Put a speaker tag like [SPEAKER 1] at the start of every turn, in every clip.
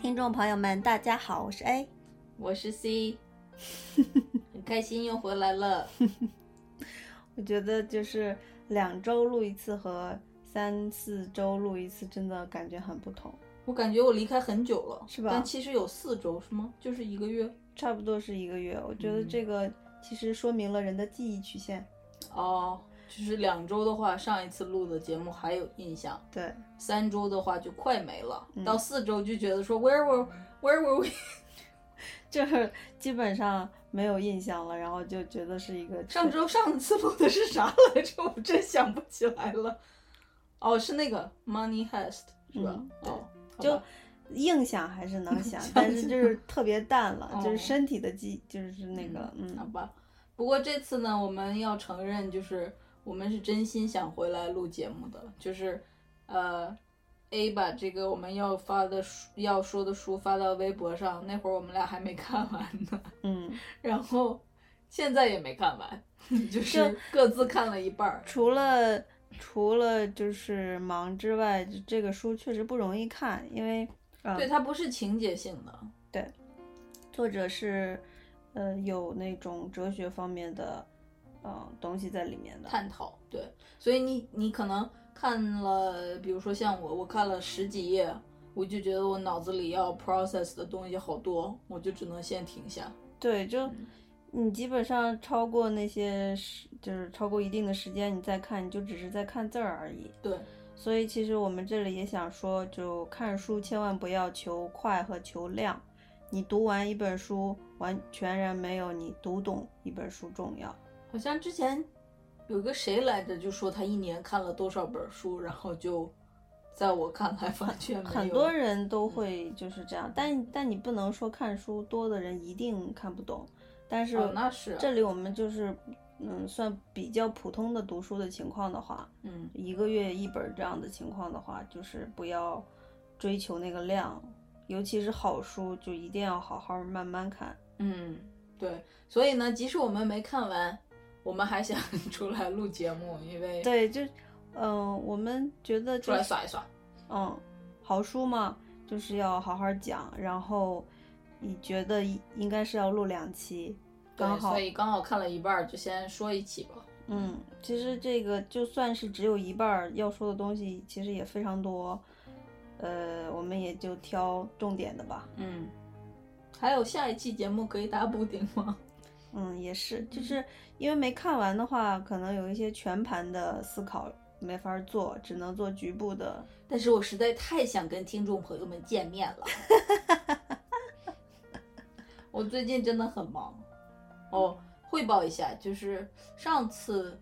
[SPEAKER 1] 听众朋友们，大家好，我是 A。
[SPEAKER 2] 我是 C，很开心又回来了。
[SPEAKER 1] 我觉得就是两周录一次和三四周录一次，真的感觉很不同，
[SPEAKER 2] 我感觉我离开很久了，
[SPEAKER 1] 是吧
[SPEAKER 2] 但其实有四周是吗？就是一个月。
[SPEAKER 1] 差不多是一个月。我觉得
[SPEAKER 2] 嗯
[SPEAKER 1] 这个其实说明了人的记忆曲线。
[SPEAKER 2] 哦，就是两周的话，上一次录的节目还有印象；
[SPEAKER 1] 对，
[SPEAKER 2] 三周的话就快没了，
[SPEAKER 1] 嗯
[SPEAKER 2] 到四周就觉得说 Where were Where were we？
[SPEAKER 1] 就是基本上没有印象了，然后就觉得是一个
[SPEAKER 2] 上 周上次录的是啥来着？我真想不起来了。哦，是那个 Money Heist 是吧？
[SPEAKER 1] 嗯对
[SPEAKER 2] 哦，好吧
[SPEAKER 1] 就硬想还是能 想
[SPEAKER 2] 想，
[SPEAKER 1] 但是就是特别淡 了，
[SPEAKER 2] 哦
[SPEAKER 1] 就是身体的记，就是那个嗯
[SPEAKER 2] 好吧。不过这次呢，我们要承认，就是我们是真心想回来录节目的，就是呃，A 把这个我们要发的书、要说的书发到微博上，那会儿我们俩还没看完呢，
[SPEAKER 1] 嗯。
[SPEAKER 2] 然后现在也没看完， 就是
[SPEAKER 1] 就
[SPEAKER 2] 各自看了一半儿。
[SPEAKER 1] 除了除了就是忙之外，就这个书确实不容易看，因为啊、
[SPEAKER 2] 对，它不是情节性的，
[SPEAKER 1] 作者是呃有那种哲学方面的呃东西在里面的。
[SPEAKER 2] 探讨，对，所以你你可能看了，比如说像我，我看了十几页，我就觉得我脑子里要 process 的东西好多，我就只能先停下。
[SPEAKER 1] 对，就
[SPEAKER 2] 嗯
[SPEAKER 1] 你基本上超过那些时，就是超过一定的时间，你再看，你就只是在看字儿而已。
[SPEAKER 2] 对，
[SPEAKER 1] 所以其实我们这里也想说，就看书千万不要求快和求量。你读完一本书，完全然没有你读懂一本书重要。
[SPEAKER 2] 好像之前有个谁来着，就说他一年看了多少本书，然后就在我看来完全 没有。嗯
[SPEAKER 1] 很多人都会就是这样，但但你不能说看书多的人一定看不懂。但是、
[SPEAKER 2] 哦，那是
[SPEAKER 1] 这里我们就是，嗯，算比较普通的读书的情况的话，
[SPEAKER 2] 嗯，
[SPEAKER 1] 一个月一本这样的情况的话，就是不要追求那个量，尤其是好书，就一定要好好慢慢看。
[SPEAKER 2] 嗯，对，所以呢，即使我们没看完，我们还想出来录节目，因为
[SPEAKER 1] 对，就，嗯，我们觉得
[SPEAKER 2] 出
[SPEAKER 1] 就
[SPEAKER 2] 来
[SPEAKER 1] 是，
[SPEAKER 2] 耍一耍。
[SPEAKER 1] 嗯，好书嘛，就是要好好讲，然后你觉得应该是要录两期，
[SPEAKER 2] 对
[SPEAKER 1] 刚好
[SPEAKER 2] 所以刚好看了一半儿，就先说一期吧。
[SPEAKER 1] 嗯，其实这个就算是只有一半儿要说的东西，其实也非常多。呃，我们也就挑重点的吧。
[SPEAKER 2] 嗯，还有下一期节目可以打补丁吗？
[SPEAKER 1] 嗯，也是，就是因为没看完的话，可能有一些全盘的思考没法儿做，只能做局部的。
[SPEAKER 2] 但是我实在太想跟听众朋友们见面了。 我最近真的很忙。哦，汇报一下，就是上次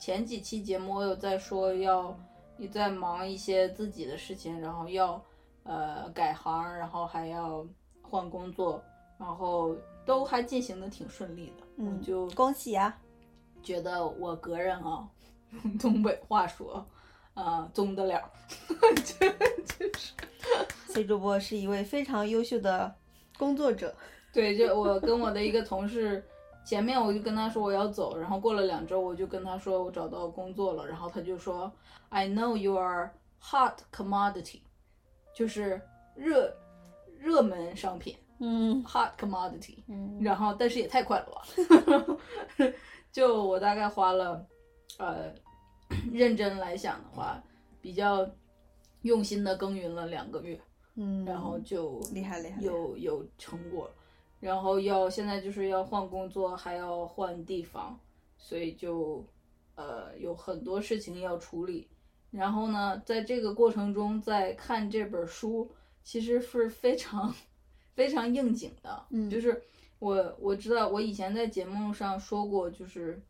[SPEAKER 2] 前几期节目我有在说要你在忙一些自己的事情，然后要呃改行，然后还要换工作，然后都还进行的挺顺利的。
[SPEAKER 1] 嗯，
[SPEAKER 2] 我就
[SPEAKER 1] 恭喜啊！
[SPEAKER 2] 觉得我个人啊， 用东北话说，呃，中得了，就就是
[SPEAKER 1] 崔主播是一位非常优秀的工作 者。
[SPEAKER 2] 对，就我跟我的一个同事，前面我就跟他说我要走，然后过了两周我就跟他说我找到工作了，然后他就说 I know you are hot commodity，就是热热门商品
[SPEAKER 1] 嗯
[SPEAKER 2] hot commodity，
[SPEAKER 1] 嗯
[SPEAKER 2] 然后但是也太快了吧， 就我大概花了，呃，认真来想的话，比较用心的耕耘了两个月，
[SPEAKER 1] 嗯，
[SPEAKER 2] 然后就
[SPEAKER 1] 厉害厉害厉害
[SPEAKER 2] 有有成果了，然后要现在就是要换工作，还要换地方，所以就呃有很多事情要处理。然后呢，在这个过程中，在看这本书，其实是非常非常应景的。
[SPEAKER 1] 嗯
[SPEAKER 2] 就是我我知道我以前在节目上说过，就是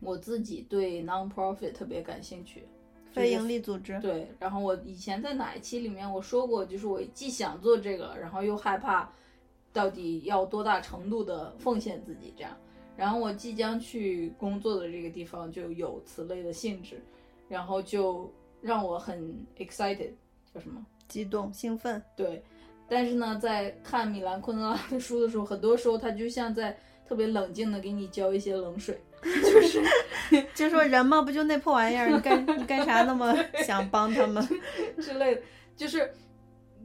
[SPEAKER 2] 我自己对 nonprofit 特别感兴趣，
[SPEAKER 1] 非盈利组织，
[SPEAKER 2] 对，然后我以前在哪一期里面我说过，就是我既想做这个，然后又害怕到底要多大程度的奉献自己这样。然后我即将去工作的这个地方就有此类的性质，然后就让我很 excited，叫什么？
[SPEAKER 1] 激动兴奋，
[SPEAKER 2] 对，但是呢，在看米兰昆德拉的书的时候，很多时候他就像在特别冷静的给你浇一些冷水， 就是
[SPEAKER 1] 就说人嘛，不就那破玩意儿？你干你干啥那么想帮他们？
[SPEAKER 2] 之类的，就是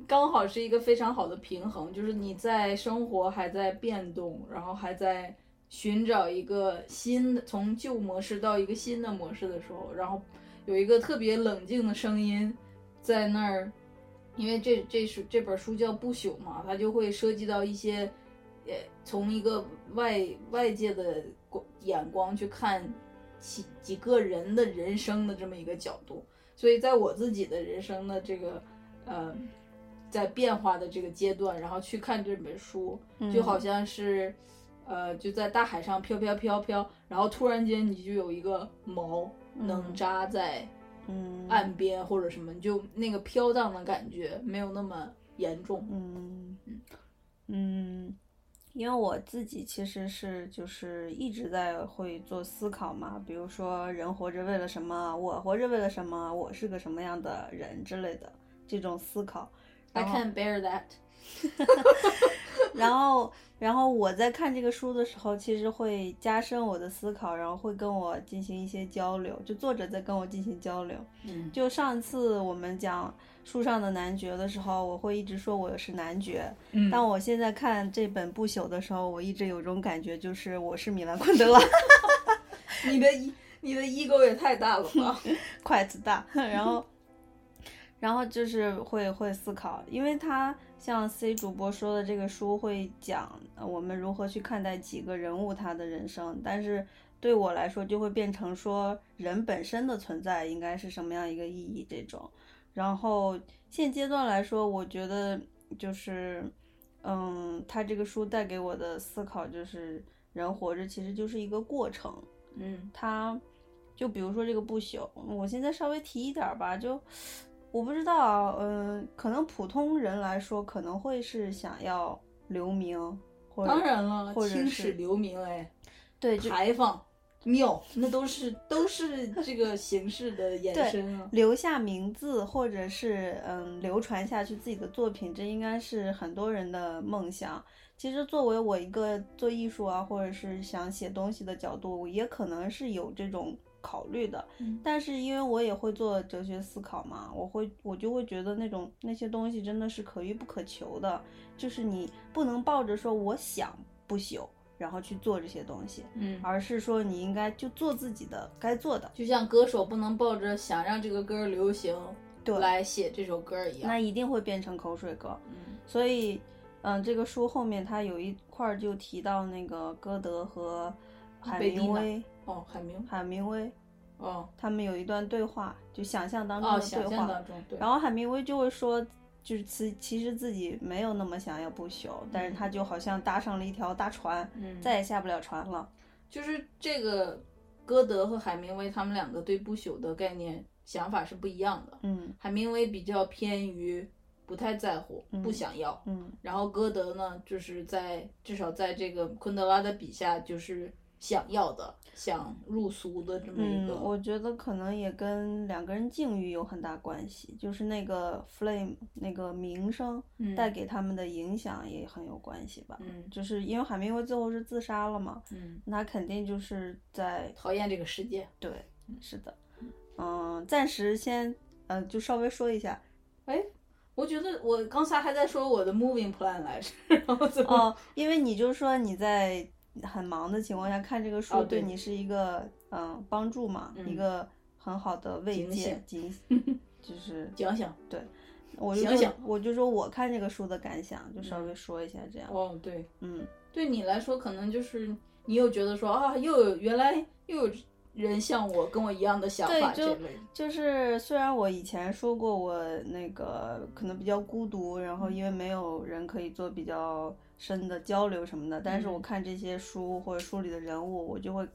[SPEAKER 2] 刚好是一个非常好的平衡，就是你在生活还在变动，然后还在寻找一个新的从旧模式到一个新的模式的时候，然后有一个特别冷静的声音在那儿，因为这这是这本书叫《不朽》嘛，它就会涉及到一些。呃，从一个外外界的光眼光去看几几个人的人生的这么一个角度，所以在我自己的人生的这个，呃，在变化的这个阶段，然后去看这本书，就好像是，呃，就在大海上飘飘飘飘，然后突然间你就有一个锚能
[SPEAKER 1] 嗯
[SPEAKER 2] 扎在
[SPEAKER 1] 嗯
[SPEAKER 2] 岸边或者什么，你就那个飘荡的感觉没有那么严重。
[SPEAKER 1] 嗯嗯，因为我自己其实是就是一直在会做思考嘛，比如说人活着为了什么，我活着为了什么，我是个什么样的人之类的这种思考。
[SPEAKER 2] I
[SPEAKER 1] 然后
[SPEAKER 2] can bear that。
[SPEAKER 1] 然后，然后我在看这个书的时候，其实会加深我的思考，然后会跟我进行一些交流，就作者在跟我进行交流。
[SPEAKER 2] 嗯，
[SPEAKER 1] 就上次我们讲树上的男爵的时候，我会一直说我是男爵，
[SPEAKER 2] 嗯
[SPEAKER 1] 但我现在看这本《不朽》的时候，我一直有种感觉，就是我是米兰昆德拉，
[SPEAKER 2] 你的 e- 你的 ego 也太大了吧？
[SPEAKER 1] 筷子大，然后，然后就是会会思考，因为他像 C 主播说的，这个书会讲呃我们如何去看待几个人物他的人生，但是对我来说就会变成说人本身的存在应该是什么样一个意义这种。然后现阶段来说，我觉得就是，嗯，他这个书带给我的思考就是，人活着其实就是一个过程，
[SPEAKER 2] 嗯
[SPEAKER 1] 它就比如说这个不朽，我现在稍微提一点儿吧，就我不知道啊，嗯、可能普通人来说可能会是想要留名，或者
[SPEAKER 2] 当然了，
[SPEAKER 1] 或者
[SPEAKER 2] 青
[SPEAKER 1] 是
[SPEAKER 2] 史留名哎。
[SPEAKER 1] 对，就
[SPEAKER 2] 牌坊、庙，那都是都是这个形式 的延
[SPEAKER 1] 对
[SPEAKER 2] 伸啊。
[SPEAKER 1] 留下名字，或者是嗯流传下去自己的作品，这应该是很多人的梦想。其实作为我一个做艺术啊，或者是想写东西的角度，我也可能是有这种考虑的。
[SPEAKER 2] 嗯
[SPEAKER 1] 但是因为我也会做哲学思考嘛，我会我就会觉得那种那些东西真的是可遇不可求的，就是你不能抱着说我想不朽，然后去做这些东西，
[SPEAKER 2] 嗯，
[SPEAKER 1] 而是说你应该就做自己的该做的。
[SPEAKER 2] 就像歌手不能抱着想让这个歌流行
[SPEAKER 1] 对
[SPEAKER 2] 来写这首歌一
[SPEAKER 1] 那
[SPEAKER 2] 样。
[SPEAKER 1] 一定会变成口水歌。
[SPEAKER 2] 嗯
[SPEAKER 1] 所以，嗯，这个书后面它有一块儿就提到那个歌德和海
[SPEAKER 2] 贝蒂
[SPEAKER 1] 明
[SPEAKER 2] 娜
[SPEAKER 1] 威，
[SPEAKER 2] 哦，海明
[SPEAKER 1] 海明威
[SPEAKER 2] 哦
[SPEAKER 1] 他们有一段对话，就想象当中的
[SPEAKER 2] 哦，
[SPEAKER 1] 对
[SPEAKER 2] 想
[SPEAKER 1] 话。
[SPEAKER 2] 象当中对。
[SPEAKER 1] 然后海明威就会说，就是其其实自己没有那么想要不朽，但是他就好像搭上了一条大船，
[SPEAKER 2] 嗯，
[SPEAKER 1] 再也下不了船了。
[SPEAKER 2] 就是这个歌德和海明威他们两个对不朽的概念想法是不一样的。
[SPEAKER 1] 嗯
[SPEAKER 2] 海明威比较偏于不太在乎、
[SPEAKER 1] 嗯
[SPEAKER 2] 不想要，
[SPEAKER 1] 嗯
[SPEAKER 2] 然后歌德呢，就是在至少在这个昆德拉的笔下，就是想要的、想入俗的这么一
[SPEAKER 1] 嗯
[SPEAKER 2] 个。，
[SPEAKER 1] 我觉得可能也跟两个人境遇有很大关系，就是那个 flame 那个名声
[SPEAKER 2] 嗯
[SPEAKER 1] 带给他们的影响也很有关系吧。
[SPEAKER 2] 嗯
[SPEAKER 1] 就是因为海明威最后是自杀了嘛，
[SPEAKER 2] 嗯，
[SPEAKER 1] 那肯定就是在
[SPEAKER 2] 讨厌这个世界。
[SPEAKER 1] 对，是的，嗯，暂时先呃就稍微说一 下，
[SPEAKER 2] 我觉得我刚才还在说我的 moving plan 来着， 然后怎么？
[SPEAKER 1] 哦，因为你就说你在很忙的情况下看这个书，
[SPEAKER 2] 哦
[SPEAKER 1] 对
[SPEAKER 2] 对
[SPEAKER 1] 你是一个嗯帮助嘛，
[SPEAKER 2] 嗯
[SPEAKER 1] 一个很好的慰
[SPEAKER 2] 警
[SPEAKER 1] 藉
[SPEAKER 2] 醒。
[SPEAKER 1] 警就是
[SPEAKER 2] 讲讲。
[SPEAKER 1] 我就
[SPEAKER 2] 想
[SPEAKER 1] 说
[SPEAKER 2] 想
[SPEAKER 1] 我就说我看这个书的感想，就稍微
[SPEAKER 2] 嗯
[SPEAKER 1] 说一下这样。
[SPEAKER 2] 哦，对，
[SPEAKER 1] 嗯，
[SPEAKER 2] 对你来说，可能就是你又觉得说啊，又有原来又有人像我跟我一样的想
[SPEAKER 1] 对
[SPEAKER 2] 法
[SPEAKER 1] 就
[SPEAKER 2] 这类的。
[SPEAKER 1] 就是虽然我以前说过我那个可能比较孤独，然后因为没有人可以做比较深的交流什么的，但是我
[SPEAKER 2] 嗯
[SPEAKER 1] 看这些书或者书里的人物，我就会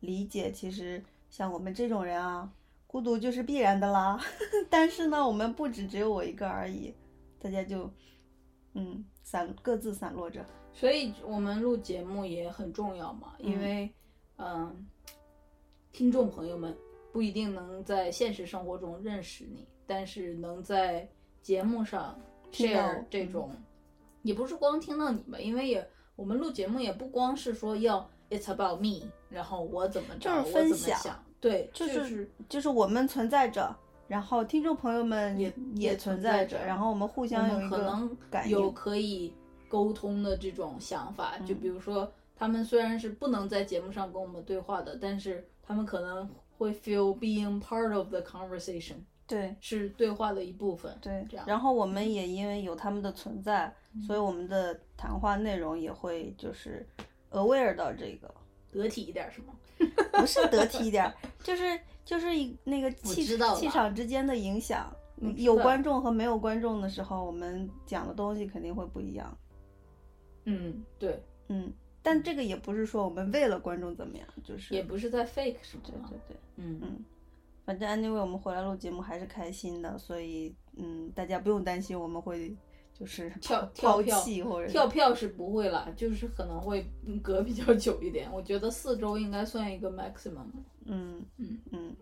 [SPEAKER 1] 理解，其实像我们这种人啊，孤独就是必然的啦。 但是呢，我们不只只有我一个而已，大家就嗯散各自散落着。
[SPEAKER 2] 所以我们录节目也很重要嘛，因
[SPEAKER 1] 嗯
[SPEAKER 2] 为，嗯、听众朋友们不一定能在现实生活中认识你，但是能在节目上
[SPEAKER 1] 听到
[SPEAKER 2] share 这种，也不是光听到你吧，因为也我们录节目也不光是说要 it's about me，然后我怎么
[SPEAKER 1] 就
[SPEAKER 2] 着，
[SPEAKER 1] 是
[SPEAKER 2] 我
[SPEAKER 1] 分
[SPEAKER 2] 怎么
[SPEAKER 1] 享
[SPEAKER 2] 想，对，
[SPEAKER 1] 就
[SPEAKER 2] 就是
[SPEAKER 1] 就是我们存在着，然后听众朋友们
[SPEAKER 2] 也也
[SPEAKER 1] 也存在
[SPEAKER 2] 存在着
[SPEAKER 1] 然后我们互
[SPEAKER 2] 我
[SPEAKER 1] 相有
[SPEAKER 2] 们
[SPEAKER 1] 一
[SPEAKER 2] 可
[SPEAKER 1] 个
[SPEAKER 2] 能
[SPEAKER 1] 感
[SPEAKER 2] 有
[SPEAKER 1] 应。
[SPEAKER 2] 可以沟通的这种想法。就
[SPEAKER 1] 嗯
[SPEAKER 2] 比如说，他们虽然是不能在节目上跟我们对话的，但是他们可能会 feel being part of the conversation，
[SPEAKER 1] 对
[SPEAKER 2] 是对话的一部分。
[SPEAKER 1] 对
[SPEAKER 2] 这样，嗯
[SPEAKER 1] 然后我们也因为有他们的存在，所以我们的谈话内容也会就是 aware 到这个，
[SPEAKER 2] 得体一点是吗？
[SPEAKER 1] 不是得体一点儿，就是就是一那个
[SPEAKER 2] 我
[SPEAKER 1] 气
[SPEAKER 2] 知道
[SPEAKER 1] 气
[SPEAKER 2] 了
[SPEAKER 1] 场之间的影响嗯
[SPEAKER 2] 我。知
[SPEAKER 1] 有
[SPEAKER 2] 道
[SPEAKER 1] 观众和没有观众的时候，我们讲的东西肯定会不一样。
[SPEAKER 2] 嗯，对，
[SPEAKER 1] 嗯，但这个也不是说我们为了观众怎么样，就是
[SPEAKER 2] 也不是在 fake 什么
[SPEAKER 1] 对
[SPEAKER 2] 的嘛。
[SPEAKER 1] 对对。
[SPEAKER 2] 嗯，
[SPEAKER 1] 反正 anyway，我们回来录节目还是开心的，所以嗯，大家不用担心我们会就是
[SPEAKER 2] 跳
[SPEAKER 1] 抛
[SPEAKER 2] 跳
[SPEAKER 1] 抛
[SPEAKER 2] 票
[SPEAKER 1] 弃或者是
[SPEAKER 2] 跳票是不会啦，就是可能会嗯隔比较久一点。我觉得四周应该算一个 maximum。
[SPEAKER 1] 嗯
[SPEAKER 2] 嗯
[SPEAKER 1] 嗯，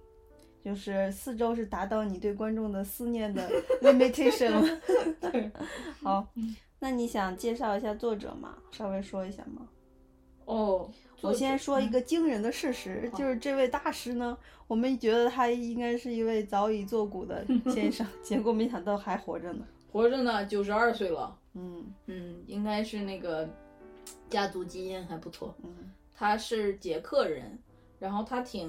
[SPEAKER 1] 就是四周是达到你对观众的思念 的 limitation 了。
[SPEAKER 2] 对，
[SPEAKER 1] 好
[SPEAKER 2] 嗯，
[SPEAKER 1] 那你想介绍一下作者吗？稍微说一下吗？
[SPEAKER 2] 哦，
[SPEAKER 1] 我
[SPEAKER 2] 作者
[SPEAKER 1] 先说一
[SPEAKER 2] 嗯
[SPEAKER 1] 个惊人的事实，
[SPEAKER 2] 好
[SPEAKER 1] 就是这位大师呢，我们觉得他应该是一位早已作古的先 生，结果没想到还活着呢。
[SPEAKER 2] 活着呢，九十二岁了。
[SPEAKER 1] 嗯
[SPEAKER 2] 嗯，应该是那个家族基因还不错。
[SPEAKER 1] 嗯
[SPEAKER 2] 他是捷克人，然后他挺，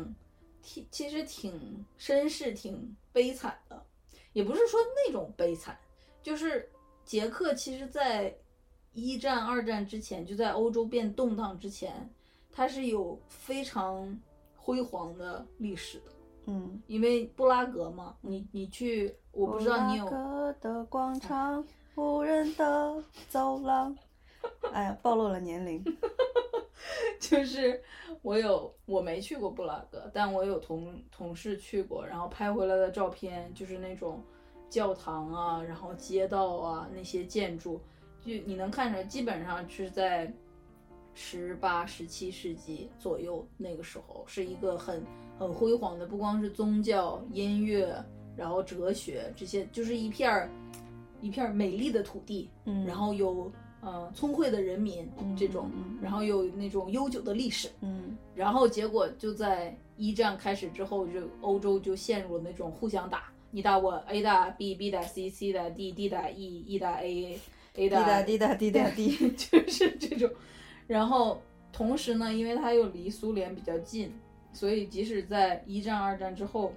[SPEAKER 2] 挺其实挺身世挺悲惨的，也不是说那种悲惨，就是捷克其实在一战、二战之前，就在欧洲变动荡之前，它是有非常辉煌的历史的。
[SPEAKER 1] 嗯，
[SPEAKER 2] 因为布拉格嘛，你你去，我不知道你有
[SPEAKER 1] 布拉格的广场，无人的走廊。哎呀，暴露了年龄。
[SPEAKER 2] 就是我有我没去过布拉格，但我有同同事去过，然后拍回来的照片就是那种教堂啊，然后街道啊那些建筑，就你能看出来，基本上是在十八、十七世纪左右那个时候，是一个很很辉煌的，不光是宗教、音乐，然后哲学这些，就是一片儿一片儿美丽的土地，
[SPEAKER 1] 嗯
[SPEAKER 2] 然后有呃聪慧的人民
[SPEAKER 1] 嗯
[SPEAKER 2] 这种
[SPEAKER 1] 嗯嗯，
[SPEAKER 2] 然后有那种悠久的历史，
[SPEAKER 1] 嗯
[SPEAKER 2] 然后结果就在一战开始之后，就欧洲就陷入了那种互相打，你打我 A 打 B，B 打 C，C 打 D，D 打 E，E 打 A，A
[SPEAKER 1] 滴答
[SPEAKER 2] 打
[SPEAKER 1] 滴答滴答滴。
[SPEAKER 2] 就是这种。然后同时呢，因为它又离苏联比较近，所以即使在一战、二战之后，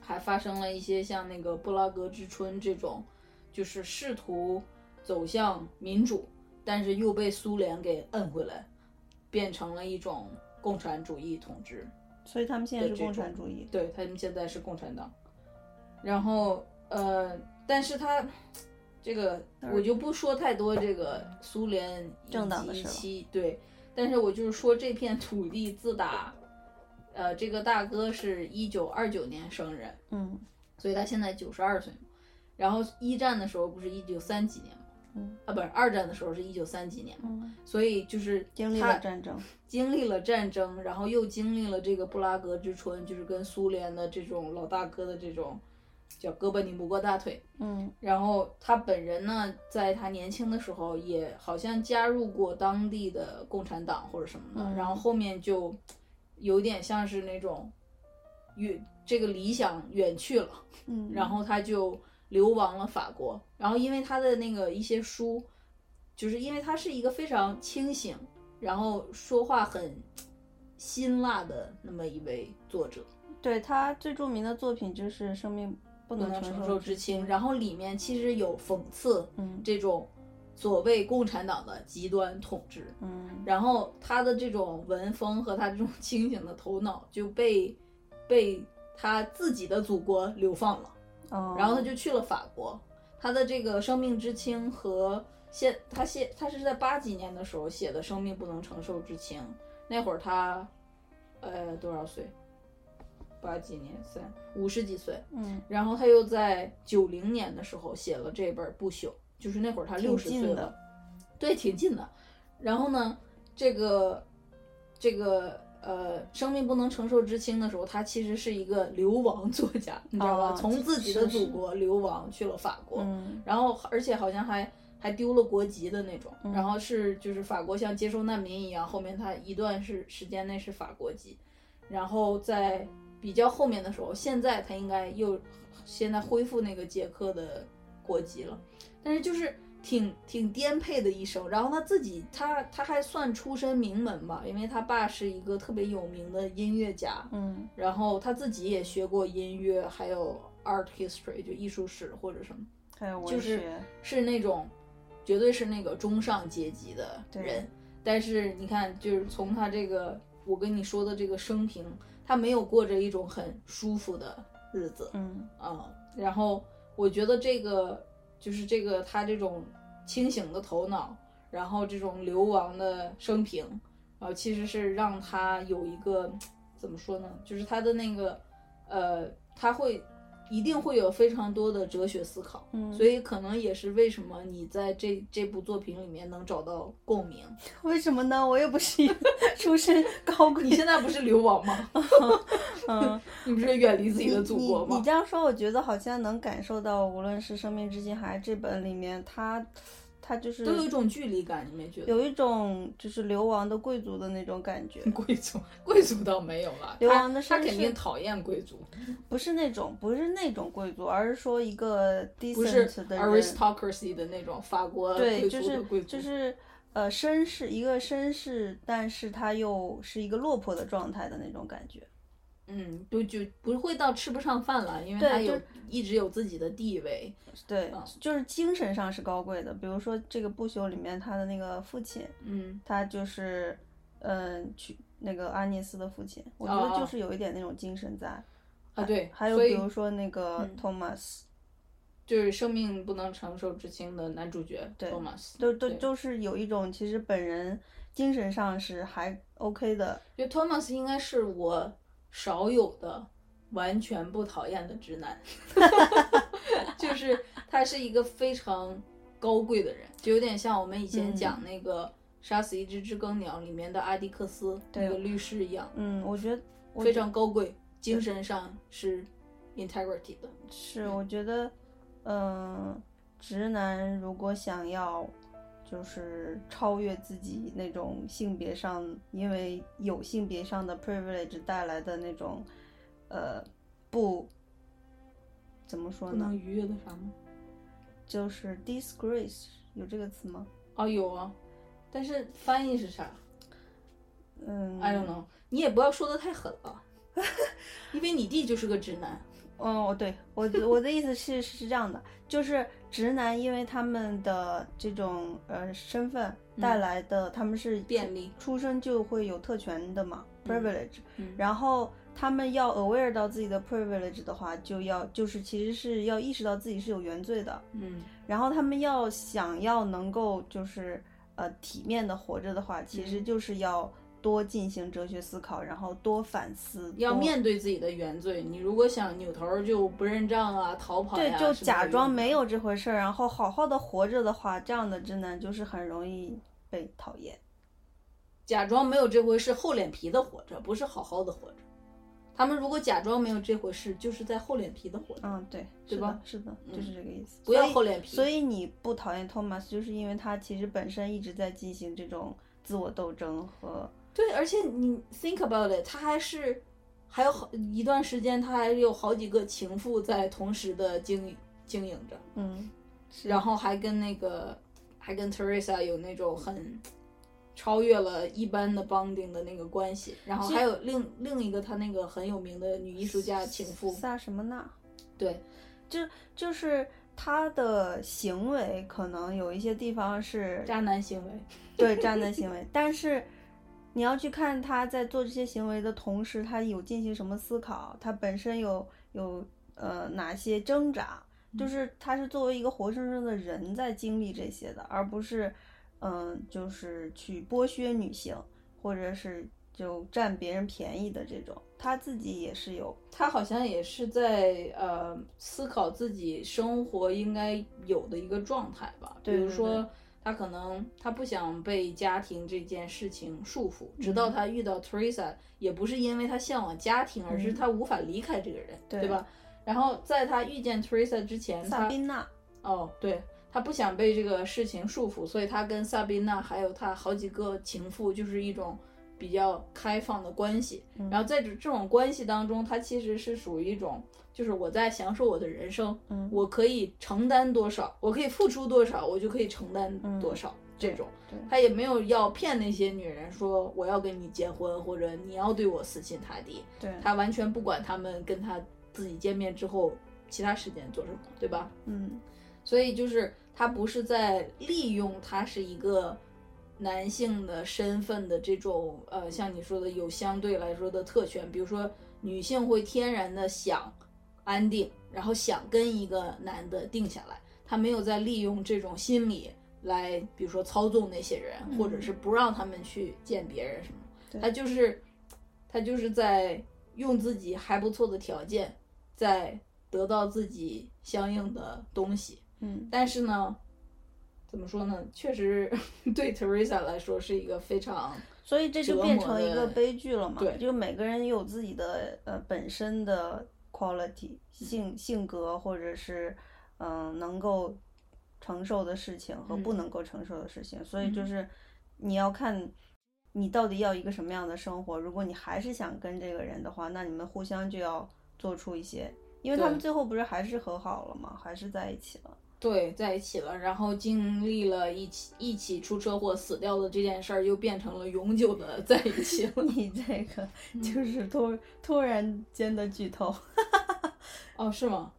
[SPEAKER 2] 还发生了一些像那个布拉格之春这种，就是试图走向民主，但是又被苏联给摁回来，变成了一种共产主义统治。
[SPEAKER 1] 所以他们现在
[SPEAKER 2] 对
[SPEAKER 1] 是
[SPEAKER 2] 这
[SPEAKER 1] 共产
[SPEAKER 2] 种
[SPEAKER 1] 主义。
[SPEAKER 2] 对他们现在是共产党，然后呃，但是他这个我就不说太多这个苏联以
[SPEAKER 1] 政党的
[SPEAKER 2] 及
[SPEAKER 1] 事了
[SPEAKER 2] 其对，但是我就是说这片土地自打，呃，这个大哥是一九二九年生人，
[SPEAKER 1] 嗯
[SPEAKER 2] 所以他现在九十二岁嘛。然后一战的时候不是一九三几年嘛，
[SPEAKER 1] 嗯
[SPEAKER 2] 啊，不是二战的时候是一九三几年嘛，
[SPEAKER 1] 嗯，
[SPEAKER 2] 所以就是
[SPEAKER 1] 经历
[SPEAKER 2] 他
[SPEAKER 1] 了战争。
[SPEAKER 2] 经历了战争，然后又经历了这个布拉格之春，就是跟苏联的这种老大哥的这种叫胳膊拧不过大腿。
[SPEAKER 1] 嗯
[SPEAKER 2] 然后他本人呢，在他年轻的时候也好像加入过当地的共产党或者什么的，
[SPEAKER 1] 嗯
[SPEAKER 2] 然后后面就有点像是那种远这个理想远去了，
[SPEAKER 1] 嗯。
[SPEAKER 2] 然后他就流亡了法国。然后因为他的那个一些书，就是因为他是一个非常清醒，然后说话很辛辣的那么一位作者。
[SPEAKER 1] 对他最著名的作品就是《生命不
[SPEAKER 2] 不
[SPEAKER 1] 能
[SPEAKER 2] 能承
[SPEAKER 1] 承
[SPEAKER 2] 受
[SPEAKER 1] 受
[SPEAKER 2] 之
[SPEAKER 1] 之
[SPEAKER 2] 轻，然后里面其实有讽刺
[SPEAKER 1] 嗯
[SPEAKER 2] 这种所谓共产党的极端统治，
[SPEAKER 1] 嗯
[SPEAKER 2] 然后他的这种文风和他这种清醒的头脑就被被他自己的祖国流放了，
[SPEAKER 1] 哦，
[SPEAKER 2] 然后他就去了法国，他的这个《生命之轻》和现他写他是在八几年的时候写的《生命不能承受之轻》，那会儿他呃多少岁？八几年三五十几岁，
[SPEAKER 1] 嗯
[SPEAKER 2] 然后他又在九零年的时候写了这本《不朽》，就是那会儿他
[SPEAKER 1] 挺
[SPEAKER 2] 六十
[SPEAKER 1] 近
[SPEAKER 2] 岁
[SPEAKER 1] 的
[SPEAKER 2] 了，对，挺近的。然后呢，这个这个呃，生命不能承受之轻的时候，他其实是一个流亡作家，你知道吧？
[SPEAKER 1] 哦
[SPEAKER 2] 从自己的
[SPEAKER 1] 是
[SPEAKER 2] 祖
[SPEAKER 1] 是
[SPEAKER 2] 国流亡去了法国，
[SPEAKER 1] 嗯
[SPEAKER 2] 然后而且好像还还丢了国籍的那种，
[SPEAKER 1] 嗯
[SPEAKER 2] 然后是就是法国像接收难民一样，后面他一段是时间内是法国籍，然后在比较后面的时候，现在他应该又现在恢复那个捷克的国籍了，但是就是挺挺颠沛的一生，然后他自己他他还算出身名门吧，因为他爸是一个特别有名的音乐家，
[SPEAKER 1] 嗯
[SPEAKER 2] 然后他自己也学过音乐，还有 art history 就艺术史或者什么。
[SPEAKER 1] 还有文
[SPEAKER 2] 就是
[SPEAKER 1] 学
[SPEAKER 2] 是那种绝对是那个中上阶级的人
[SPEAKER 1] 对。
[SPEAKER 2] 但是你看，就是从他这个我跟你说的这个生平，他没有过着一种很舒服的日子
[SPEAKER 1] 嗯
[SPEAKER 2] 啊、嗯。然后我觉得这个就是这个他这种清醒的头脑，然后这种流亡的生平，然后其实是让他有一个怎么说呢，就是他的那个呃，他会一定会有非常多的哲学思考。
[SPEAKER 1] 嗯，
[SPEAKER 2] 所
[SPEAKER 1] 以
[SPEAKER 2] 以可能也是为什么你在这这部作品里面能找到共鸣。
[SPEAKER 1] 为什么呢？我又不是一 个出身高贵
[SPEAKER 2] 你，现在不是流亡吗？
[SPEAKER 1] 嗯。
[SPEAKER 2] 你不是远离自己的祖国
[SPEAKER 1] 你你
[SPEAKER 2] 吗
[SPEAKER 1] 你？这样说，我觉得好像能感受到，无论是《生命之心》还是这本里面，他他就是
[SPEAKER 2] 都有一种距离感，你没觉得？
[SPEAKER 1] 有一种就是流亡的贵族的那种感觉，
[SPEAKER 2] 贵族，贵族倒没有了，
[SPEAKER 1] 流亡的
[SPEAKER 2] 他
[SPEAKER 1] 绅
[SPEAKER 2] 他
[SPEAKER 1] 士
[SPEAKER 2] 肯定讨厌贵族，
[SPEAKER 1] 不是那种不是那种贵族，而是说一个
[SPEAKER 2] 不是
[SPEAKER 1] decent 的人，
[SPEAKER 2] aristocracy 的那种法国
[SPEAKER 1] 对，
[SPEAKER 2] 贵
[SPEAKER 1] 就
[SPEAKER 2] 族的贵
[SPEAKER 1] 是
[SPEAKER 2] 族，
[SPEAKER 1] 就是呃绅士，一个绅士，但是他又是一个落魄的状态的那种感觉。
[SPEAKER 2] 嗯，就就不会到吃不上饭了，因为
[SPEAKER 1] 对
[SPEAKER 2] 他有
[SPEAKER 1] 就
[SPEAKER 2] 一直有自己的地位。
[SPEAKER 1] 对
[SPEAKER 2] 嗯，
[SPEAKER 1] 就是精神上是高贵的，比如说这个不朽里面他的那个父亲，
[SPEAKER 2] 嗯，
[SPEAKER 1] 他就是，嗯，去那个阿涅斯的父亲，我觉
[SPEAKER 2] 哦
[SPEAKER 1] 得就是有一点那种精神在。
[SPEAKER 2] 啊对，
[SPEAKER 1] 还有
[SPEAKER 2] 所
[SPEAKER 1] 比
[SPEAKER 2] 以
[SPEAKER 1] 如说那个
[SPEAKER 2] 嗯
[SPEAKER 1] Thomas，、
[SPEAKER 2] 就是生命不能承受之轻的男主角
[SPEAKER 1] 对
[SPEAKER 2] Thomas，
[SPEAKER 1] 都都
[SPEAKER 2] 对
[SPEAKER 1] 就是有一种其实本人精神上是还 OK 的，
[SPEAKER 2] 就 Thomas 应该是我少有的完全不讨厌的直男， 就是他是一个非常高贵的人，就有点像我们以前
[SPEAKER 1] 嗯
[SPEAKER 2] 讲那个《杀死一只知更鸟》里面的阿迪克斯
[SPEAKER 1] 对
[SPEAKER 2] 那个律师一样，
[SPEAKER 1] 嗯，我觉得我
[SPEAKER 2] 非
[SPEAKER 1] 觉
[SPEAKER 2] 常高贵，精神上是 integrity 的。
[SPEAKER 1] 是我觉得，嗯、直男如果想要。就是超越自己那种性别上，因为有性别上的 privilege 带来的那种，呃，不，怎么说
[SPEAKER 2] 不
[SPEAKER 1] 呢？
[SPEAKER 2] 能逾越的啥吗？
[SPEAKER 1] 就是 disgrace 有这个词吗？
[SPEAKER 2] 啊，有啊，但是翻译是啥
[SPEAKER 1] 嗯
[SPEAKER 2] ？I don't know。你也不要说的太狠了， 因为你弟就是个直男。
[SPEAKER 1] 哦，对，我的我的意思是是这样的，就是直男因为他们的这种呃身份带
[SPEAKER 2] 嗯
[SPEAKER 1] 来的，他们是
[SPEAKER 2] 便
[SPEAKER 1] 出
[SPEAKER 2] 利
[SPEAKER 1] 出生就会有特权的嘛
[SPEAKER 2] 嗯
[SPEAKER 1] ，privilege，、
[SPEAKER 2] 嗯
[SPEAKER 1] 然后。他们要 aware 到自己的 privilege 的话，就要就是其实是要意识到自己是有原罪的，
[SPEAKER 2] 嗯。
[SPEAKER 1] 然后他们要想要能够就是呃体面的活着的话，其实
[SPEAKER 2] 嗯
[SPEAKER 1] 就是要多进行哲学思考，然后多反思，
[SPEAKER 2] 要
[SPEAKER 1] 多
[SPEAKER 2] 面对自己的原罪。你如果想扭头就不认账啊、逃跑
[SPEAKER 1] 对，
[SPEAKER 2] 呀、
[SPEAKER 1] 就
[SPEAKER 2] 什么的
[SPEAKER 1] 假装没有这回事儿，然后好好的活着的话，这样的直男就是很容易被讨厌。
[SPEAKER 2] 假装没有这回事，厚脸皮的活着，不是好好的活着。他们如果假装没有这回事，就是在厚脸皮的活着。
[SPEAKER 1] 嗯，对，
[SPEAKER 2] 对
[SPEAKER 1] 是
[SPEAKER 2] 吧嗯
[SPEAKER 1] 的，是的，就是这个意思。
[SPEAKER 2] 不要
[SPEAKER 1] 所以
[SPEAKER 2] 厚脸皮
[SPEAKER 1] 所以你不讨厌托马斯，就是因为他其实本身一直在进行这种自我斗争和
[SPEAKER 2] 对，而且你 think about it，他还是还有好一段时间，他还有好几个情妇在同时的经营经营着，
[SPEAKER 1] 嗯，
[SPEAKER 2] 然后还跟那个还跟 Teresa 有那种很。超越了一般的 bonding 的那个关系，然后还有另另一个他那个很有名的女艺术家情妇，
[SPEAKER 1] 萨什么纳，
[SPEAKER 2] 对，
[SPEAKER 1] 就就是他的行为可能有一些地方是
[SPEAKER 2] 渣男行为，
[SPEAKER 1] 对渣男行为，但是你要去看他在做这些行为的同时，他有进行什么思考，他本身有有呃哪些挣扎，
[SPEAKER 2] 嗯
[SPEAKER 1] 就是他是作为一个活生生的人在经历这些的，而不是嗯、呃就是去剥削女性，或者是就占别人便宜的这种，他自己也是有
[SPEAKER 2] 他好像也是在呃思考自己生活应该有的一个状态吧。
[SPEAKER 1] 对对
[SPEAKER 2] 比如说，他可能他不想被家庭这件事情束缚，直到
[SPEAKER 1] 嗯
[SPEAKER 2] 他遇到 Teresa，、也不是因为他向往家庭，而是他无法离开这个人，
[SPEAKER 1] 嗯对
[SPEAKER 2] 对吧？然后在他遇见 Teresa 之前，
[SPEAKER 1] 萨
[SPEAKER 2] 他
[SPEAKER 1] 宾娜，
[SPEAKER 2] 哦，对他不想被这个事情束缚，所以他跟萨宾娜还有他好几个情妇就是一种比较开放的关系。
[SPEAKER 1] 嗯
[SPEAKER 2] 然后在这这种关系当中，他其实是属于一种，就是我在享受我的人生，
[SPEAKER 1] 嗯，
[SPEAKER 2] 我可以承担多少，我可以付出多少，我就可以承担
[SPEAKER 1] 嗯
[SPEAKER 2] 多少、这种。
[SPEAKER 1] 对
[SPEAKER 2] 他也没有要骗那些女人说我要跟你结婚，或者你要对我死心塌地，
[SPEAKER 1] 对，
[SPEAKER 2] 他完全不管他们跟他自己见面之后其他时间做什么，对吧？
[SPEAKER 1] 嗯
[SPEAKER 2] 所以就是他不是在利用他是一个男性的身份的这种呃，像你说的有相对来说的特权，比如说女性会天然的想安定，然后想跟一个男的定下来，他没有在利用这种心理来，比如说操纵那些人，
[SPEAKER 1] 嗯
[SPEAKER 2] 或者是不让他们去见别人什么
[SPEAKER 1] 对
[SPEAKER 2] 的，他就是他就是在用自己还不错的条件，在得到自己相应的东西。
[SPEAKER 1] 嗯，
[SPEAKER 2] 但是呢，怎么说呢？确实 对 Teresa 来说是一个非常
[SPEAKER 1] 所以这就
[SPEAKER 2] 折
[SPEAKER 1] 变
[SPEAKER 2] 磨
[SPEAKER 1] 成一个
[SPEAKER 2] 的
[SPEAKER 1] 悲剧了嘛。
[SPEAKER 2] 对
[SPEAKER 1] 就每个人有自己的呃本身的
[SPEAKER 2] 嗯
[SPEAKER 1] quality 性性格，或者是嗯、呃能够承受的事情和不
[SPEAKER 2] 嗯
[SPEAKER 1] 能够承受的事情。所以就
[SPEAKER 2] 嗯
[SPEAKER 1] 是你要看你到底要一个什么样的生活。如果你还是想跟这个人的话，那你们互相就要做出一些，因为他们
[SPEAKER 2] 对
[SPEAKER 1] 最后不是还是和好了吗？还是在一起了。
[SPEAKER 2] 对在一起了，然后经历了一起一起出车祸死掉的这件事儿，又变成了永久的在一起了。
[SPEAKER 1] 你这个
[SPEAKER 2] 嗯
[SPEAKER 1] 就是突突然间的剧透，
[SPEAKER 2] 哦，是吗？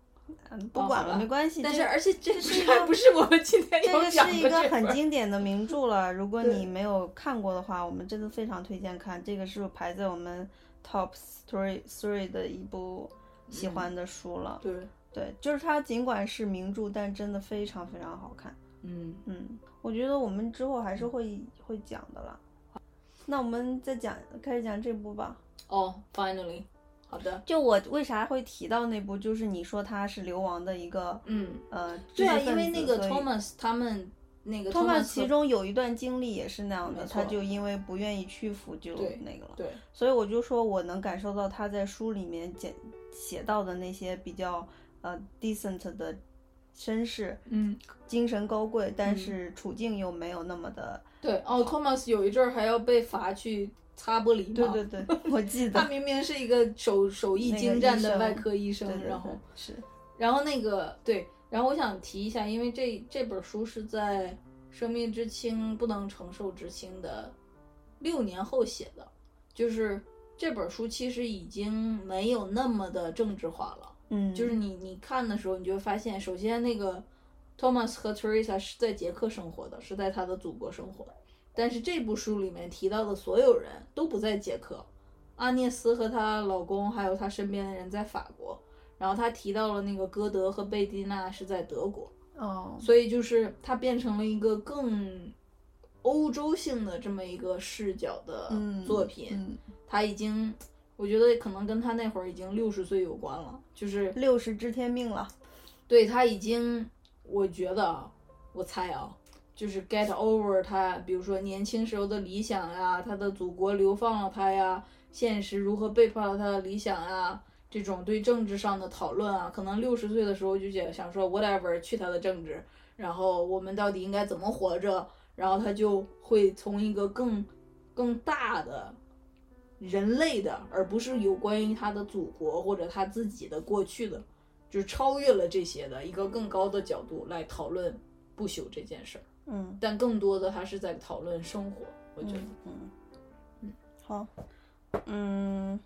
[SPEAKER 1] 嗯，不
[SPEAKER 2] 哦
[SPEAKER 1] 管
[SPEAKER 2] 好
[SPEAKER 1] 了，
[SPEAKER 2] 吧
[SPEAKER 1] 没关系。
[SPEAKER 2] 但
[SPEAKER 1] 这
[SPEAKER 2] 是而且这
[SPEAKER 1] 是一
[SPEAKER 2] 是
[SPEAKER 1] 个
[SPEAKER 2] 还不是我们今天
[SPEAKER 1] 这
[SPEAKER 2] 要
[SPEAKER 1] 个
[SPEAKER 2] 讲
[SPEAKER 1] 是一个
[SPEAKER 2] 的这
[SPEAKER 1] 很
[SPEAKER 2] 本儿
[SPEAKER 1] 经典的名著了，如果
[SPEAKER 2] 对
[SPEAKER 1] 你没有看过的话，我们真的非常推荐看。这个是排在我们 top three three 的一部
[SPEAKER 2] 嗯
[SPEAKER 1] 喜欢的书了。
[SPEAKER 2] 对，
[SPEAKER 1] 对，就是它尽管是名著，但真的非常非常好看。
[SPEAKER 2] 嗯，
[SPEAKER 1] 嗯，我觉得我们之后还是会会讲的啦。那我们再讲，开始讲这部吧。
[SPEAKER 2] 哦，finally，好的，
[SPEAKER 1] 就我为啥会提到那部，就是你说它是流亡的一个，
[SPEAKER 2] 嗯，
[SPEAKER 1] 呃，
[SPEAKER 2] 对啊，
[SPEAKER 1] 知识
[SPEAKER 2] 因为
[SPEAKER 1] 分子
[SPEAKER 2] 那个
[SPEAKER 1] 所以
[SPEAKER 2] Thomas 他们那个
[SPEAKER 1] 托马
[SPEAKER 2] Thomas
[SPEAKER 1] 其中有一段经历也是那样的，
[SPEAKER 2] 没
[SPEAKER 1] 他
[SPEAKER 2] 错
[SPEAKER 1] 就因为不愿意屈服就
[SPEAKER 2] 对
[SPEAKER 1] 那个了。
[SPEAKER 2] 对，
[SPEAKER 1] 所以我就说我能感受到他在书里面写写到的那些比较呃 decent 的绅士，
[SPEAKER 2] 嗯，
[SPEAKER 1] 精神高贵，但
[SPEAKER 2] 嗯
[SPEAKER 1] 是处境又没有那么 的。
[SPEAKER 2] 对，哦，Thomas 有一阵儿还要被罚去擦玻璃嘛，
[SPEAKER 1] 对对对，我 记
[SPEAKER 2] 他
[SPEAKER 1] 得
[SPEAKER 2] 明明是一个手手艺
[SPEAKER 1] 那个
[SPEAKER 2] 精
[SPEAKER 1] 医
[SPEAKER 2] 湛的
[SPEAKER 1] 生
[SPEAKER 2] 外科医生，
[SPEAKER 1] 对对对
[SPEAKER 2] 然后
[SPEAKER 1] 是
[SPEAKER 2] 然后那个对，然后我想提一下，因为这这本书是在《生命之轻不能承受之轻》的六年后写的，就是这本书其实已经没有那么的政治化了。
[SPEAKER 1] 嗯，
[SPEAKER 2] 就是你你看的时候，你就会发现，首先那个 Thomas 和 Teresa 是在捷克生活的，是在他的祖国生活的。但是这部书里面提到的所有人都不在捷克，阿涅斯和她老公还有她身边的人在法国，然后她提到了那个歌德和贝蒂娜是在德国，
[SPEAKER 1] 哦，
[SPEAKER 2] 所以就是它变成了一个更欧洲性的这么一个视角的
[SPEAKER 1] 嗯，
[SPEAKER 2] 作品。
[SPEAKER 1] 嗯，
[SPEAKER 2] 他已经，我觉得可能跟他那会儿已经六十岁有关了，就是
[SPEAKER 1] 六十知天命了。
[SPEAKER 2] 对他已经，我觉得，啊，我猜啊，就是 get over 他，比如说年轻时候的理想呀，他的祖国流放了他呀，现实如何背叛了他的理想呀，这种对政治上的讨论啊，可能六十岁的时候就想想说 whatever 去他的政治，然后我们到底应该怎么活着，然后他就会从一个更更大的。人类的，而不是有关于他的祖国或者他自己的过去的就是超越了这些的一个更高的角度来讨论不朽这件事儿，
[SPEAKER 1] 嗯，
[SPEAKER 2] 但更多的还是在讨论生活。我觉得，
[SPEAKER 1] 嗯嗯嗯，好，嗯，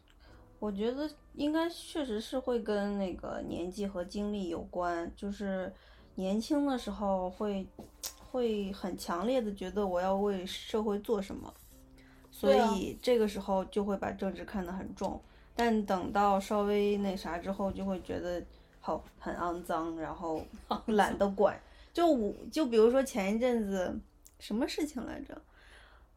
[SPEAKER 1] 我觉得应该确实是会跟那个年纪和经历有关，就是年轻的时候会会很强烈的觉得我要为社会做什么，所
[SPEAKER 2] 对啊
[SPEAKER 1] 以这个时候就会把政治看得很重，但等到稍微那啥之后，就会觉得好很肮脏，然后懒得管。就我就比如说前一阵子什么事情来着？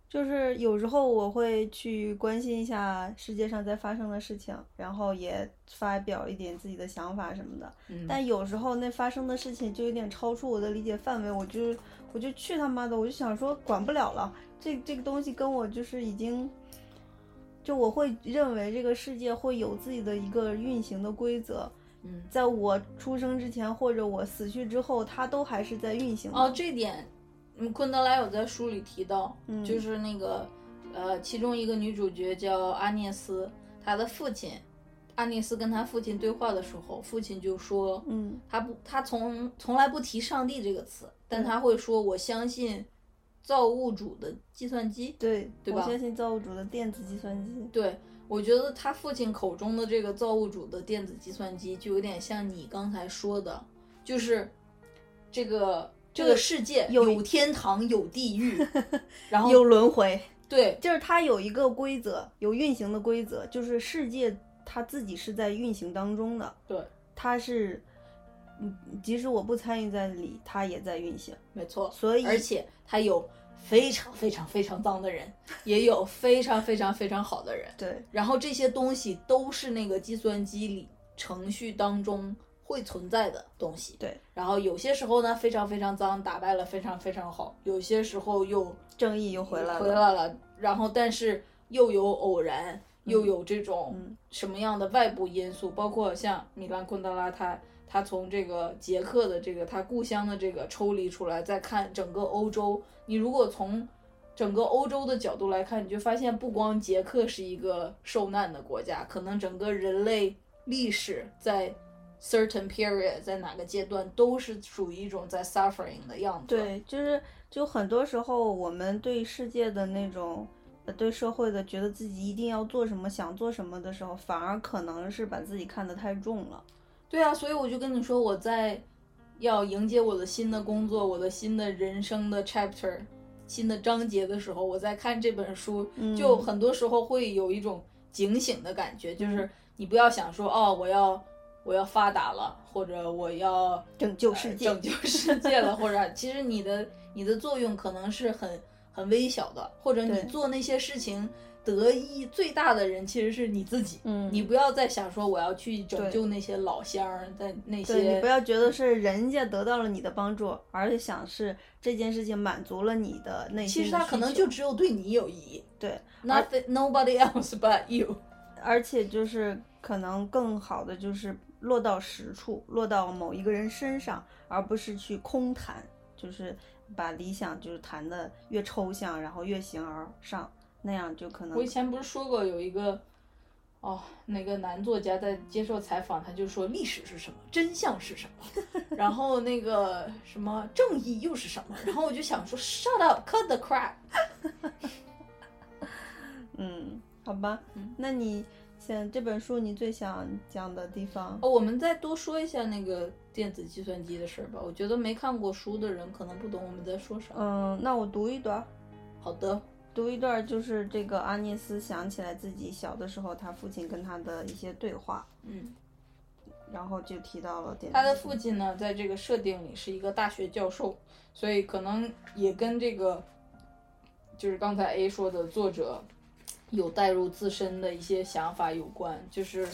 [SPEAKER 1] 就是有时候我会去关心一下世界上在发生的事情，然后也发表一点自己的想法什么的。
[SPEAKER 2] 嗯
[SPEAKER 1] 但有时候那发生的事情就有点超出我的理解范围，我就我就去他妈的，我就想说管不了了，这这个东西跟我就是已经，就我会认为这个世界会有自己的一个运行的规则，
[SPEAKER 2] 嗯，
[SPEAKER 1] 在我出生之前或者我死去之后，它都还是在运行的。
[SPEAKER 2] 哦，这点，嗯，昆德拉有在书里提到，
[SPEAKER 1] 嗯
[SPEAKER 2] 就是那个，呃，其中一个女主角叫阿涅斯，她的父亲，阿涅斯跟她父亲对话的时候，父亲就说，
[SPEAKER 1] 嗯
[SPEAKER 2] 他不，他从从来不提上帝这个词，但
[SPEAKER 1] 对
[SPEAKER 2] 他会说我相信造物主的计算机。
[SPEAKER 1] 对，
[SPEAKER 2] 对
[SPEAKER 1] 我
[SPEAKER 2] 吧
[SPEAKER 1] 相信造物主的电子计算机。
[SPEAKER 2] 对，我觉得他父亲口中的这个造物主的电子计算机，就有点像你刚才说的，就是这个这个世界
[SPEAKER 1] 有
[SPEAKER 2] 有天堂有地 狱，然后
[SPEAKER 1] 有轮回，
[SPEAKER 2] 对
[SPEAKER 1] 就是它有一个规则，有运行的规则，就是世界它自己是在运行当中的，
[SPEAKER 2] 对，
[SPEAKER 1] 它是，嗯，即使我不参与在里，它也在运行。
[SPEAKER 2] 没错，
[SPEAKER 1] 所以，
[SPEAKER 2] 而且他有非常非常非常脏的人，也有非常非常非常好的人。
[SPEAKER 1] 对
[SPEAKER 2] 然后这些东西都是那个计算机里程序当中会存在的东西。
[SPEAKER 1] 对，
[SPEAKER 2] 然后有些时候呢非常非常脏，打败了非常非常好；有些时候又
[SPEAKER 1] 正义又回来了。
[SPEAKER 2] 回来了，然后但是又有偶然，又有这种
[SPEAKER 1] 嗯
[SPEAKER 2] 什么样的外部因素，包括像米兰昆德拉他。他从这个捷克的这个他故乡的这个抽离出来，再看整个欧洲，你如果从整个欧洲的角度来看，你就发现不光捷克是一个受难的国家，可能整个人类历史在 certain period 在哪个阶段都是属于一种在 suffering 的样子。，
[SPEAKER 1] 对，就是就很多时候我们对世界的那种。呃对社会的觉得自己一定要做什么、想做什么的时候，反而可能是把自己看得太重了。
[SPEAKER 2] 对啊，所以我就跟你说，我在要迎接我的新的工作，我的新的人生的 chapter，新的章节的时候，我在看这本书，
[SPEAKER 1] 嗯
[SPEAKER 2] 就很多时候会有一种警醒的感觉，就是你不要想说哦，我要我要发达了，或者我要
[SPEAKER 1] 拯救世界
[SPEAKER 2] 呃拯 救世界了，或者其实你的你的作用可能是很很微小的，或者你
[SPEAKER 1] 对
[SPEAKER 2] 做那些事情得益最大的人其实是你自己。
[SPEAKER 1] 嗯
[SPEAKER 2] 你不要再想说我要去拯
[SPEAKER 1] 对
[SPEAKER 2] 救那些老乡儿，在那些
[SPEAKER 1] 对你不要觉得是人家得到了你的帮助，而是想是这件事情满足了你的内心的需
[SPEAKER 2] 其
[SPEAKER 1] 求。
[SPEAKER 2] 实他可能就只有对你有意义
[SPEAKER 1] 对，
[SPEAKER 2] ，nothing nobody else but you。
[SPEAKER 1] 而且就是可能更好的就是落到实处，落到某一个人身上，而不是去空谈，就是把理想就是谈的越抽象，然后越形而上，那样就可能
[SPEAKER 2] 我以前不是说过有一个，哦，那个男作家在接受采访，他就说历史是什么，真相是什么，然后那个什么正义又是什么，然后我就想说 shut up，cut the crap。
[SPEAKER 1] 嗯，好吧，
[SPEAKER 2] 嗯
[SPEAKER 1] 那你想这本书你最想讲的地方？
[SPEAKER 2] 哦，我们再多说一下那个电子计算机的事儿吧，我觉得没看过书的人可能不懂我们在说啥。
[SPEAKER 1] 嗯，那我读一段儿。
[SPEAKER 2] 好的，
[SPEAKER 1] 读一段，就是这个阿涅斯想起来自己小的时候，他父亲跟他的一些对话，
[SPEAKER 2] 嗯。
[SPEAKER 1] 然后就提到了电子
[SPEAKER 2] 他的父亲呢，在这个设定里是一个大学教授，所以可能也跟这个，就是刚才 A 说的作者有带入自身的一些想法有关。就是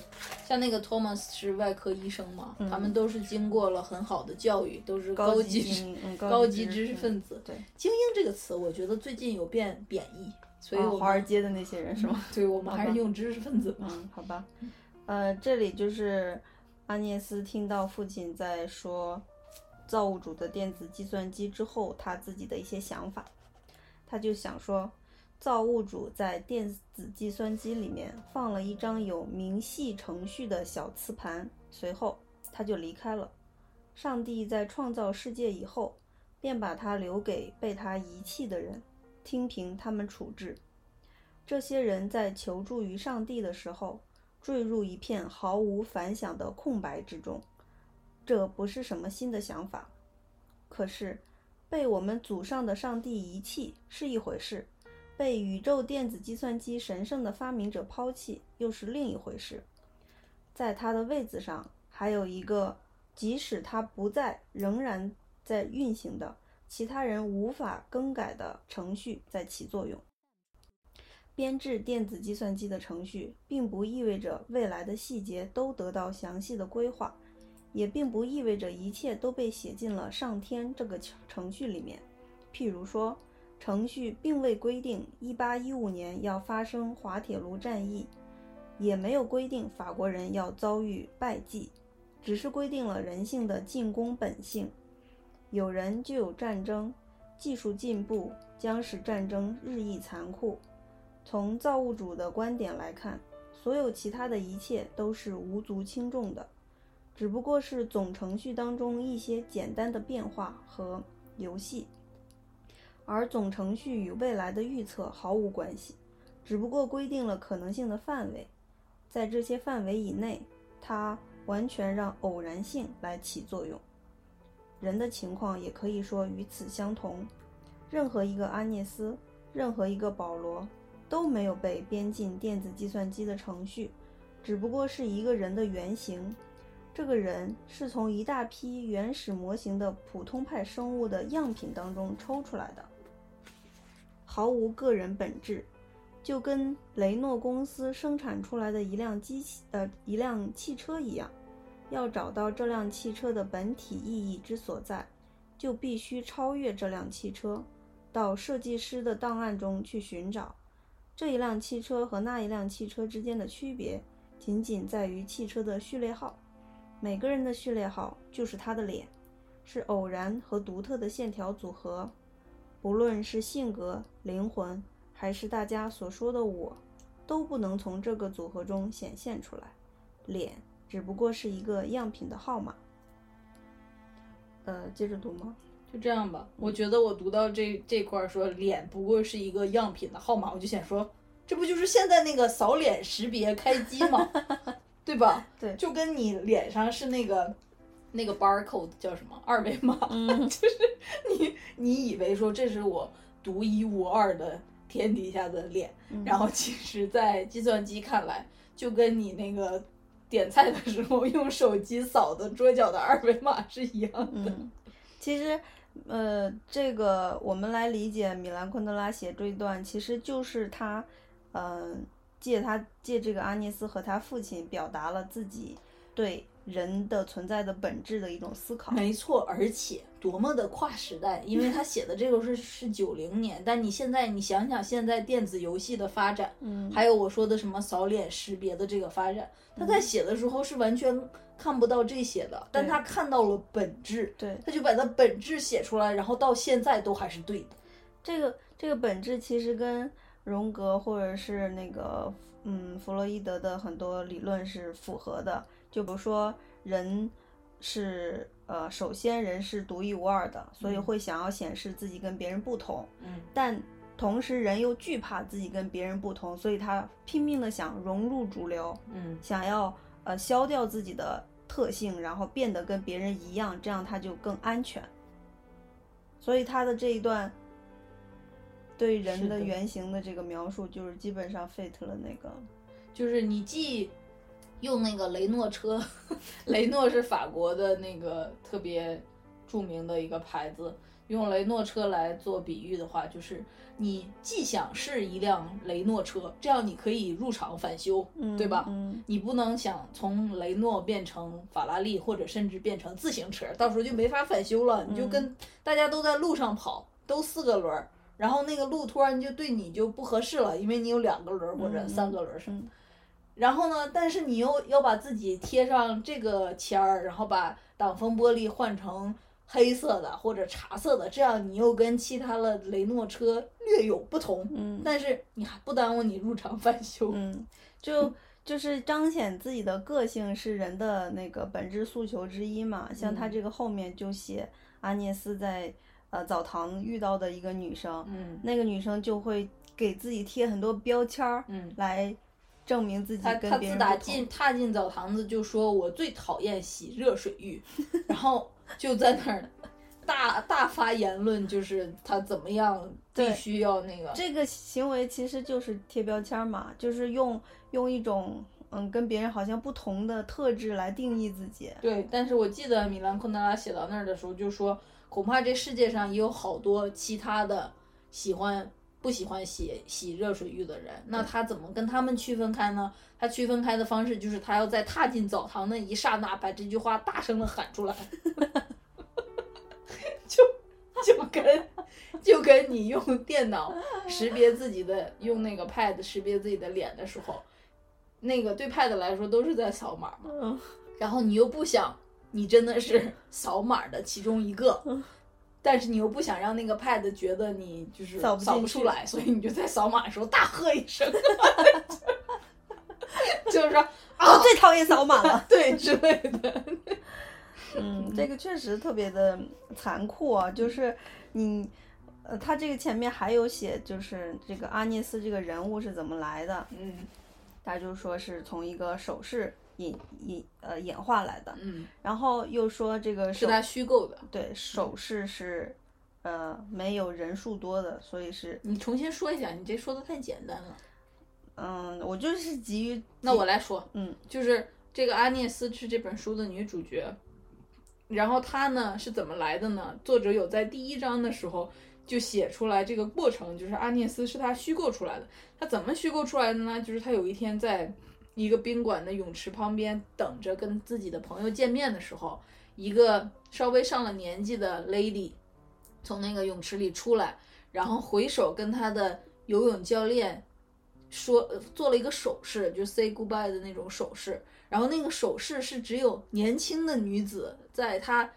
[SPEAKER 2] 像那个 Thomas 是外科医生嘛，
[SPEAKER 1] 嗯
[SPEAKER 2] 他们都是经过了很好的教育，都是
[SPEAKER 1] 高
[SPEAKER 2] 级
[SPEAKER 1] 精英
[SPEAKER 2] 知
[SPEAKER 1] 嗯
[SPEAKER 2] 高
[SPEAKER 1] 级
[SPEAKER 2] 级知识分
[SPEAKER 1] 子，
[SPEAKER 2] 子。
[SPEAKER 1] 对，
[SPEAKER 2] 精英这个词，我觉得最近有变贬义，所以
[SPEAKER 1] 啊
[SPEAKER 2] 我
[SPEAKER 1] 华尔
[SPEAKER 2] 们、
[SPEAKER 1] 街的那些人是吗？
[SPEAKER 2] 对我们
[SPEAKER 1] 好
[SPEAKER 2] 还是
[SPEAKER 1] 吧
[SPEAKER 2] 用知识分子吧。
[SPEAKER 1] 嗯，好吧，呃，这里就是阿涅斯听到父亲在说造物主的电子计算机之后，他自己的一些想法，他就想说，造物主在电子计算机里面放了一张有明细程序的小磁盘，随后他就离开了。上帝在创造世界以后，便把它留给被他遗弃的人，听凭他们处置。这些人在求助于上帝的时候，坠入一片毫无反响的空白之中。这不是什么新的想法，可是被我们祖上的上帝遗弃是一回事，被宇宙电子计算机神圣的发明者抛弃又是另一回事。在他的位子上还有一个，即使他不在，仍然在运行的其他人无法更改的程序在起作用。编制电子计算机的程序，并不意味着未来的细节都得到详细的规划，也并不意味着一切都被写进了上天这个程序里面。譬如说，程序并未规定1815年要发生滑铁卢战役，也没有规定法国人要遭遇败绩，只是规定了人性的进攻本性。有人就有战争，技术进步将使战争日益残酷。从造物主的观点来看，所有其他的一切都是无足轻重的，只不过是总程序当中一些简单的变化和游戏，而总程序与未来的预测毫无关系，只不过规定了可能性的范围，在这些范围以内，它完全让偶然性来起作用。人的情况也可以说与此相同，任何一个阿涅斯，任何一个保罗。都没有被编进电子计算机的程序，只不过是一个人的原型。这个人是从一大批原始模型的普通派生物的样品当中抽出来的，毫无个人本质，就跟雷诺公司生产出来的一辆机器呃一辆汽车一样。要找到这辆汽车的本体意义之所在，就必须超越这辆汽车，到设计师的档案中去寻找。这一辆汽车和那一辆汽车之间的区别，仅仅在于汽车的序列号。每个人的序列号就是他的脸，是偶然和独特的线条组合。不论是性格、灵魂，还是大家所说的我，都不能从这个组合中显现出来。脸只不过是一个样品的号码。呃，接着读吗？
[SPEAKER 2] 就这样吧，我觉得我读到这这块儿说脸不过是一个样品的号码，我就想说，这不就是现在那个扫脸识别开机吗？ 对吧？
[SPEAKER 1] 对
[SPEAKER 2] 就跟你脸上是那个那个 barcode 叫什么二维码， 就是你你以为说这是我独一无二的天底下的脸，
[SPEAKER 1] 嗯
[SPEAKER 2] 然后其实，在计算机看来，就跟你那个点菜的时候用手机扫的桌角的二维码是一样的。
[SPEAKER 1] 嗯，其实，呃，这个我们来理解米兰昆德拉写这一段，其实就是他，呃，借他借这个阿涅斯和他父亲表达了自己对人的存在的本质的一种思考。
[SPEAKER 2] 没错，而且多么的跨时代，因为他写的这个是是九零年，但你现在你想想，现在电子游戏的发展，
[SPEAKER 1] 嗯
[SPEAKER 2] 还有我说的什么扫脸识别的这个发展，他在写的时候是完全看不到这些的，但他看到了本质，
[SPEAKER 1] 对，
[SPEAKER 2] 他就把它本质写出来，然后到现在都还是对的。
[SPEAKER 1] 这个这个本质其实跟荣格或者是那个嗯弗洛伊德的很多理论是符合的，就比如说人是呃首先人是独一无二的，所以
[SPEAKER 2] 嗯
[SPEAKER 1] 会想要显示自己跟别人不同，
[SPEAKER 2] 嗯，
[SPEAKER 1] 但同时人又惧怕自己跟别人不同，所以他拼命的想融入主流，
[SPEAKER 2] 嗯，
[SPEAKER 1] 想要呃消掉自己的特性，然后变得跟别人一样，这样他就更安全。所以他的这一段对人
[SPEAKER 2] 是
[SPEAKER 1] 的
[SPEAKER 2] 的
[SPEAKER 1] 原型的这个描述，就是基本上 fit 了那个，
[SPEAKER 2] 就是你既用那个雷诺车，雷诺是法国的那个特别著名的一个牌子，用雷诺车来做比喻的话，就是你既想是一辆雷诺车，这样你可以入厂返修，对吧？
[SPEAKER 1] 嗯，
[SPEAKER 2] 你不能想从雷诺变成法拉利，或者甚至变成自行车，到时候就没法返修了。你就跟大家都在路上跑，都四个轮儿，然后那个路突然就对你就不合适了，因为你有两个轮儿或者
[SPEAKER 1] 嗯
[SPEAKER 2] 三个轮儿什么的
[SPEAKER 1] 嗯。
[SPEAKER 2] 然后呢，但是你又要把自己贴上这个签儿，然后把挡风玻璃换成黑色的或者茶色的，这样你又跟其他的雷诺车略有不同，
[SPEAKER 1] 嗯
[SPEAKER 2] 但是你还不耽误你入场返修。
[SPEAKER 1] 嗯， 就就是彰显自己的个性是人的那个本质诉求之一嘛。像他
[SPEAKER 2] 嗯
[SPEAKER 1] 这个后面就写阿涅斯在呃澡堂遇到的一个女生，
[SPEAKER 2] 嗯
[SPEAKER 1] 那个女生就会给自己贴很多标签儿，
[SPEAKER 2] 嗯
[SPEAKER 1] 来证明自己
[SPEAKER 2] 他
[SPEAKER 1] 跟
[SPEAKER 2] 他
[SPEAKER 1] 别
[SPEAKER 2] 自
[SPEAKER 1] 人
[SPEAKER 2] 打
[SPEAKER 1] 不同
[SPEAKER 2] 进踏进澡堂子就说我最讨厌洗热水 浴，然后就在那儿大大发言论，就是他怎么样必
[SPEAKER 1] 对
[SPEAKER 2] 须要那个。
[SPEAKER 1] 这个行为其实就是贴标签儿嘛，就是用用一种嗯跟别人好像不同的特质来定义自 己。
[SPEAKER 2] 对，但是我记得米兰昆德拉写到那儿的时候就说，恐怕这世界上也有好多其他的喜欢不喜欢洗洗热水浴的人，那他怎么跟他们区分开呢？他区分开的方式就是他要在踏进澡堂那一刹那把这句话大声的喊出来，就 就跟就跟你用电脑识别自己的用那个 pad 识别自己的脸的时候，那个对 pad 来说都是在扫码嘛。
[SPEAKER 1] 嗯，
[SPEAKER 2] 然后你又不想，你真的是扫码的其中一个，但是你又不想让那个 pad 觉得你就是
[SPEAKER 1] 扫不
[SPEAKER 2] 扫
[SPEAKER 1] 进
[SPEAKER 2] 不
[SPEAKER 1] 去
[SPEAKER 2] 出来，所以你就在扫码的时候大喝一 声，就是说
[SPEAKER 1] 我最讨厌扫码了。
[SPEAKER 2] 对之类的。
[SPEAKER 1] 嗯，这个确实特别的残酷啊，
[SPEAKER 2] 嗯
[SPEAKER 1] 就是你，呃，他这个前面还有写，就是这个阿涅斯这个人物是怎么来的，
[SPEAKER 2] 嗯
[SPEAKER 1] 他就说是从一个手势引引呃演化来的，
[SPEAKER 2] 嗯，
[SPEAKER 1] 然后又说这个
[SPEAKER 2] 是
[SPEAKER 1] 手
[SPEAKER 2] 他虚构的。
[SPEAKER 1] 对手势是呃没有人数多的，所以是
[SPEAKER 2] 你重新说一下，你这说的太简单了。
[SPEAKER 1] 嗯，我就是急于
[SPEAKER 2] 那我来说，
[SPEAKER 1] 嗯，
[SPEAKER 2] 就是这个阿涅斯是这本书的女主角，然后她呢是怎么来的呢？作者有在第一章的时候就写出来这个过程，就是阿涅斯是她虚构出来的。她怎么虚构出来的呢？就是她有一天在一个宾馆的泳池旁边等着跟自己的朋友见面的时候，一个稍微上了年纪的 lady 从那个泳池里出来，然后回首跟她的游泳教练说呃做了一个手势，就 say goodbye 的那种手势。然后那个手势是只有年轻的女子在她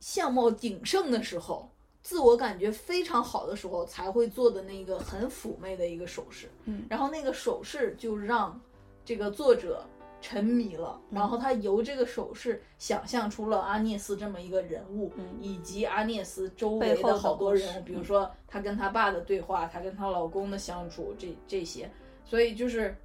[SPEAKER 2] 相貌鼎盛的时候，自我感觉非常好的时候才会做的那个很妩媚的一个手势。
[SPEAKER 1] 嗯
[SPEAKER 2] 然后那个手势就让这个作者沉迷了，
[SPEAKER 1] 嗯
[SPEAKER 2] 然后他由这个手势想象出了阿涅斯这么一个人物，
[SPEAKER 1] 嗯
[SPEAKER 2] 以及阿涅斯周围
[SPEAKER 1] 背后的
[SPEAKER 2] 的好多
[SPEAKER 1] 故事
[SPEAKER 2] 人，比如说她跟她爸的对话，她跟她老公的相处，这这些，所以就是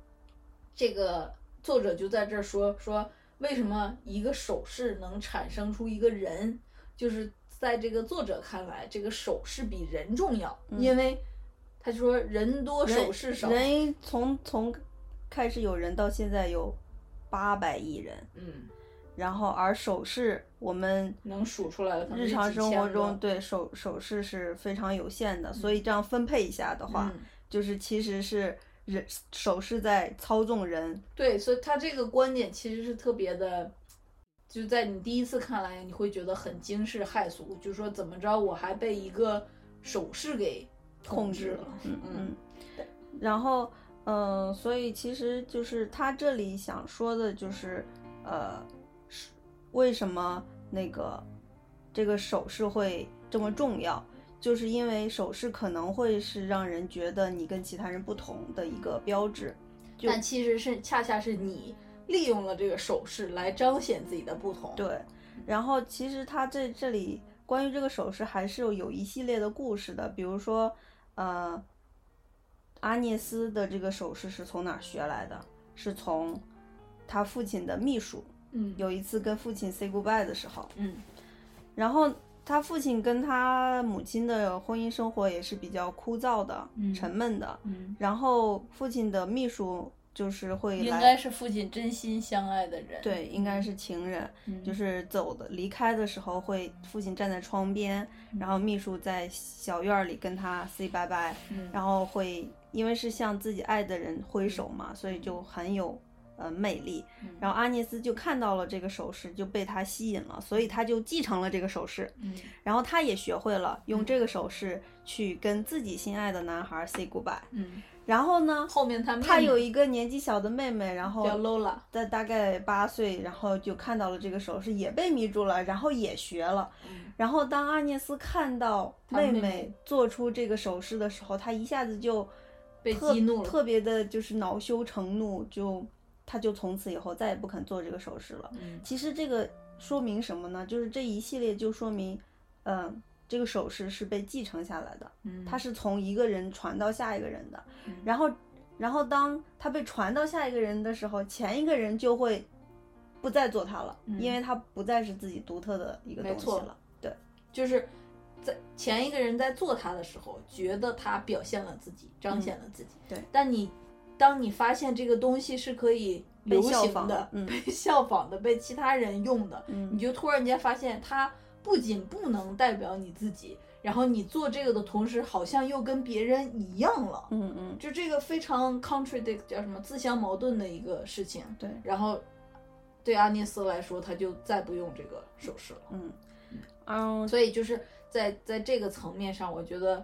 [SPEAKER 2] 这个作者就在这儿说说，为什么一个手势能产生出一个人？就是在这个作者看来，这个手势比人重要，
[SPEAKER 1] 嗯
[SPEAKER 2] 因为他就说人多
[SPEAKER 1] 人
[SPEAKER 2] 手势少，
[SPEAKER 1] 人从从开始有人到现在有八百亿人。
[SPEAKER 2] 嗯，
[SPEAKER 1] 然后而手势，我们
[SPEAKER 2] 能数出来的可能
[SPEAKER 1] 日
[SPEAKER 2] 是
[SPEAKER 1] 常
[SPEAKER 2] 几
[SPEAKER 1] 生
[SPEAKER 2] 千
[SPEAKER 1] 活
[SPEAKER 2] 个
[SPEAKER 1] 中对手手势是非常有限的，所以这样分配一下的话，
[SPEAKER 2] 嗯
[SPEAKER 1] 就是其实是人手势在操纵人，
[SPEAKER 2] 对，所以他这个观点其实是特别的，就在你第一次看来，你会觉得很惊世骇俗，就说怎么着我还被一个手势给
[SPEAKER 1] 控
[SPEAKER 2] 制
[SPEAKER 1] 制
[SPEAKER 2] 了
[SPEAKER 1] 了，嗯
[SPEAKER 2] 嗯
[SPEAKER 1] 嗯。然后，嗯、所以其实就是他这里想说的就是，呃，是为什么那个这个手势会这么重要？就是因为手势可能会是让人觉得你跟其他人不同的一个标志。就
[SPEAKER 2] 但其实是恰恰是你利用了这个手势来彰显自己的不同。，嗯
[SPEAKER 1] 对，然后其实他这这里关于这个首饰还是有有一系列的故事的，比如说，呃，阿涅斯的这个首饰是从哪儿学来的？是从他父亲的秘书
[SPEAKER 2] 嗯，
[SPEAKER 1] 有一次跟父亲 say goodbye 的时候，
[SPEAKER 2] 嗯
[SPEAKER 1] 然后他父亲跟他母亲的婚姻生活也是比较枯燥的、
[SPEAKER 2] 嗯
[SPEAKER 1] 沉闷的，
[SPEAKER 2] 嗯，
[SPEAKER 1] 然后父亲的秘书就是会
[SPEAKER 2] 应
[SPEAKER 1] 来，
[SPEAKER 2] 该是父亲真心相爱的人。
[SPEAKER 1] 对，应该是情人。
[SPEAKER 2] 嗯，
[SPEAKER 1] 就是走的离开的时候，会父亲站在窗边，然后秘书在小院儿里跟他 say 拜拜，
[SPEAKER 2] 嗯，
[SPEAKER 1] 然后会因为是向自己爱的人挥手嘛，所以就很有呃魅力。然
[SPEAKER 2] 后
[SPEAKER 1] 后阿涅斯就看到了这个手势，就被他吸引了，所以他就继承了这个手势，
[SPEAKER 2] 嗯
[SPEAKER 1] 然后他也学会了用这个手势去跟自己心爱的男孩 say goodbye。
[SPEAKER 2] 嗯，
[SPEAKER 1] 然后呢，
[SPEAKER 2] 后面他妹妹
[SPEAKER 1] 他有一个年纪小的妹妹，然后
[SPEAKER 2] 叫 Lola，
[SPEAKER 1] 在大概八岁，然后就看到了这个手势，也被迷住了，然后也学了。
[SPEAKER 2] 嗯
[SPEAKER 1] 然后当阿涅斯看到
[SPEAKER 2] 他
[SPEAKER 1] 妹
[SPEAKER 2] 妹妹
[SPEAKER 1] 妹做出这个手势的时候，他一下子就
[SPEAKER 2] 被
[SPEAKER 1] 特
[SPEAKER 2] 激怒了
[SPEAKER 1] 特别的就是恼羞成怒，就他就从此以后再也不肯做这个手势了。
[SPEAKER 2] 嗯
[SPEAKER 1] 其实这个说明什么呢？就是这一系列就说明，嗯、这个手势是被继承下来的，
[SPEAKER 2] 嗯，
[SPEAKER 1] 它是从一个人传到下一个人的。
[SPEAKER 2] 嗯
[SPEAKER 1] 然后然后当他被传到下一个人的时候，前一个人就会不再做他了，
[SPEAKER 2] 嗯
[SPEAKER 1] 因为他不再是自己独特的一个
[SPEAKER 2] 没
[SPEAKER 1] 东西
[SPEAKER 2] 错
[SPEAKER 1] 了。对，
[SPEAKER 2] 就是在前一个人在做他的时候，觉得他表现了自己，彰显了自己。
[SPEAKER 1] 嗯对
[SPEAKER 2] 但你当你发现这个东西是可以流
[SPEAKER 1] 效
[SPEAKER 2] 行
[SPEAKER 1] 仿
[SPEAKER 2] 的
[SPEAKER 1] 的、嗯
[SPEAKER 2] 被 效仿的、被其他人用的，你
[SPEAKER 1] 嗯，
[SPEAKER 2] 就突然间发现，它不仅不能代表你自己，然后你做这个的同时，好像又跟别人一样了。
[SPEAKER 1] 嗯嗯，
[SPEAKER 2] 就这个非常 contradict 叫什么自相矛盾的一个事情。
[SPEAKER 1] 对，嗯
[SPEAKER 2] 然后对阿涅斯来说，他就再不用这个手势了。
[SPEAKER 1] 嗯，嗯，
[SPEAKER 2] 所以就是在在这个层面上，我觉得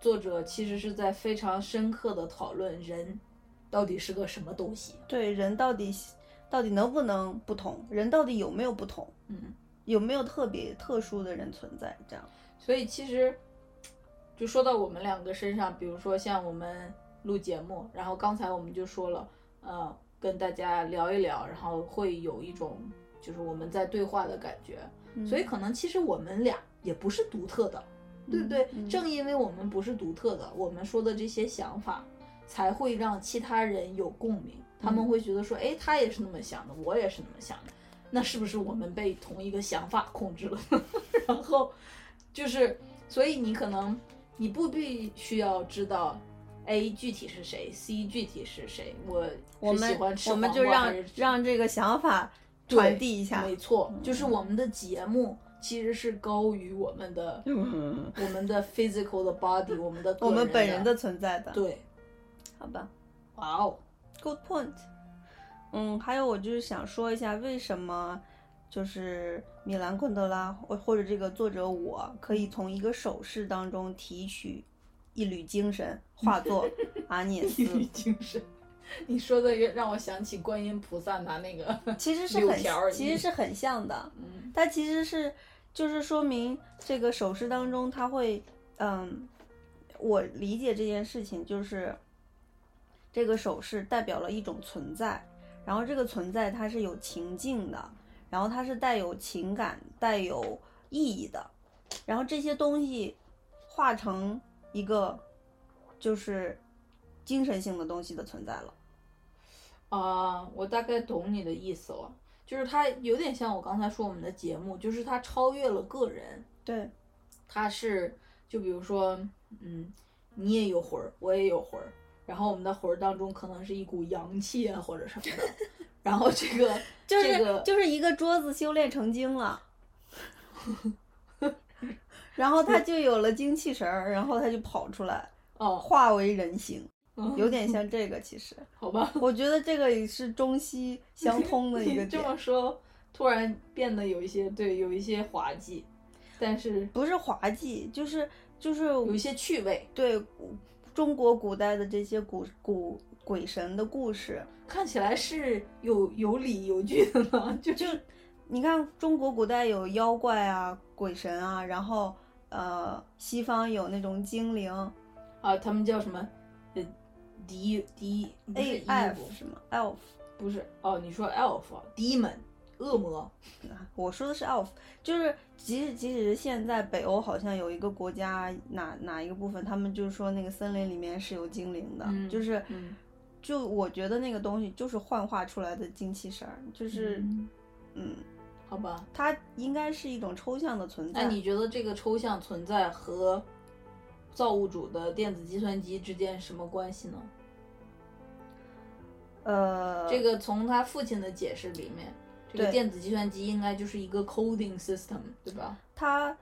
[SPEAKER 2] 作者其实是在非常深刻的讨论人到底是个什么东西。
[SPEAKER 1] 对，人到底到底能不能不同？人到底有没有不同？
[SPEAKER 2] 嗯，
[SPEAKER 1] 有没有特别特殊的人存在？这样，
[SPEAKER 2] 所以其实就说到我们两个身上，比如说像我们录节目，然后刚才我们就说了，呃，跟大家聊一聊，然后会有一种就是我们在对话的感觉。
[SPEAKER 1] 嗯
[SPEAKER 2] 所以可能其实我们俩也不是独特的，对不对？
[SPEAKER 1] 嗯嗯
[SPEAKER 2] 正因为我们不是独特的，我们说的这些想法，才会让其他人有共鸣。他
[SPEAKER 1] 嗯
[SPEAKER 2] 们会觉得说，哎，他也是那么想的，我也是那么想的，那是不是我们被同一个想法控制了？ 然后就是，所以你可能你不必须要知道。A 具体是谁？C 具体是谁？我
[SPEAKER 1] 我
[SPEAKER 2] 是喜
[SPEAKER 1] 们
[SPEAKER 2] 欢吃
[SPEAKER 1] 我们
[SPEAKER 2] 黄
[SPEAKER 1] 就
[SPEAKER 2] 瓜
[SPEAKER 1] 让
[SPEAKER 2] 还是
[SPEAKER 1] 让这个想法
[SPEAKER 2] 对
[SPEAKER 1] 传递一下。嗯
[SPEAKER 2] 没错，就是我们的节目其实是高于我们的、
[SPEAKER 1] 嗯
[SPEAKER 2] 我们的 physical 的 body，我们的个
[SPEAKER 1] 我们本人
[SPEAKER 2] 的
[SPEAKER 1] 的存在的，
[SPEAKER 2] 对，
[SPEAKER 1] 好吧
[SPEAKER 2] 哇哦，
[SPEAKER 1] ，good point。嗯，还有我就是想说一下，为什么就是米兰昆德拉或或者这个作者我可以从一个手势当中提取一缕精神，化作阿涅
[SPEAKER 2] 一缕
[SPEAKER 1] 斯，
[SPEAKER 2] 精神。你说的也让我想起观音菩萨拿那个，
[SPEAKER 1] 其实是
[SPEAKER 2] 柳条
[SPEAKER 1] 很
[SPEAKER 2] 儿
[SPEAKER 1] 其实是很像的。
[SPEAKER 2] 嗯
[SPEAKER 1] 它其实是就是说明这个手势当中，它会，嗯，我理解这件事情就是，这个手势代表了一种存在，然后这个存在它是有情境的，然后它是带有情感、带有意义的，然后这些东西化成一个就是精神性的东西的存在了。
[SPEAKER 2] 啊、我大概懂你的意思了，就是它有点像我刚才说我们的节目，就是它超越了个人，
[SPEAKER 1] 对，
[SPEAKER 2] 它是就比如说，嗯，你也有魂儿，我也有魂儿，然后我们的魂儿当中可能是一股阳气啊或者什么的， 然后这个
[SPEAKER 1] 就是、
[SPEAKER 2] 这个
[SPEAKER 1] 就是一个桌子修炼成精 了，然后他就有了精气神儿，然后他就跑出来，
[SPEAKER 2] 哦，
[SPEAKER 1] 化为人形，
[SPEAKER 2] 嗯
[SPEAKER 1] 有点像这个。其实
[SPEAKER 2] 好吧，
[SPEAKER 1] 我觉得这个也是中西相 通的 一个
[SPEAKER 2] 你这
[SPEAKER 1] 点，
[SPEAKER 2] 么说突然变得有一些对，有一些滑稽，但是
[SPEAKER 1] 不是滑稽，就是就是
[SPEAKER 2] 有一些趣味，
[SPEAKER 1] 对中国古代的这些古古鬼神的故事，
[SPEAKER 2] 看起来是有有理有据的呢，就是
[SPEAKER 1] 你看中国古代有妖怪啊、鬼神啊，然后呃西方有那种精灵，
[SPEAKER 2] 啊，他们叫什么？呃，迪迪不是
[SPEAKER 1] A
[SPEAKER 2] 衣
[SPEAKER 1] F
[SPEAKER 2] 服，
[SPEAKER 1] 什么哎 Elf，
[SPEAKER 2] 不是哦，你说 elf 啊 demon 恶魔，
[SPEAKER 1] 啊我说的是 Elf，就是即使即使是现在北欧好像有一个国家哪哪一个部分，他们就是说那个森林里面是有精灵的，
[SPEAKER 2] 嗯
[SPEAKER 1] 就是
[SPEAKER 2] 嗯
[SPEAKER 1] 就我觉得那个东西就是幻化出来的精气神儿，就是
[SPEAKER 2] 嗯
[SPEAKER 1] 嗯，
[SPEAKER 2] 好吧，
[SPEAKER 1] 它应该是一种抽象的存在。
[SPEAKER 2] 那你觉得这个抽象存在和造物主的电子计算机之间什么关系呢？
[SPEAKER 1] 呃，
[SPEAKER 2] 这个从他父亲的解释里面，这个
[SPEAKER 1] 对
[SPEAKER 2] 电子计算机应该就是一个 coding system，对吧？
[SPEAKER 1] 他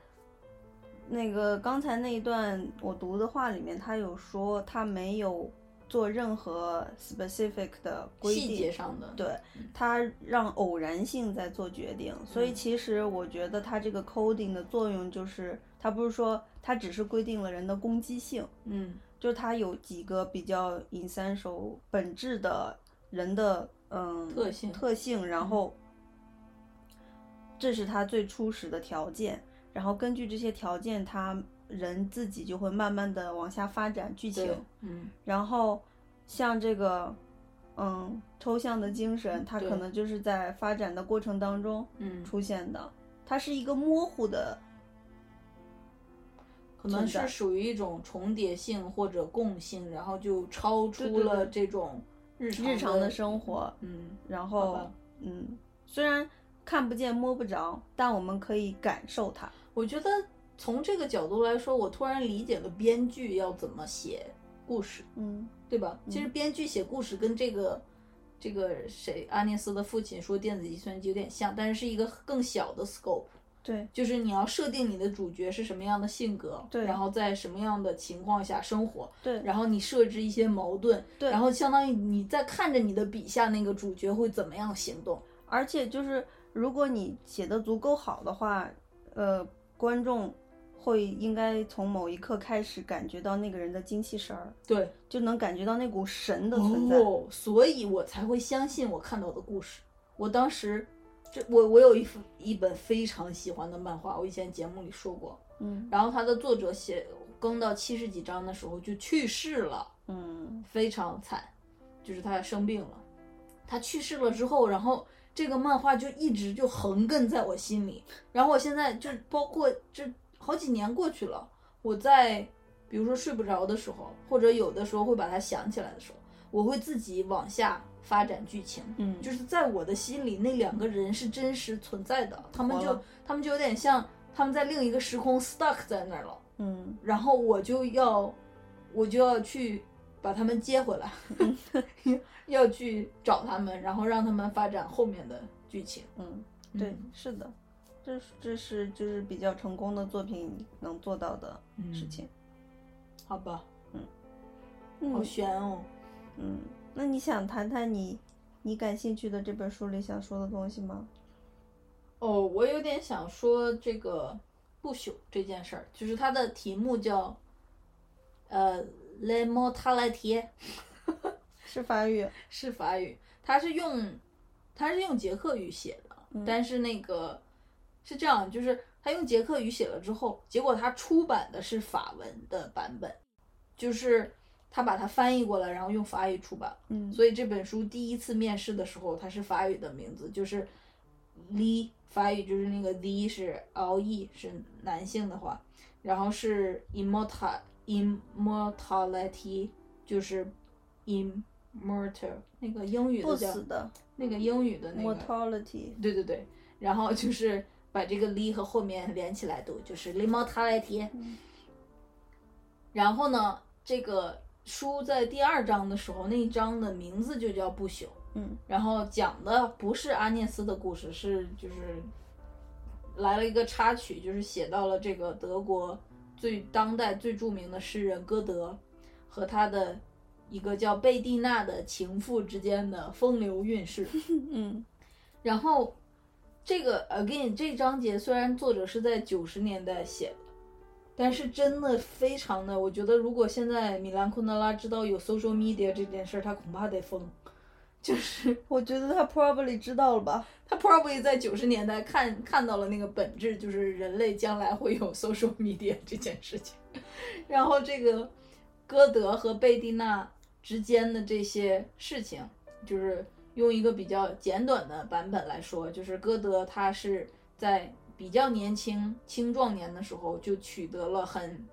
[SPEAKER 1] 那个刚才那一段我读的话里面，他有说他没有做任何 specific 的规定，
[SPEAKER 2] 细节上的，
[SPEAKER 1] 对它让偶然性在做决定，所以
[SPEAKER 2] 嗯
[SPEAKER 1] 其实我觉得它这个 coding 的作用就是，它不是说它只是规定了人的攻击性，
[SPEAKER 2] 嗯
[SPEAKER 1] 就是它有几个比较 essential 本质的人的嗯
[SPEAKER 2] 特性嗯
[SPEAKER 1] 特性，然后这是它最初始的条件，然后根据这些条件，它人自己就会慢慢的往下发展剧情
[SPEAKER 2] 对。，嗯
[SPEAKER 1] 然后像这个，嗯，抽象的精神，它
[SPEAKER 2] 对
[SPEAKER 1] 可能就是在发展的过程当中
[SPEAKER 2] 嗯，
[SPEAKER 1] 出现的，它是一个模糊的
[SPEAKER 2] 可能
[SPEAKER 1] 存在
[SPEAKER 2] 是属于一种重叠性或者共性，然后就超出
[SPEAKER 1] 对对
[SPEAKER 2] 了
[SPEAKER 1] 对
[SPEAKER 2] 这种日常
[SPEAKER 1] 日常的生活，
[SPEAKER 2] 嗯，
[SPEAKER 1] 然
[SPEAKER 2] 好
[SPEAKER 1] 后
[SPEAKER 2] 吧
[SPEAKER 1] 嗯，虽然看不见摸不着，但我们可以感受它。
[SPEAKER 2] 我觉得从这个角度来说，我突然理解了编剧要怎么写故事，
[SPEAKER 1] 嗯
[SPEAKER 2] 对吧？
[SPEAKER 1] 嗯
[SPEAKER 2] 其实编剧写故事跟这个这个谁阿涅斯的父亲说电子计算机有点像，但是是一个更小的 scope。，
[SPEAKER 1] 对，
[SPEAKER 2] 就是你要设定你的主角是什么样的性格，
[SPEAKER 1] 对
[SPEAKER 2] 然后在什么样的情况下生活，
[SPEAKER 1] 对
[SPEAKER 2] 然后你设置一些矛盾，
[SPEAKER 1] 对
[SPEAKER 2] 然后相当于你在看着你的笔下那个主角会怎么样行动，
[SPEAKER 1] 而且就是如果你写的足够好的话，呃，观众会应该从某一刻开始感觉到那个人的精气神儿，
[SPEAKER 2] 对
[SPEAKER 1] 就能感觉到那股神的存在。
[SPEAKER 2] 哦，所以我才会相信我看到的故事。我当时，这我我有一幅一本非常喜欢的漫画，我以前节目里说过，
[SPEAKER 1] 嗯
[SPEAKER 2] 然后它的作者写更到七十几章的时候就去世了。
[SPEAKER 1] 嗯
[SPEAKER 2] 非常惨，就是他生病了，他去世了之后，然后这个漫画就一直就横亘在我心里，然后我现在就包括这好几年过去了，我在比如说睡不着的时候，或者有的时候会把它想起来的时候，我会自己往下发展剧情，
[SPEAKER 1] 嗯，
[SPEAKER 2] 就是是在我的心里那两个人是真实存在的，他们
[SPEAKER 1] 活
[SPEAKER 2] 就
[SPEAKER 1] 了
[SPEAKER 2] 他们就有点像他们在另一个时空 stuck 在那儿了。
[SPEAKER 1] 嗯
[SPEAKER 2] 然后我就要，我就要去把他们接回 来， 要去找他们，然后让他们发展后面的剧情。
[SPEAKER 1] 嗯，对
[SPEAKER 2] 嗯，
[SPEAKER 1] 是的，这是这是就是比较成功的作品能做到的
[SPEAKER 2] 嗯
[SPEAKER 1] 事情。
[SPEAKER 2] 好吧，好
[SPEAKER 1] 嗯
[SPEAKER 2] 悬哦。
[SPEAKER 1] 嗯，那你想谈谈你你感兴趣的这本书里想说的东西吗？
[SPEAKER 2] 哦，我有点想说这个不朽这件事儿，就是它的题目叫，呃，le m o t a l i t é
[SPEAKER 1] 是法语，
[SPEAKER 2] 是法语，它是用它是用捷克语写的，
[SPEAKER 1] 嗯
[SPEAKER 2] 但是那个是这样，就是他用捷克语写了之后，结果他出版的是法文的版本，就是他把它翻译过来，然后用法语出版。
[SPEAKER 1] 嗯
[SPEAKER 2] 所以这本书第一次面试的时候，它是法语的名字，就是 Li，法语就是那个 Li 是 L E 是男性的话，然后是 immortal immortality 就是 immortal 那个英语
[SPEAKER 1] 不
[SPEAKER 2] 的叫
[SPEAKER 1] 死的
[SPEAKER 2] 那个英语的那个
[SPEAKER 1] mortality，
[SPEAKER 2] 对对对，然后就是把这个 li 和后面连起来读，就是 li mo ta 来贴。然后呢，这个书在第二章的时候，那一章的名字就叫不朽。
[SPEAKER 1] 嗯
[SPEAKER 2] 然后讲的不是阿涅斯的故事，是就是来了一个插曲，就是写到了这个德国最当代最著名的诗人歌德和他的一个叫贝蒂娜的情妇之间的风流韵事。
[SPEAKER 1] 嗯
[SPEAKER 2] 然后这个 again 这章节虽然作者是在九十年代写的，但是真的非常的，我觉得如果现在米兰昆德拉知道有 social media 这件事儿，他恐怕得疯。就是
[SPEAKER 1] 我觉得他 probably 知道了吧。
[SPEAKER 2] 他 probably 在九十年代看看到了那个本质，就是人类将来会有 social media 这件事情。然后这个歌德和贝蒂娜之间的这些事情，就是用一个比较简短的版本来说，就是歌德他是在比较年轻青壮年的时候就取得了很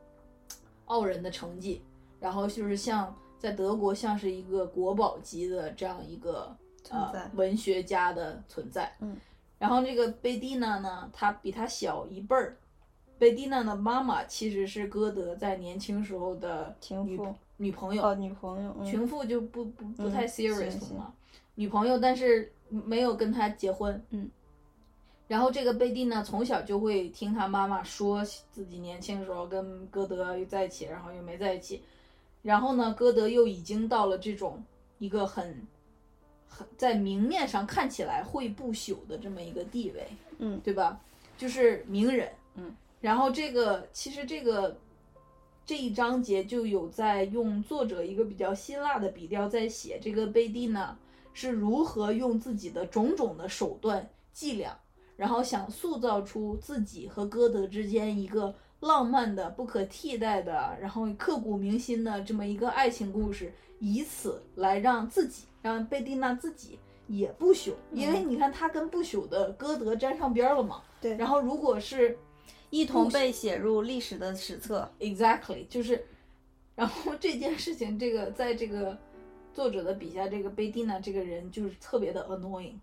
[SPEAKER 2] 傲人的成绩，然后就是像在德国像是一个国宝级的这样一个
[SPEAKER 1] 存在
[SPEAKER 2] 呃、文学家的存在。
[SPEAKER 1] 嗯，
[SPEAKER 2] 然后这个贝蒂娜呢，她比他小一辈儿。贝蒂娜的妈妈其实是歌德在年轻时候的
[SPEAKER 1] 情
[SPEAKER 2] 女
[SPEAKER 1] 妇
[SPEAKER 2] 女朋友，
[SPEAKER 1] 哦，女朋友，嗯
[SPEAKER 2] 情妇就不不不
[SPEAKER 1] 嗯
[SPEAKER 2] 太
[SPEAKER 1] 行
[SPEAKER 2] serious 了
[SPEAKER 1] 行
[SPEAKER 2] 嘛，女朋友，但是没有跟他结婚，
[SPEAKER 1] 嗯。
[SPEAKER 2] 然后这个贝蒂呢，从小就会听他妈妈说自己年轻时候跟歌德又在一起，然后又没在一起，然后呢，歌德又已经到了这种一个很很在明面上看起来会不朽的这么一个地位，
[SPEAKER 1] 嗯
[SPEAKER 2] 对吧？就是名人，
[SPEAKER 1] 嗯。
[SPEAKER 2] 然后这个其实这个这一章节就有在用作者一个比较辛辣的笔调在写这个贝蒂娜是如何用自己的种种的手段伎俩，然后想塑造出自己和歌德之间一个。浪漫的、不可替代的，然后刻骨铭心的这么一个爱情故事，以此来让自己，让贝蒂娜自己也不朽，因为你看他跟不朽的歌德沾上边儿了嘛，
[SPEAKER 1] 对，
[SPEAKER 2] 然后如果是一
[SPEAKER 1] 同
[SPEAKER 2] 同被
[SPEAKER 1] 被写入历史的史册。
[SPEAKER 2] exactly 就是，然后这件事情，这个在这个作者的笔下，这个贝蒂娜这个人就是特别的 annoying，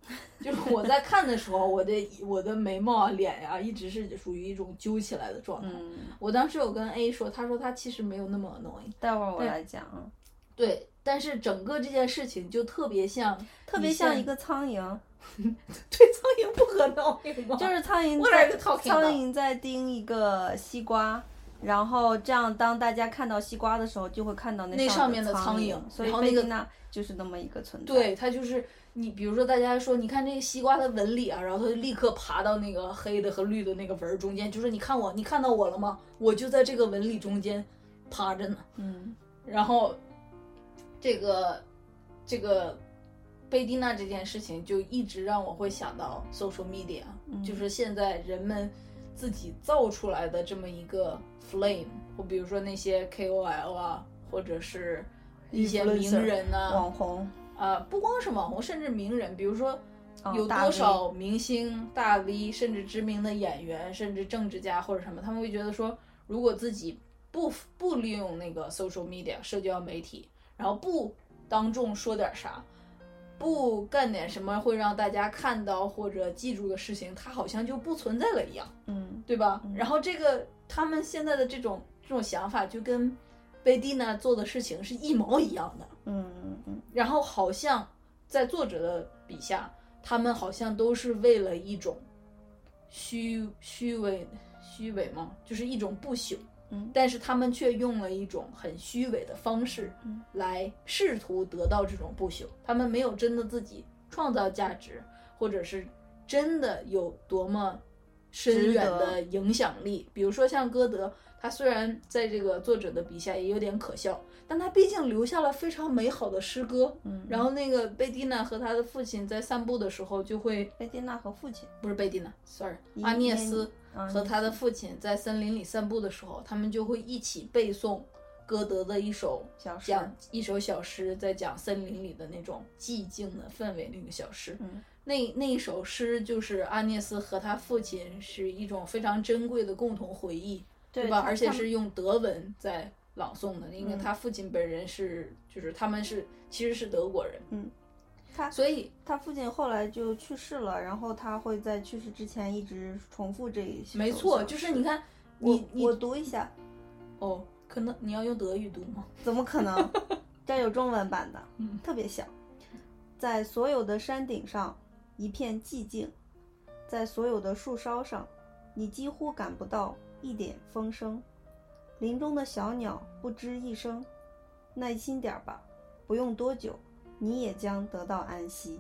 [SPEAKER 2] 就是我在看的时候，我的我的眉毛啊、脸呀、一直是属于一种揪起来的状态。
[SPEAKER 1] 嗯，
[SPEAKER 2] 我当时有跟 A 说，他说他其实没有那么 annoying，
[SPEAKER 1] 待会儿我
[SPEAKER 2] 对
[SPEAKER 1] 来讲啊，
[SPEAKER 2] 对，但是整个这件事情就特别像，
[SPEAKER 1] 特别像一个苍蝇，
[SPEAKER 2] 对苍蝇不可 annoying 吗？
[SPEAKER 1] 就是苍蝇
[SPEAKER 2] What
[SPEAKER 1] 在
[SPEAKER 2] are you talking
[SPEAKER 1] 苍
[SPEAKER 2] about？
[SPEAKER 1] 蝇在叮一个西瓜。然后这样，当大家看到西瓜的时候，就会看到
[SPEAKER 2] 那
[SPEAKER 1] 上
[SPEAKER 2] 上面的
[SPEAKER 1] 苍
[SPEAKER 2] 苍
[SPEAKER 1] 蝇，
[SPEAKER 2] 蝇
[SPEAKER 1] 所以
[SPEAKER 2] 然后
[SPEAKER 1] 贝
[SPEAKER 2] 那个
[SPEAKER 1] 蒂娜就是那么一个存在。
[SPEAKER 2] 对，它就是你，比如说大家说，你看这个西瓜的纹理啊，然后它就立刻爬到那个黑的和绿的那个纹儿中间，就是你看我，你看到我了吗？我就在这个纹理中间趴着呢。
[SPEAKER 1] 嗯，
[SPEAKER 2] 然后这个这个贝蒂娜这件事情，就一直让我会想到 social media，、
[SPEAKER 1] 嗯
[SPEAKER 2] 就是现在人们自己造出来的这么一个 flame，或比如说那些 KOL 啊，或者是一些名
[SPEAKER 1] Influencer，
[SPEAKER 2] 人啊呐、
[SPEAKER 1] 网红，
[SPEAKER 2] 呃，不光是网红，甚至名人，比如说
[SPEAKER 1] 哦
[SPEAKER 2] 有
[SPEAKER 1] 大
[SPEAKER 2] 多
[SPEAKER 1] V
[SPEAKER 2] 少明星、大 V，甚至知名的演员，甚至政治家或者什么，他们会觉得说，如果自己不不利用那个 social media 社交媒体，然后不当众说点啥，不干点什么会让大家看到或者记住的事情，它好像就不存在了一样。
[SPEAKER 1] 嗯，
[SPEAKER 2] 对吧？
[SPEAKER 1] 嗯
[SPEAKER 2] 然后这个他们现在的这种这种想法，就跟贝蒂娜做的事情是一毛一样的。
[SPEAKER 1] 嗯嗯
[SPEAKER 2] 然后好像在作者的笔下，他们好像都是为了一种虚虚伪虚伪吗？就是一种不朽，
[SPEAKER 1] 嗯
[SPEAKER 2] 但是他们却用了一种很虚伪的方式
[SPEAKER 1] 嗯
[SPEAKER 2] 来试图得到这种不朽。他们没有真的自己创造价值，或者是真的有多么深远的影响力。比如说像歌德，他虽然在这个作者的笔下也有点可笑，但他毕竟留下了非常美好的诗歌。
[SPEAKER 1] 嗯。
[SPEAKER 2] 然后那个贝蒂娜和他的父亲在散步的时候，就会
[SPEAKER 1] 贝蒂娜和父亲
[SPEAKER 2] 不是贝蒂娜，sorry，阿涅斯。
[SPEAKER 1] 啊
[SPEAKER 2] 嗯和他的父亲在森林里散步的时候，他们就会一起背诵歌德的一首
[SPEAKER 1] 小诗
[SPEAKER 2] 讲一首小诗，在讲森林里的那种寂静的氛围那个小诗。
[SPEAKER 1] 嗯
[SPEAKER 2] 那那一首诗就是阿涅斯和他父亲是一种非常珍贵的共同回忆，
[SPEAKER 1] 对
[SPEAKER 2] 吧？
[SPEAKER 1] 他
[SPEAKER 2] 而且
[SPEAKER 1] 他
[SPEAKER 2] 是用德文在朗诵的，因为
[SPEAKER 1] 嗯
[SPEAKER 2] 他父亲本人是就是他们是其实是德国人，
[SPEAKER 1] 他
[SPEAKER 2] 所以
[SPEAKER 1] 他父亲后来就去世了，然后他会在去世之前一直重复这一首
[SPEAKER 2] 没错，
[SPEAKER 1] 小
[SPEAKER 2] 就是
[SPEAKER 1] 诗
[SPEAKER 2] 你看
[SPEAKER 1] 我
[SPEAKER 2] 你你
[SPEAKER 1] 我读一下，
[SPEAKER 2] 哦，可能你要用德语读吗？
[SPEAKER 1] 怎么可能？这有中文版的，
[SPEAKER 2] 嗯
[SPEAKER 1] 特别小。在所有的山顶上，一片寂静；在所有的树梢上，你几乎感不到一点风声。林中的小鸟不知一声，耐心点儿吧，不用多久，你也将得到安息。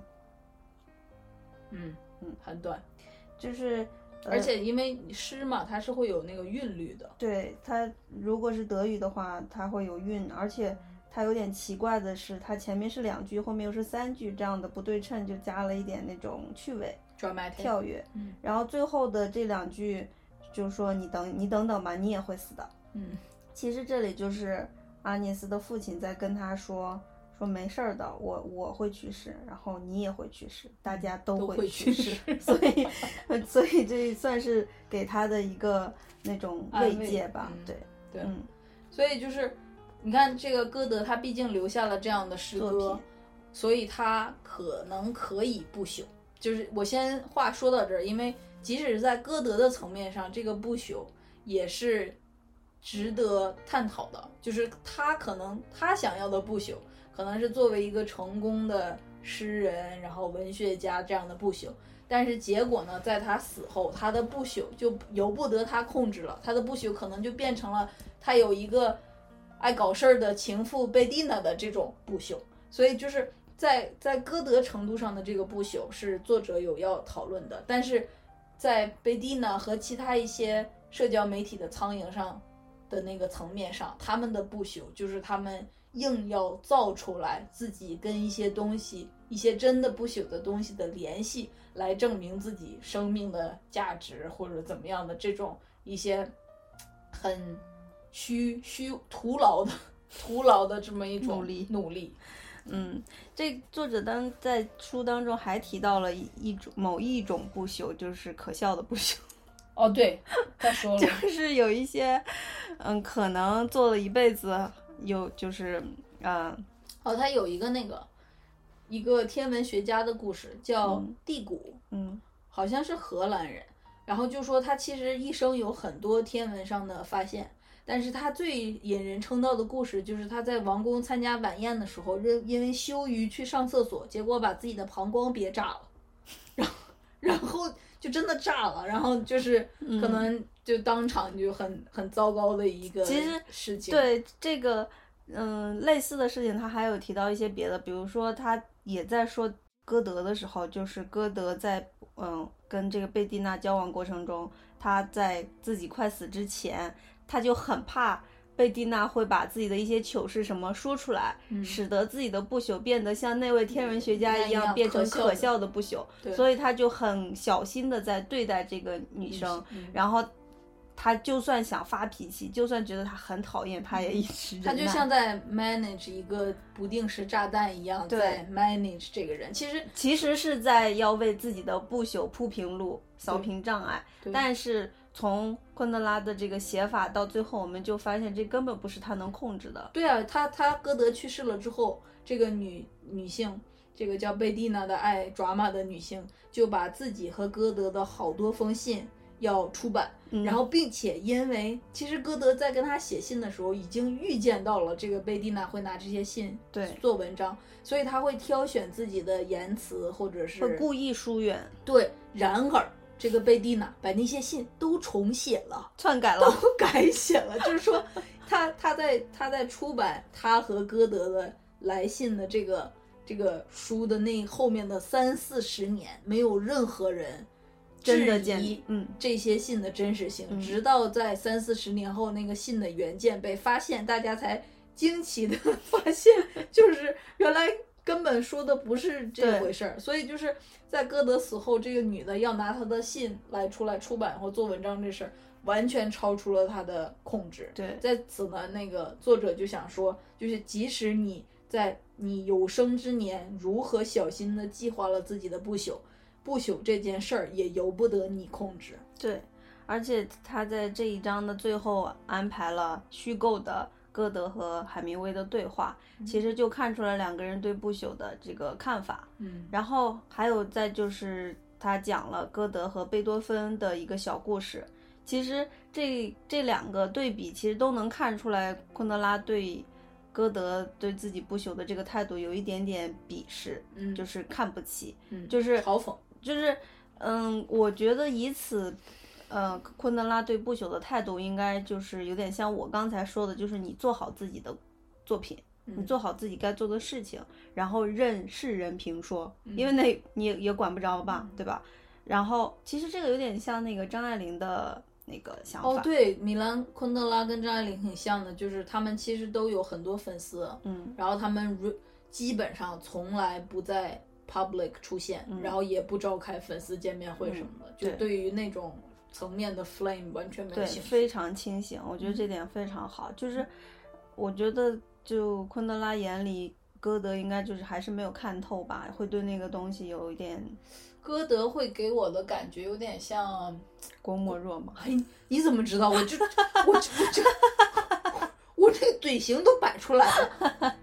[SPEAKER 2] 嗯
[SPEAKER 1] 嗯
[SPEAKER 2] 嗯，很短。
[SPEAKER 1] 就是，呃
[SPEAKER 2] 而且因为诗嘛，它是会有那个韵律的。
[SPEAKER 1] 对它，如果是德语的话，它会有韵，而且它有点奇怪的是，它前面是两句，后面又是三句，这样的不对称就加了一点那种趣味
[SPEAKER 2] dramatic
[SPEAKER 1] 跳跃。
[SPEAKER 2] 嗯
[SPEAKER 1] 然后最后的这两句就是说你等你等等吧，你也会死的。
[SPEAKER 2] 嗯
[SPEAKER 1] 其实这里就是阿涅斯的父亲在跟他说。说没事儿的，我我会去世，然后你也会去世，大家
[SPEAKER 2] 都
[SPEAKER 1] 会
[SPEAKER 2] 会
[SPEAKER 1] 去
[SPEAKER 2] 去
[SPEAKER 1] 世，
[SPEAKER 2] 世
[SPEAKER 1] 所以呃所以这算是给他的一个那种
[SPEAKER 2] 安
[SPEAKER 1] 慰
[SPEAKER 2] 慰
[SPEAKER 1] 藉吧，
[SPEAKER 2] 嗯
[SPEAKER 1] 对，
[SPEAKER 2] 对，
[SPEAKER 1] 嗯，
[SPEAKER 2] 所以就是你看这个歌德，他毕竟留下了这样的诗
[SPEAKER 1] 作
[SPEAKER 2] 歌
[SPEAKER 1] 品，
[SPEAKER 2] 所以他可能可以不朽。就是我先话说到这儿，因为即使是在歌德的层面上，这个不朽也是值得探讨的。就是他可能他想要的不朽，可能是作为一个成功的诗人，然后文学家这样的不朽。但是结果呢，在他死后，他的不朽就由不得他控制了，他的不朽可能就变成了他有一个爱搞事儿的情妇贝蒂娜的这种不朽。所以就是在在歌德程度上的这个不朽是作者有要讨论的，但是在贝蒂娜和其他一些社交媒体的苍蝇上的那个层面上，他们的不朽就是他们硬要造出来自己跟一些东西、一些真的不朽的东西的联系，来证明自己生命的价值或者怎么样的这种一些很虚虚徒劳的徒劳的这么一种
[SPEAKER 1] 努力
[SPEAKER 2] 努力，
[SPEAKER 1] 嗯，这作者当在书当中还提到了一一种某一种不朽，就是可笑的不朽。
[SPEAKER 2] 哦，对，他说了，
[SPEAKER 1] 就是有一些，嗯，可能做了一辈子，有就是，嗯，
[SPEAKER 2] 哦，他有一个那个一个天文学家的故事叫
[SPEAKER 1] 嗯
[SPEAKER 2] 地谷，
[SPEAKER 1] 嗯，
[SPEAKER 2] 好像是荷兰人，然后就说他其实一生有很多天文上的发现，但是他最引人称道的故事就是他在王宫参加晚宴的时候，因因为羞于去上厕所，结果把自己的膀胱憋炸了，然后然后就真的炸了，然后就是
[SPEAKER 1] 嗯
[SPEAKER 2] 可能就当场就很很糟糕的一个
[SPEAKER 1] 其实
[SPEAKER 2] 事情，，
[SPEAKER 1] 对这个，嗯，类似的事情，他还有提到一些别的，比如说他也在说歌德的时候，就是歌德在嗯跟这个贝蒂娜交往过程中，他在自己快死之前，他就很怕。贝蒂娜会把自己的一些糗事什么说出来，
[SPEAKER 2] 嗯
[SPEAKER 1] 使得自己的不朽变得像那位天文学家
[SPEAKER 2] 那
[SPEAKER 1] 一
[SPEAKER 2] 样
[SPEAKER 1] 样变成
[SPEAKER 2] 可笑的
[SPEAKER 1] 可笑的不朽，
[SPEAKER 2] 对
[SPEAKER 1] 所以他就很小心的在对待这个女生，
[SPEAKER 2] 嗯
[SPEAKER 1] 然后他就算想发脾气，就算觉得他很讨厌，他也一直忍
[SPEAKER 2] 他
[SPEAKER 1] 耐。
[SPEAKER 2] 就像在 manage 一个不定时炸弹一样，
[SPEAKER 1] 对
[SPEAKER 2] 在 manage 这个人。其实，
[SPEAKER 1] 其实是在要为自己的不朽铺平路、扫平障碍，
[SPEAKER 2] 对
[SPEAKER 1] 但是从昆德拉的这个写法到最后，我们就发现这根本不是他能控制的。
[SPEAKER 2] 对啊，他他歌德去世了之后，这个女女性，这个叫贝蒂娜的爱 drama 的女性，就把自己和歌德的好多封信要出版，
[SPEAKER 1] 嗯
[SPEAKER 2] 然后并且因为其实歌德在跟他写信的时候，已经预见到了这个贝蒂娜会拿这些信
[SPEAKER 1] 对
[SPEAKER 2] 做文章，所以他会挑选自己的言辞或者是
[SPEAKER 1] 会故意疏远、
[SPEAKER 2] 对，然而这个贝蒂娜把那些信都重写了，
[SPEAKER 1] 篡改了。
[SPEAKER 2] 都改写了，就是说他他在他在出版他和歌德的来信的这个这个书的那后面的三四十年，没有任何人
[SPEAKER 1] 真的
[SPEAKER 2] 质
[SPEAKER 1] 见
[SPEAKER 2] 疑
[SPEAKER 1] 嗯
[SPEAKER 2] 这些信的真实性，
[SPEAKER 1] 嗯
[SPEAKER 2] 直到在三四十年后那个信的原件被发现，大家才惊奇的 发现，就是原来。根本说的不是这
[SPEAKER 1] 对
[SPEAKER 2] 回事儿，所以就是在歌德死后，这个女的要拿他的信来出来出版或做文章这事儿，完全超出了他的控制。
[SPEAKER 1] 对
[SPEAKER 2] 在此呢，那个作者就想说，就是即使你在你有生之年如何小心的计划了自己的不朽，不朽这件事儿也由不得你控制。
[SPEAKER 1] 对，而且他在这一章的最后安排了虚构的歌德和海明威的对话，其实就看出了两个人对不朽的这个看法。
[SPEAKER 2] 嗯，
[SPEAKER 1] 然后还有再就是他讲了歌德和贝多芬的一个小故事。其实这这两个对比，其实都能看出来昆德拉对歌德对自己不朽的这个态度有一点点鄙视，
[SPEAKER 2] 嗯
[SPEAKER 1] 就是看不起，
[SPEAKER 2] 嗯
[SPEAKER 1] 就是
[SPEAKER 2] 嘲讽。
[SPEAKER 1] 就是嗯，我觉得以此。呃，昆德拉对不朽的态度应该就是有点像我刚才说的，就是你做好自己的作品，你
[SPEAKER 2] 嗯
[SPEAKER 1] 做好自己该做的事情，然后任世人评说，因为
[SPEAKER 2] 嗯
[SPEAKER 1] 那你也也管不着吧，对吧？然后其实这个有点像那个张爱玲的那个想法，
[SPEAKER 2] 哦，对，米兰昆德拉跟张爱玲很像的，就是他们其实都有很多粉丝，
[SPEAKER 1] 嗯，
[SPEAKER 2] 然后他们如基本上从来不在 public 出现，
[SPEAKER 1] 嗯
[SPEAKER 2] 然后也不召开粉丝见面会什么的，就
[SPEAKER 1] 对
[SPEAKER 2] 对于那种层面的 flame 完全没有
[SPEAKER 1] 对，
[SPEAKER 2] 兴趣。嗯
[SPEAKER 1] 非常清醒，我觉得这点非常好。就是我觉得就昆德拉眼里，歌德应该就是还是没有看透吧，会对那个东西有一点
[SPEAKER 2] 歌德会给我的感觉有点像，
[SPEAKER 1] 郭沫若嘛。
[SPEAKER 2] 哎，你怎么知道？我就我就我就 我这个嘴型都摆出来了。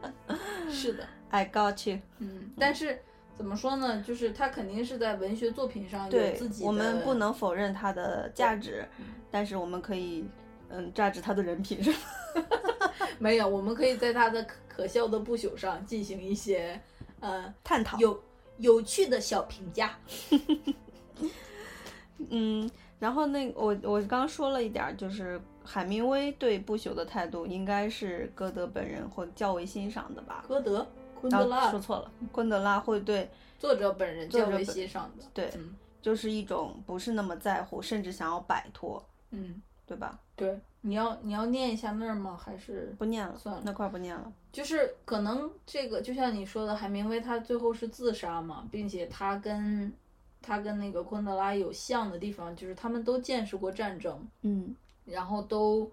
[SPEAKER 2] 是的，
[SPEAKER 1] I got you。
[SPEAKER 2] 嗯，但是怎么说呢？就是他肯定是在文学作品上有
[SPEAKER 1] 对
[SPEAKER 2] 自己，的，
[SPEAKER 1] 我们不能否认它的价值
[SPEAKER 2] 嗯，
[SPEAKER 1] 但是我们可以嗯榨汁它的人品，是吧？
[SPEAKER 2] 没有，我们可以在他的可可笑的不朽上进行一些，呃，
[SPEAKER 1] 探讨。
[SPEAKER 2] 有有趣的小评价。
[SPEAKER 1] 嗯，然后那我我刚刚说了一点儿，就是海明威对不朽的态度，应该是歌德本人会较为欣赏的吧？
[SPEAKER 2] 歌德，昆
[SPEAKER 1] 然
[SPEAKER 2] 德
[SPEAKER 1] 后
[SPEAKER 2] 拉、
[SPEAKER 1] 啊说 错了，昆德拉会对
[SPEAKER 2] 作者本人
[SPEAKER 1] 作
[SPEAKER 2] 较
[SPEAKER 1] 者
[SPEAKER 2] 为
[SPEAKER 1] 本
[SPEAKER 2] 欣赏的。
[SPEAKER 1] 对
[SPEAKER 2] 嗯
[SPEAKER 1] 就是一种不是那么在乎，甚至想要摆脱，
[SPEAKER 2] 嗯，
[SPEAKER 1] 对吧？
[SPEAKER 2] 对，你要你要念一下那儿吗？还是
[SPEAKER 1] 不念了，
[SPEAKER 2] 算了
[SPEAKER 1] 那块儿不念了。
[SPEAKER 2] 就是可能这个就像你说的，海明威他最后是自杀嘛，并且他跟他跟那个昆德拉有像的地方，就是他们都见识过战争，
[SPEAKER 1] 嗯，
[SPEAKER 2] 然后都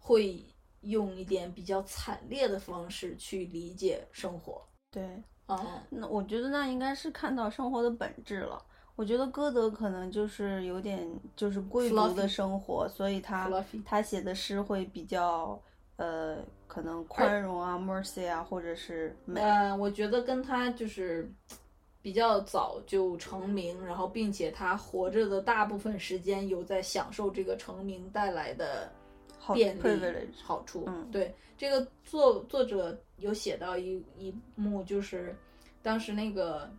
[SPEAKER 2] 会用一点比较惨烈的方式去理解生活。
[SPEAKER 1] 对。
[SPEAKER 2] 嗯，
[SPEAKER 1] 那我觉得那应该是看到生活的本质了。我觉得歌德可能就是有点就是贵族的
[SPEAKER 2] Fluffy
[SPEAKER 1] 生活，所以他
[SPEAKER 2] Fluffy
[SPEAKER 1] 他写的诗会比较呃，可能宽容啊、mercy 啊，或者是美。
[SPEAKER 2] 嗯，我觉得跟他就是比较早就成名，然后并且他活着的大部分时间有在享受这个成名带来的
[SPEAKER 1] 好
[SPEAKER 2] 便利
[SPEAKER 1] privilege
[SPEAKER 2] 好处。
[SPEAKER 1] 嗯
[SPEAKER 2] 对，这个作作者有写到一一幕，就是当时那个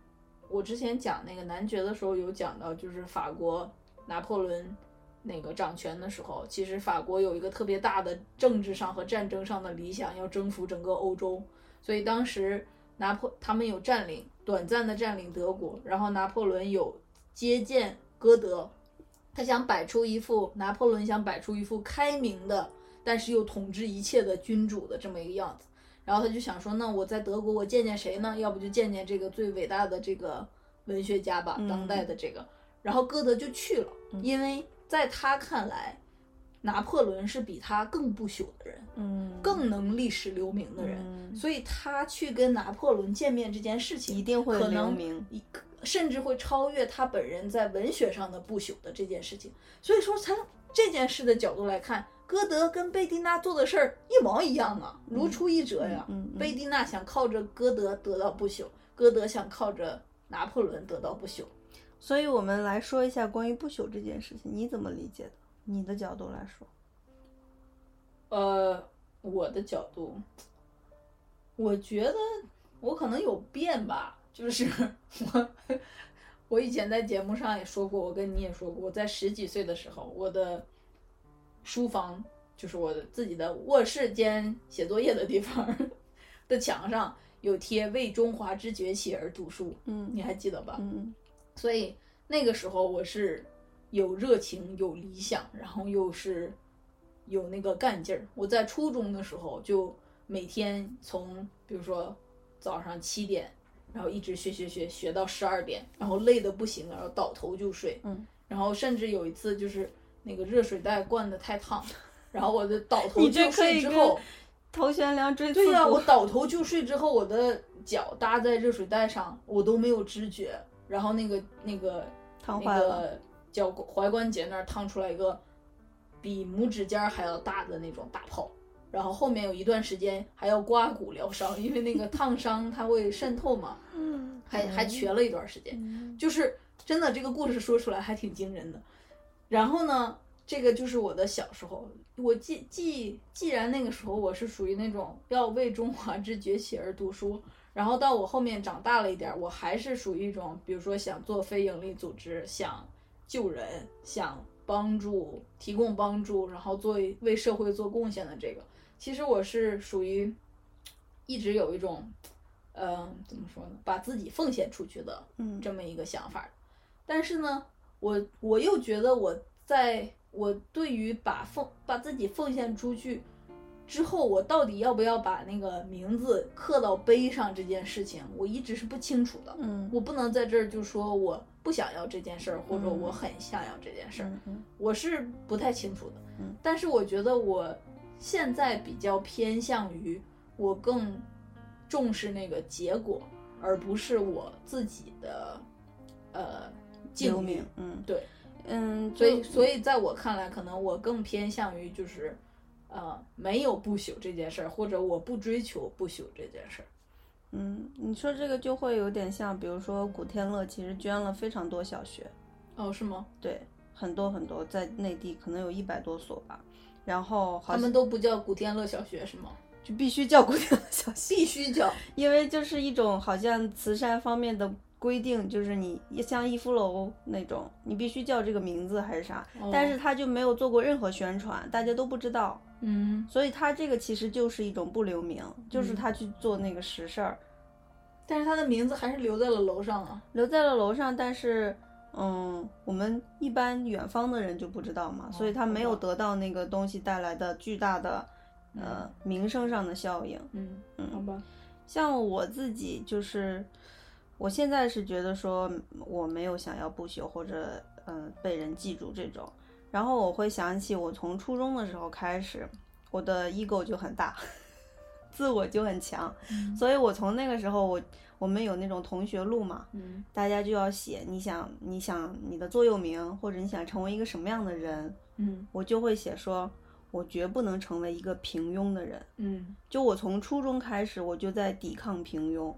[SPEAKER 2] 我之前讲那个男爵的时候有讲到，就是法国拿破仑。那个掌权的时候，其实法国有一个特别大的政治上和战争上的理想，要征服整个欧洲。所以当时拿破他们有占领，短暂的占领德国，然后拿破仑有接见歌德，他想摆出一副拿破仑想摆出一副开明的，但是又统治一切的君主的这么一个样子。然后他就想说，那我在德国我见见谁呢？要不就见见这个最伟大的这个文学家吧，
[SPEAKER 1] 嗯
[SPEAKER 2] 当代的这个。然后歌德就去了，因为在他看来，拿破仑是比他更不朽的人，
[SPEAKER 1] 嗯，
[SPEAKER 2] 更能历史留名的人。
[SPEAKER 1] 嗯
[SPEAKER 2] 所以他去跟拿破仑见面这件事情，
[SPEAKER 1] 一定会
[SPEAKER 2] 可
[SPEAKER 1] 留
[SPEAKER 2] 能
[SPEAKER 1] 名。
[SPEAKER 2] 一个甚至会超越他本人在文学上的不朽的这件事情。所以说，从这件事的角度来看，歌德跟贝蒂娜做的事儿一毛一样啊，如出一辙呀。
[SPEAKER 1] 嗯，嗯
[SPEAKER 2] 贝蒂娜想靠着歌德得到不朽，歌德想靠着拿破仑得到不朽。
[SPEAKER 1] 所以我们来说一下关于不朽这件事情，你怎么理解的？你的角度来说，
[SPEAKER 2] 呃，我的角度，我觉得我可能有变吧，就是 我，我以前在节目上也说过，我跟你也说过，我在十几岁的时候，我的书房就是我的自己的卧室兼写作业的地方 的墙上有贴“为中华之崛起而读书”，
[SPEAKER 1] 嗯
[SPEAKER 2] 你还记得吧？
[SPEAKER 1] 嗯
[SPEAKER 2] 所以那个时候我是有热情、有理想，然后又是有那个干劲儿。我在初中的时候就每天从比如说早上七点，然后一直学学学学到十二点，然后累得不行了，然后倒头就睡。
[SPEAKER 1] 嗯，
[SPEAKER 2] 然后甚至有一次就是那个热水袋灌得太烫，然后我的倒头
[SPEAKER 1] 你这
[SPEAKER 2] 就
[SPEAKER 1] 可以
[SPEAKER 2] 睡之
[SPEAKER 1] 跟
[SPEAKER 2] 后。
[SPEAKER 1] 头悬梁锥刺
[SPEAKER 2] 对
[SPEAKER 1] 股。
[SPEAKER 2] 呀、我倒头就睡之后，我的脚搭在热水袋上，我都没有知觉，然后那个那个
[SPEAKER 1] 烫坏
[SPEAKER 2] 那
[SPEAKER 1] 了。
[SPEAKER 2] 个脚踝关节那儿烫出来一个比拇指尖儿还要大的那种大泡，然后后面有一段时间还要刮骨疗伤，因为那个烫伤它会渗透嘛，
[SPEAKER 1] 嗯，
[SPEAKER 2] 还还瘸了一段时间。
[SPEAKER 1] 嗯。
[SPEAKER 2] 就是真的这个故事说出来还挺惊人的。然后呢，这个就是我的小时候，我既既既然那个时候我是属于那种要为中华之崛起而读书，然后到我后面长大了一点儿，我还是属于一种，比如说想做非营利组织，想救人，想帮助提供帮助，然后做为社会做贡献的这个。其实我是属于一直有一种，嗯、怎么说呢，把自己奉献出去的
[SPEAKER 1] 嗯
[SPEAKER 2] 这么一个想法。但是呢，我我又觉得我在我对于把奉把自己奉献出去之后，我到底要不要把那个名字刻到碑上这件事情，我一直是不清楚的。
[SPEAKER 1] 嗯
[SPEAKER 2] 我不能在这儿就说我不想要这件事儿，或者
[SPEAKER 1] 嗯
[SPEAKER 2] 我很想要这件事儿，
[SPEAKER 1] 嗯嗯
[SPEAKER 2] 我是不太清楚的
[SPEAKER 1] 嗯。
[SPEAKER 2] 但是我觉得我现在比较偏向于我更重视那个结果，而不是我自己的呃
[SPEAKER 1] 留
[SPEAKER 2] 境遇
[SPEAKER 1] 名。，嗯
[SPEAKER 2] 对，
[SPEAKER 1] 嗯，
[SPEAKER 2] 所以，
[SPEAKER 1] 就
[SPEAKER 2] 所以在我看来，可能我更偏向于就是，呃，没有不朽这件事儿，或者我不追求不朽这件事儿。
[SPEAKER 1] 嗯，你说这个就会有点像，比如说古天乐其实捐了非常多小学，
[SPEAKER 2] 哦，是吗？
[SPEAKER 1] 对，很多很多，在内地可能有一百多所吧。然后好
[SPEAKER 2] 他们
[SPEAKER 1] 像
[SPEAKER 2] 都不叫古天乐小学是吗？
[SPEAKER 1] 就必须叫古天乐小学，
[SPEAKER 2] 必须叫。
[SPEAKER 1] 因为就是一种好像慈善方面的规定，就是你像逸夫楼那种，你必须叫这个名字还是啥，但
[SPEAKER 2] 哦
[SPEAKER 1] 是他就没有做过任何宣传，大家都不知道，
[SPEAKER 2] 嗯，
[SPEAKER 1] 所以他这个其实就是一种不留名，就是
[SPEAKER 2] 嗯
[SPEAKER 1] 他去做那个实事儿，
[SPEAKER 2] 但是他的名字还是留在了楼上啊。
[SPEAKER 1] 留在了楼上，但是。嗯，我们一般远方的人就不知道嘛，所以他
[SPEAKER 2] 好
[SPEAKER 1] 没有
[SPEAKER 2] 吧
[SPEAKER 1] 得到那个东西带来的巨大的，呃，名声上的效应。
[SPEAKER 2] 嗯，
[SPEAKER 1] 嗯
[SPEAKER 2] 好吧。
[SPEAKER 1] 像我自己就是，我现在是觉得说我没有想要不朽或者嗯、呃被人记住这种，然后我会想起我从初中的时候开始，我的 ego 就很大， 自我就很强，
[SPEAKER 3] 嗯
[SPEAKER 1] 所以我从那个时候我我们有那种同学录嘛，
[SPEAKER 2] 嗯
[SPEAKER 1] 大家就要写你想你想你的座右铭，或者你想成为一个什么样的人，
[SPEAKER 2] 嗯
[SPEAKER 1] 我就会写说，我绝不能成为一个平庸的人。
[SPEAKER 2] 嗯
[SPEAKER 1] 就我从初中开始，我就在抵抗平庸，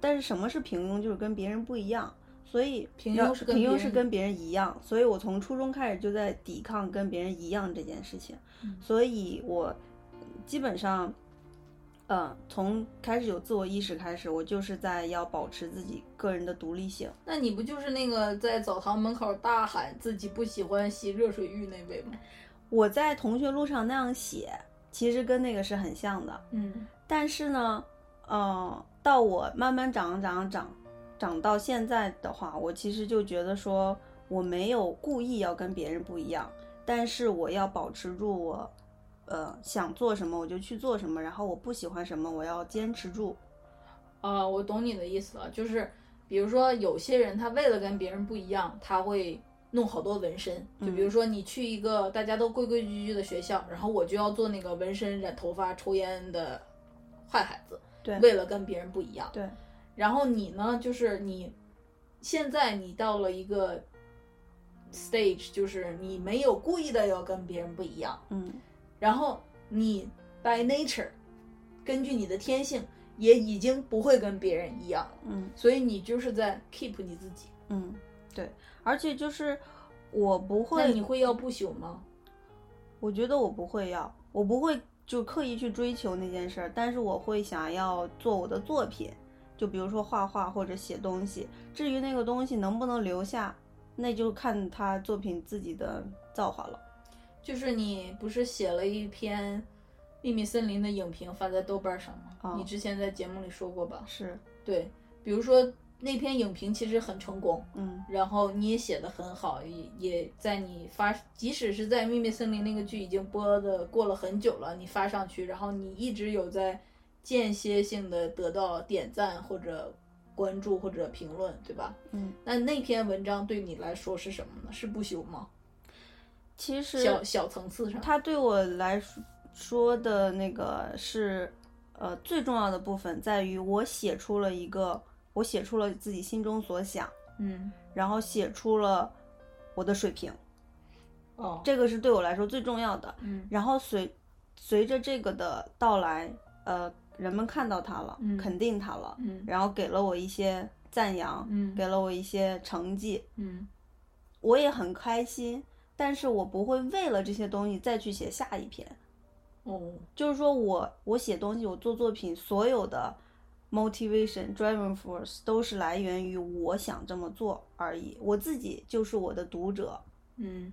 [SPEAKER 1] 但是什么是平庸？就是跟别人不一样，所以
[SPEAKER 2] 平
[SPEAKER 1] 要
[SPEAKER 2] 庸是跟
[SPEAKER 1] 平
[SPEAKER 2] 别
[SPEAKER 1] 庸
[SPEAKER 2] 人
[SPEAKER 1] 是跟别人一样，所以我从初中开始就在抵抗跟别人一样这件事情，
[SPEAKER 2] 嗯
[SPEAKER 1] 所以我基本上，呃，从开始有自我意识开始，我就是在要保持自己个人的独立性。
[SPEAKER 2] 那你不就是那个在澡堂门口大喊自己不喜欢洗热水浴那位吗？
[SPEAKER 1] 我在同学录上那样写，其实跟那个是很像的，
[SPEAKER 2] 嗯
[SPEAKER 1] 但是呢，呃，到我慢慢长长长长到现在的话，我其实就觉得说我没有故意要跟别人不一样，但是我要保持住我，呃，想做什么我就去做什么，然后我不喜欢什么我要坚持住。
[SPEAKER 2] 啊，我懂你的意思了，就是比如说有些人他为了跟别人不一样，他会。弄好多纹身，就比如
[SPEAKER 1] 嗯
[SPEAKER 2] 说你去一个大家都规规矩矩的学校，然后我就要做那个纹身、染头发、抽烟的坏孩子，
[SPEAKER 1] 对
[SPEAKER 2] 为了跟别人不一样。
[SPEAKER 1] 对，
[SPEAKER 2] 然后你呢，就是你现在你到了一个 stage，就是你没有故意的要跟别人不一样，
[SPEAKER 1] 嗯，
[SPEAKER 2] 然后你 by nature，根据你的天性，也已经不会跟别人一样了，
[SPEAKER 1] 嗯
[SPEAKER 2] 所以你就是在 keep 你自己。
[SPEAKER 1] 嗯，对，而且就是我不
[SPEAKER 2] 那
[SPEAKER 1] 会，
[SPEAKER 2] 你会要不朽吗？
[SPEAKER 1] 我觉得我不会要，我不会就刻意去追求那件事儿，但是我会想要做我的作品，就比如说画画或者写东西。至于那个东西能不能留下，那就看他作品自己的造化了。
[SPEAKER 2] 就是你不是写了一篇《秘密森林》的影评发在豆瓣上吗？
[SPEAKER 1] 哦
[SPEAKER 2] 你之前在节目里说过吧？
[SPEAKER 1] 是，
[SPEAKER 2] 对，比如说那篇影评其实很成功，
[SPEAKER 1] 嗯
[SPEAKER 2] 然后你也写的很好，也也在你发，即使是在《秘密森林》那个剧已经播的过了很久了，你发上去，然后你一直有在间歇性的得到点赞或者关注或者评论，对吧？
[SPEAKER 1] 嗯，
[SPEAKER 2] 那那篇文章对你来说是什么呢？是不朽吗？
[SPEAKER 1] 其实
[SPEAKER 2] 小小层次上，
[SPEAKER 1] 他对我来说说的那个是，呃，最重要的部分在于我写出了一个，我写出了自己心中所想，
[SPEAKER 2] 嗯，
[SPEAKER 1] 然后写出了我的水平，
[SPEAKER 2] 哦，
[SPEAKER 1] 这个是对我来说最重要的。
[SPEAKER 2] 嗯
[SPEAKER 1] 然后随随着这个的到来，呃，人们看到他了，
[SPEAKER 2] 嗯
[SPEAKER 1] 肯定他了，
[SPEAKER 2] 嗯
[SPEAKER 1] 然后给了我一些赞扬，
[SPEAKER 2] 嗯
[SPEAKER 1] 给了我一些成绩，
[SPEAKER 2] 嗯
[SPEAKER 1] 我也很开心。但是我不会为了这些东西再去写下一篇，
[SPEAKER 2] 哦，
[SPEAKER 1] 就是说我我写东西，我做作品，所有的 motivation、driving force 都是来源于我想这么做而已。我自己就是我的读者，
[SPEAKER 2] 嗯，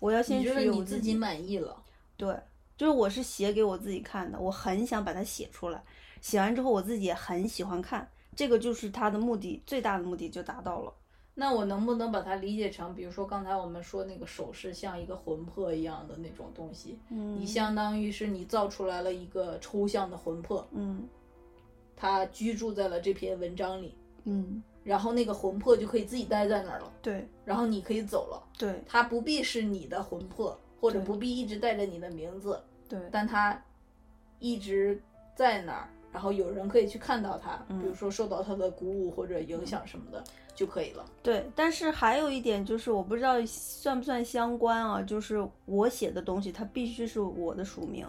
[SPEAKER 1] 我要先
[SPEAKER 2] 你
[SPEAKER 1] 去
[SPEAKER 2] 就是你自己
[SPEAKER 1] 买。
[SPEAKER 2] 满意了，
[SPEAKER 1] 对，就是我是写给我自己看的，我很想把它写出来，写完之后我自己也很喜欢看，这个就是它的目的，最大的目的就达到
[SPEAKER 2] 嗯
[SPEAKER 1] 了。
[SPEAKER 2] 那我能不能把它理解成，比如说刚才我们说那个手势像一个魂魄一样的那种东西，
[SPEAKER 1] 嗯
[SPEAKER 2] 你相当于是你造出来了一个抽象的魂魄，
[SPEAKER 1] 嗯
[SPEAKER 2] 它居住在了这篇文章里，
[SPEAKER 1] 嗯，
[SPEAKER 2] 然后那个魂魄就可以自己待在那儿了，
[SPEAKER 1] 对
[SPEAKER 2] 然后你可以走了，
[SPEAKER 1] 对
[SPEAKER 2] 它不必是你的魂魄，或者
[SPEAKER 1] 对
[SPEAKER 2] 不必一直带着你的名字，
[SPEAKER 1] 对，
[SPEAKER 2] 但它一直在那儿，然后有人可以去看到它，
[SPEAKER 1] 嗯
[SPEAKER 2] 比如说受到它的鼓舞或者影响什么的、就可以了。
[SPEAKER 1] 对，但是还有一点就是，我不知道算不算相关啊，就是我写的东西，它必须是我的署名，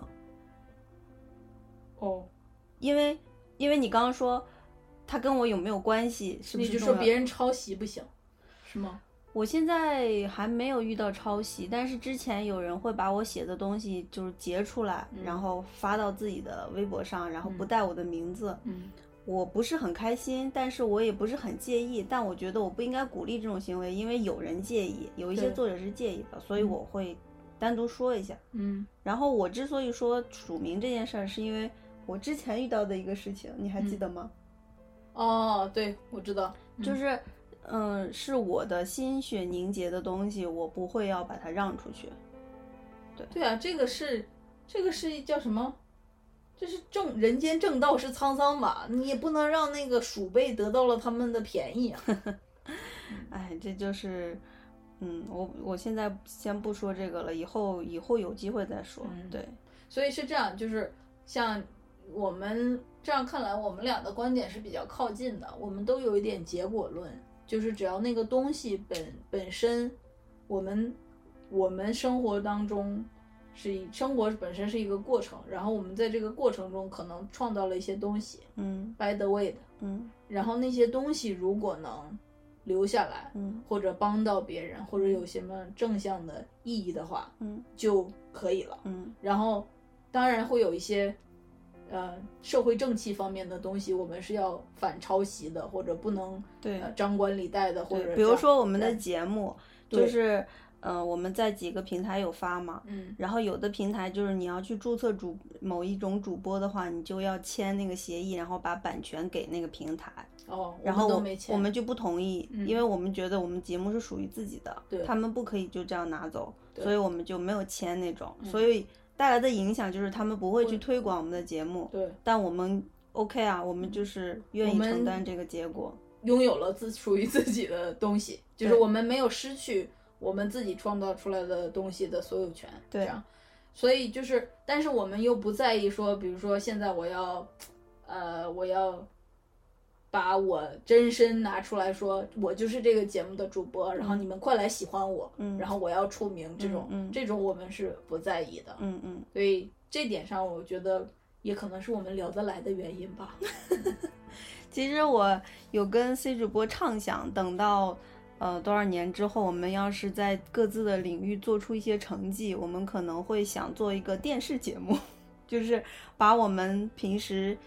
[SPEAKER 2] 哦，
[SPEAKER 1] 因为因为你刚刚说它跟我有没有关系，是不
[SPEAKER 2] 你
[SPEAKER 1] 是
[SPEAKER 2] 就
[SPEAKER 1] 重
[SPEAKER 2] 说
[SPEAKER 1] 要
[SPEAKER 2] 别人抄袭不行，是吗？
[SPEAKER 1] 我现在还没有遇到抄袭，但是之前有人会把我写的东西就是截出来，
[SPEAKER 2] 嗯
[SPEAKER 1] 然后发到自己的微博上，然后不
[SPEAKER 2] 嗯
[SPEAKER 1] 带我的名字。
[SPEAKER 2] 嗯
[SPEAKER 1] 我不是很开心，但是我也不是很介意，但我觉得我不应该鼓励这种行为，因为有人介意，有一些
[SPEAKER 2] 对
[SPEAKER 1] 作者是介意的，所以
[SPEAKER 2] 嗯
[SPEAKER 1] 我会单独说一下。
[SPEAKER 2] 嗯
[SPEAKER 1] 然后我之所以说署名这件事儿，是因为我之前遇到的一个事情，你还记
[SPEAKER 2] 嗯
[SPEAKER 1] 得吗？
[SPEAKER 2] 哦，对，我知道，
[SPEAKER 1] 就
[SPEAKER 2] 嗯
[SPEAKER 1] 是，嗯，是我的心血凝结的东西，我不会要把它让出去。
[SPEAKER 2] 对啊，这个是这个是叫什么？这是正人间正道是沧桑吧？你也不能让那个鼠辈得到了他们的便宜啊。
[SPEAKER 1] 哎，这就是，嗯，我我现在先不说这个了，以后以后有机会再说。
[SPEAKER 2] 嗯
[SPEAKER 1] 对，
[SPEAKER 2] 所以是这样，就是像我们这样看来，我们俩的观点是比较靠近的，我们都有一点结果论，就是只要那个东西本本身，我们我们生活当中是一生活本身是一个过程，然后我们在这个过程中可能创造了一些东西
[SPEAKER 1] 嗯
[SPEAKER 2] ，by the way 的，
[SPEAKER 1] 嗯
[SPEAKER 2] 然后那些东西如果能留下来，
[SPEAKER 1] 嗯
[SPEAKER 2] 或者帮到别人，或者有什么正向的意义的话，
[SPEAKER 1] 嗯
[SPEAKER 2] 就可以了。
[SPEAKER 1] 嗯
[SPEAKER 2] 然后当然会有一些，呃，社会正气方面的东西，我们是要反抄袭的，或者不能
[SPEAKER 1] 对
[SPEAKER 2] 呃张冠李戴的，或者
[SPEAKER 1] 对，比如说我
[SPEAKER 2] 这样
[SPEAKER 1] 们的
[SPEAKER 2] 对
[SPEAKER 1] 节目，
[SPEAKER 2] 对
[SPEAKER 1] 就是呃我们在几个平台有发嘛，
[SPEAKER 2] 嗯
[SPEAKER 1] 然后有的平台就是你要去注册主某一种主播的话，你就要签那个协议，然后把版权给那个平台，
[SPEAKER 2] 哦，
[SPEAKER 1] 然后
[SPEAKER 2] 我们都
[SPEAKER 1] 我
[SPEAKER 2] 没钱，
[SPEAKER 1] 们就不同意，
[SPEAKER 2] 嗯
[SPEAKER 1] 因为我们觉得我们节目是属于自己的
[SPEAKER 2] 对，
[SPEAKER 1] 他们不可以就这样拿走，
[SPEAKER 2] 对
[SPEAKER 1] 所以我们就没有签那种，
[SPEAKER 2] 嗯
[SPEAKER 1] 所以带来的影响就是他们不会
[SPEAKER 2] 会
[SPEAKER 1] 去推广我们的节目，
[SPEAKER 2] 对嗯
[SPEAKER 1] 但我们 OK 啊，我们就是愿
[SPEAKER 2] 我
[SPEAKER 1] 意
[SPEAKER 2] 们
[SPEAKER 1] 承担这个结果，
[SPEAKER 2] 拥有了自属于自己的东西，就是
[SPEAKER 1] 对
[SPEAKER 2] 我们没有失去我们自己创造出来的东西的所有权，
[SPEAKER 1] 对
[SPEAKER 2] 这样，所以就是，但是我们又不在意说，比如说现在我要，呃，我要把我真身拿出来说，我就是这个节目的主播，然后你们快来喜欢我，
[SPEAKER 1] 嗯
[SPEAKER 2] 然后我要出名，这种、
[SPEAKER 1] 嗯嗯
[SPEAKER 2] 这种我们是不在意的，
[SPEAKER 1] 嗯嗯，
[SPEAKER 2] 所以这点上我觉得也可能是我们聊得来的原因吧，
[SPEAKER 1] 嗯其实我有跟 C 主播畅想，等到呃多少年之后，我们要是在各自的领域做出一些成绩，我们可能会想做一个电视节目， 就是把我们平时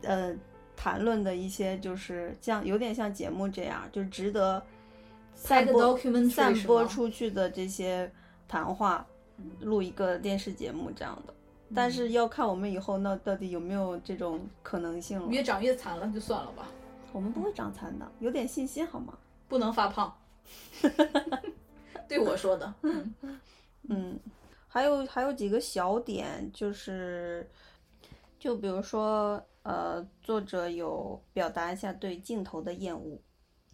[SPEAKER 1] 呃谈论的一些，就是像有点像节目这样，就值得散
[SPEAKER 2] 拍个
[SPEAKER 1] 播
[SPEAKER 2] documentary
[SPEAKER 1] 散
[SPEAKER 2] 是
[SPEAKER 1] 播
[SPEAKER 2] 吗
[SPEAKER 1] 出去的这些谈话，录一个电视节目这样的。
[SPEAKER 2] 嗯
[SPEAKER 1] 但是要看我们以后那到底有没有这种可能性了。
[SPEAKER 2] 越长越残了就算了吧。
[SPEAKER 1] 我们不会长残
[SPEAKER 2] 嗯
[SPEAKER 1] 的，有点信心好吗？
[SPEAKER 2] 不能发胖。对我说的， 嗯
[SPEAKER 1] 嗯，还有还有几个小点，就是，就比如说，呃，作者有表达一下对镜头的厌恶，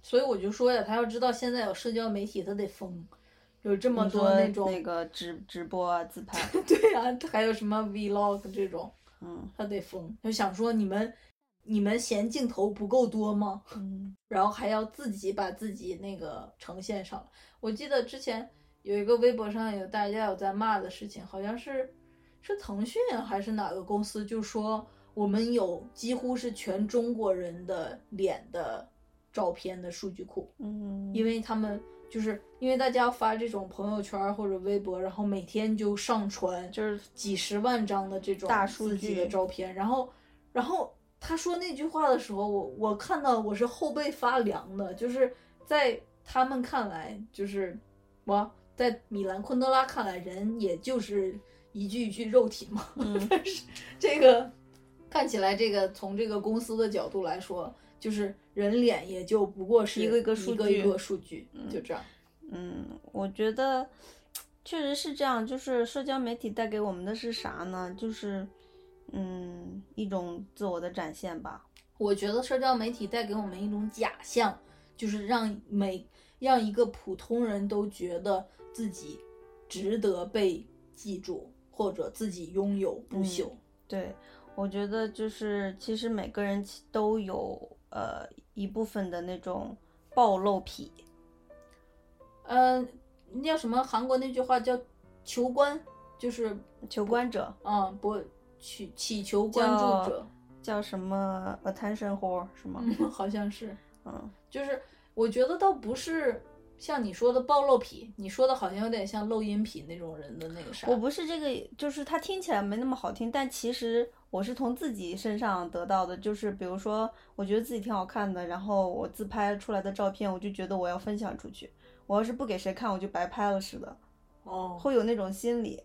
[SPEAKER 2] 所以我就说呀，他要知道现在有社交媒体，他得疯，有这么
[SPEAKER 1] 你
[SPEAKER 2] 多
[SPEAKER 1] 说
[SPEAKER 2] 那种，
[SPEAKER 1] 那个直直播啊、自拍，
[SPEAKER 2] 对啊，还有什么 vlog 这种，
[SPEAKER 1] 嗯
[SPEAKER 2] 他得疯，就想说你们，你们嫌镜头不够多吗？
[SPEAKER 1] 嗯
[SPEAKER 2] 然后还要自己把自己那个呈现上来。我记得之前有一个微博上有大家有在骂的事情，好像是是腾讯啊还是哪个公司就说我们有几乎是全中国人的脸的照片的数据库，
[SPEAKER 1] 嗯，
[SPEAKER 2] 因为他们就是因为大家发这种朋友圈或者微博，然后每天就上传
[SPEAKER 1] 就是
[SPEAKER 2] 几十万张的这种
[SPEAKER 1] 大数
[SPEAKER 2] 自己
[SPEAKER 1] 据
[SPEAKER 2] 的照片，然后，然后他说那句话的时候，我我看到我是后背发凉的，就是在他们看来，就是我在米兰昆德拉看来，人也就是一具一具肉体嘛，
[SPEAKER 1] 嗯
[SPEAKER 2] 但是这个看起来，这个从这个公司的角度来说，就是人脸也就不过是
[SPEAKER 1] 一个一个数
[SPEAKER 2] 一个
[SPEAKER 1] 据
[SPEAKER 2] 一个数据，
[SPEAKER 1] 嗯
[SPEAKER 2] 就这样。
[SPEAKER 1] 嗯，我觉得确实是这样，就是社交媒体带给我们的是啥呢？就是嗯一种自我的展现吧，
[SPEAKER 2] 我觉得社交媒体带给我们一种假象，就是让每让一个普通人都觉得自己值得被记住，或者自己拥有不
[SPEAKER 1] 嗯
[SPEAKER 2] 朽。
[SPEAKER 1] 对，我觉得就是其实每个人其都有呃一部分的那种暴露癖，
[SPEAKER 2] 嗯、那叫什么？韩国那句话叫“求关”，就是
[SPEAKER 1] 求观者
[SPEAKER 2] 嗯，不祈祈求关注者，
[SPEAKER 1] 叫什么 attention whore 是吗？
[SPEAKER 2] 嗯， 好像是，
[SPEAKER 1] 嗯
[SPEAKER 2] 就是我觉得倒不是。像你说的暴露癖，你说的好像有点像露阴癖那种人的那个啥，
[SPEAKER 1] 我不是这个，就是它听起来没那么好听，但其实我是从自己身上得到的，就是比如说我觉得自己挺好看的，然后我自拍出来的照片，我就觉得我要分享出去，我要是不给谁看，我就白拍了似的，
[SPEAKER 2] 哦，
[SPEAKER 1] 会有那种心理。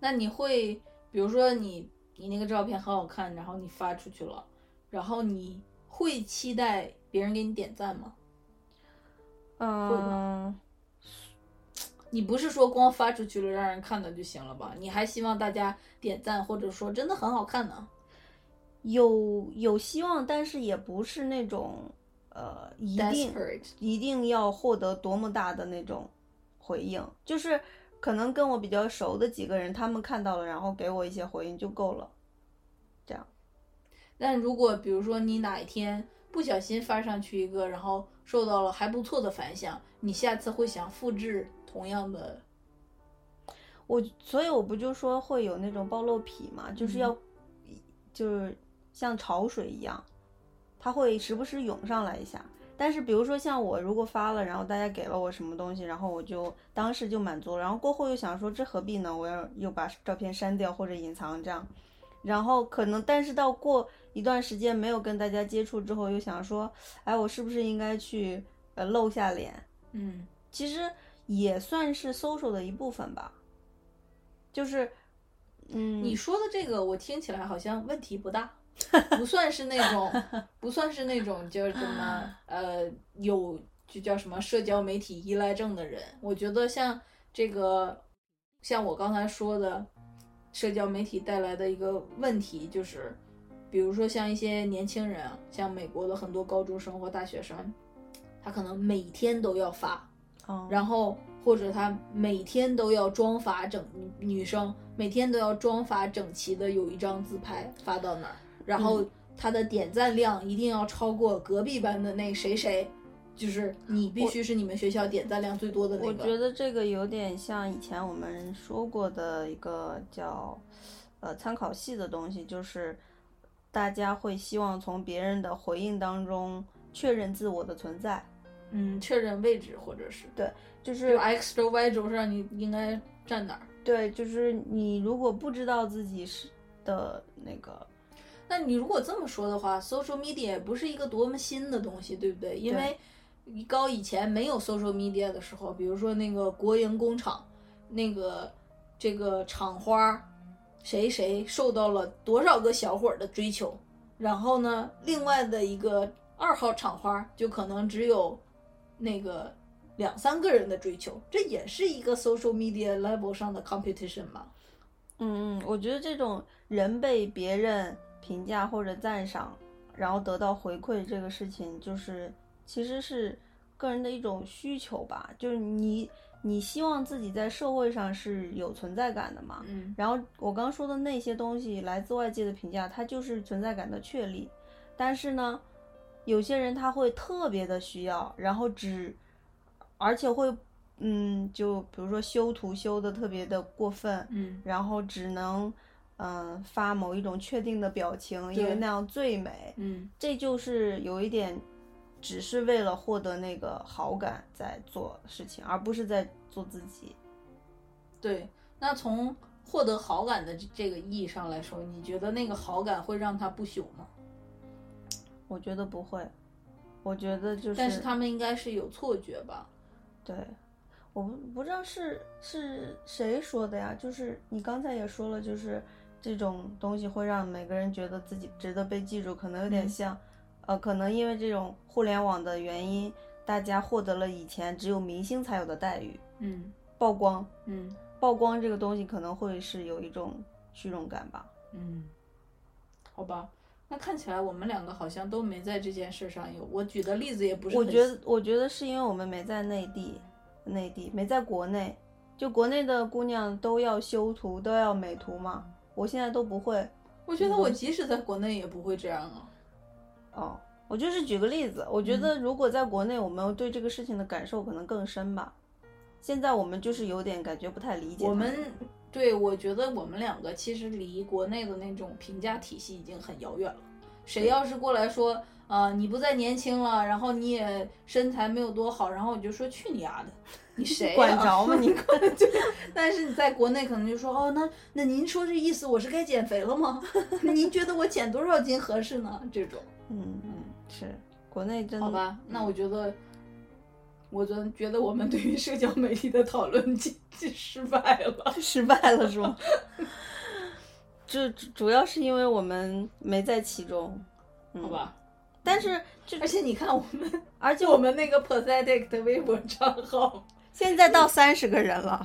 [SPEAKER 2] 那你会，比如说你你那个照片很好看，然后你发出去了，然后你会期待别人给你点赞吗？
[SPEAKER 1] 嗯，
[SPEAKER 2] 你不是说光发出去了让人看到就行了吧？你还希望大家点赞，或者说真的很好看呢？
[SPEAKER 1] 有有希望，但是也不是那种呃一定
[SPEAKER 2] Desperate
[SPEAKER 1] 一定要获得多么大的那种回应，就是可能跟我比较熟的几个人，他们看到了，然后给我一些回应就够了。
[SPEAKER 2] 但如果比如说你哪一天不小心发上去一个，然后受到了还不错的反响，你下次会想复制同样的。
[SPEAKER 1] 我所以我不就说会有那种暴露癖嘛，就是要，就是像潮水一样，它会时不时涌上来一下。但是比如说像我如果发了，然后大家给了我什么东西，然后我就当时就满足了，然后过后又想说这何必呢？我要又把照片删掉或者隐藏这样，然后可能但是到过一段时间没有跟大家接触之后，又想说，哎，我是不是应该去呃露下脸？
[SPEAKER 2] 嗯
[SPEAKER 1] 其实也算是 social 的一部分吧，就是，嗯，
[SPEAKER 2] 你说的这个我听起来好像问题不大，不算是那种，不算是那种就是什么呃有就叫什么社交媒体依赖症的人。我觉得像这个，像我刚才说的，社交媒体带来的一个问题就是，比如说像一些年轻人啊，像美国的很多高中生或大学生，他可能每天都要发，
[SPEAKER 1] 哦，
[SPEAKER 2] 然后或者她每天都要妆发整，女生每天都要妆发整齐的有一张自拍发到那儿，然后
[SPEAKER 1] 嗯
[SPEAKER 2] 她的点赞量一定要超过隔壁班的那谁谁，就是你必须是你们学校点赞量最多的那个。
[SPEAKER 1] 我觉得这个有点像以前我们说过的一个叫，呃，参考系的东西，就是大家会希望从别人的回应当中确认自我的存在，
[SPEAKER 2] 嗯，确认位置或者是
[SPEAKER 1] 就是
[SPEAKER 2] 就 x 轴 y 轴上你应该站哪儿。
[SPEAKER 1] 对，就是你如果不知道自己是的那个，
[SPEAKER 2] 那你如果这么说的话，social media 也不是一个多么新的东西，对不对？因为高以前没有 social media 的时候，比如说那个国营工厂，那个这个厂花儿，谁谁受到了多少个小伙儿的追求，然后呢，另外的一个二号厂花儿就可能只有那个两三个人的追求，这也是一个 social media level 上的 competition 嘛。
[SPEAKER 1] 嗯嗯，我觉得这种人被别人评价或者赞赏，然后得到回馈这个事情，就是其实是个人的一种需求吧，就是你你希望自己在社会上是有存在感的嘛。
[SPEAKER 2] 嗯
[SPEAKER 1] 然后我刚说的那些东西，来自外界的评价，它就是存在感的确立。但是呢，有些人他会特别的需要，然后只，而且会，嗯，就比如说修图修的特别的过分，
[SPEAKER 2] 嗯，
[SPEAKER 1] 然后只能，嗯、发某一种确定的表情，因为
[SPEAKER 2] 对
[SPEAKER 1] 那样最美。
[SPEAKER 2] 嗯，
[SPEAKER 1] 这就是有一点，只是为了获得那个好感在做事情，而不是在做自己。
[SPEAKER 2] 对，那从获得好感的这这个意义上来说，你觉得那个好感会让他不朽吗？
[SPEAKER 1] 我觉得不会，我觉得就是，
[SPEAKER 2] 但是他们应该是有错觉吧？
[SPEAKER 1] 对，我不不知道是是谁说的呀，就是你刚才也说了，就是这种东西会让每个人觉得自己值得被记住，可能有点
[SPEAKER 2] 嗯
[SPEAKER 1] 像，呃，可能因为这种互联网的原因，大家获得了以前只有明星才有的待遇，
[SPEAKER 2] 嗯
[SPEAKER 1] 曝光，
[SPEAKER 2] 嗯
[SPEAKER 1] 曝光这个东西可能会是有一种虚荣感吧。
[SPEAKER 2] 嗯，好吧，那看起来我们两个好像都没在这件事上有。我举的例子也不是
[SPEAKER 1] 我
[SPEAKER 2] 很，
[SPEAKER 1] 觉得，我觉得是因为我们没在内地，内地没在国内，就国内的姑娘都要修图，都要美图嘛。我现在都不会
[SPEAKER 2] 我觉得嗯我即使在国内也不会这样啊。
[SPEAKER 1] 哦。我就是举个例子，我觉
[SPEAKER 2] 嗯
[SPEAKER 1] 得如果在国内，我们对这个事情的感受可能更深吧。现在我们就是有点感觉不太理解他。
[SPEAKER 2] 我们对我觉得我们两个其实离国内的那种评价体系已经很遥远了。谁要是过来说，呃，你不再年轻了，然后你也身材没有多好，然后我就说去你丫的，你谁、啊、
[SPEAKER 1] 管着吗？你
[SPEAKER 2] 但是你在国内可能就说，哦，那那您说这意思，我是该减肥了吗？ 您觉得我减多少斤合适呢？这种，
[SPEAKER 1] 嗯嗯，是国内真的
[SPEAKER 2] 好吧，那我觉得。我觉得觉得我们对于社交媒体的讨论 就就失败了。
[SPEAKER 1] 失败了是吗？ 这主主要是因为我们没在其中，嗯、
[SPEAKER 2] 好？吧，
[SPEAKER 1] 但是
[SPEAKER 2] 而且你看我们
[SPEAKER 1] 而且
[SPEAKER 2] 就我们那个 pathetic 的微博账号，
[SPEAKER 1] 现在到三十个人了，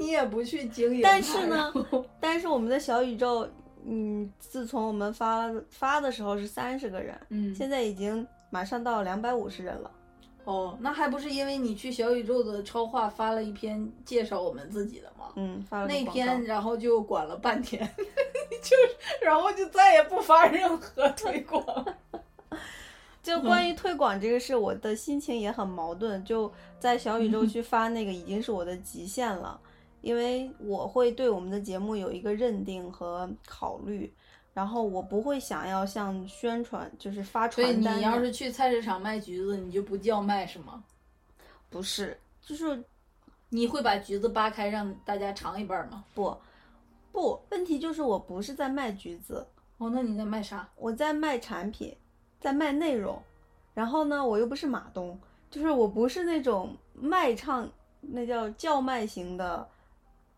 [SPEAKER 2] 你也不去经营它。
[SPEAKER 1] 但是呢，但是我们的小宇宙，嗯，自从我们发发的时候是三十个人，
[SPEAKER 2] 嗯，
[SPEAKER 1] 现在已经马上到两百五十人了。
[SPEAKER 2] 哦，那还不是因为你去小宇宙的超话发了一篇介绍我们自己的吗？
[SPEAKER 1] 嗯，发了个
[SPEAKER 2] 那
[SPEAKER 1] 广告
[SPEAKER 2] 篇然后就管了半天， 就是然后就再也不发任 何推广。
[SPEAKER 1] 就关于推广这个事，我的心情也很矛盾。就在小宇
[SPEAKER 2] 嗯
[SPEAKER 1] 宙去发那个，已经是我的极限了，因为我会对我们的节目有一个认定和考虑，然后我不会想要像宣传，就是发
[SPEAKER 2] 所以
[SPEAKER 1] 传单那样。
[SPEAKER 2] 你要是去菜市场卖橘子，你就不叫卖是吗？
[SPEAKER 1] 不是，就是
[SPEAKER 2] 你会把橘子扒开让大家尝一半吗？
[SPEAKER 1] 不不，问题就是我不是在卖橘子，
[SPEAKER 2] 哦，那你在卖啥？
[SPEAKER 1] 我在卖产品，在卖内容。然后呢，我又不是马东，就是我不是那种卖唱，那叫叫卖型的，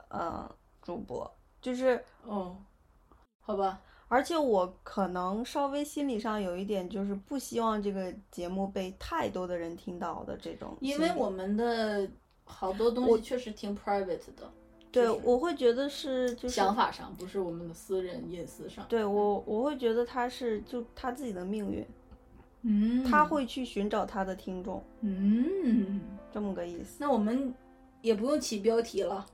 [SPEAKER 1] 呃，主播。就是，
[SPEAKER 2] 哦，好吧，
[SPEAKER 1] 而且我可能稍微心理上有一点，就是不希望这个节目被太多的人听到的这种心理。
[SPEAKER 2] 因为我们的好多东西确实挺 private 的，
[SPEAKER 1] 对
[SPEAKER 2] 就是
[SPEAKER 1] 我会觉得是就是
[SPEAKER 2] 想法上不是我们的私人隐私上。
[SPEAKER 1] 对我我会觉得他是就他自己的命运，
[SPEAKER 2] 嗯，
[SPEAKER 1] 他，会去寻找他的听众，
[SPEAKER 2] 嗯，
[SPEAKER 1] 这么个意思。
[SPEAKER 2] 那我们也不用起标题了，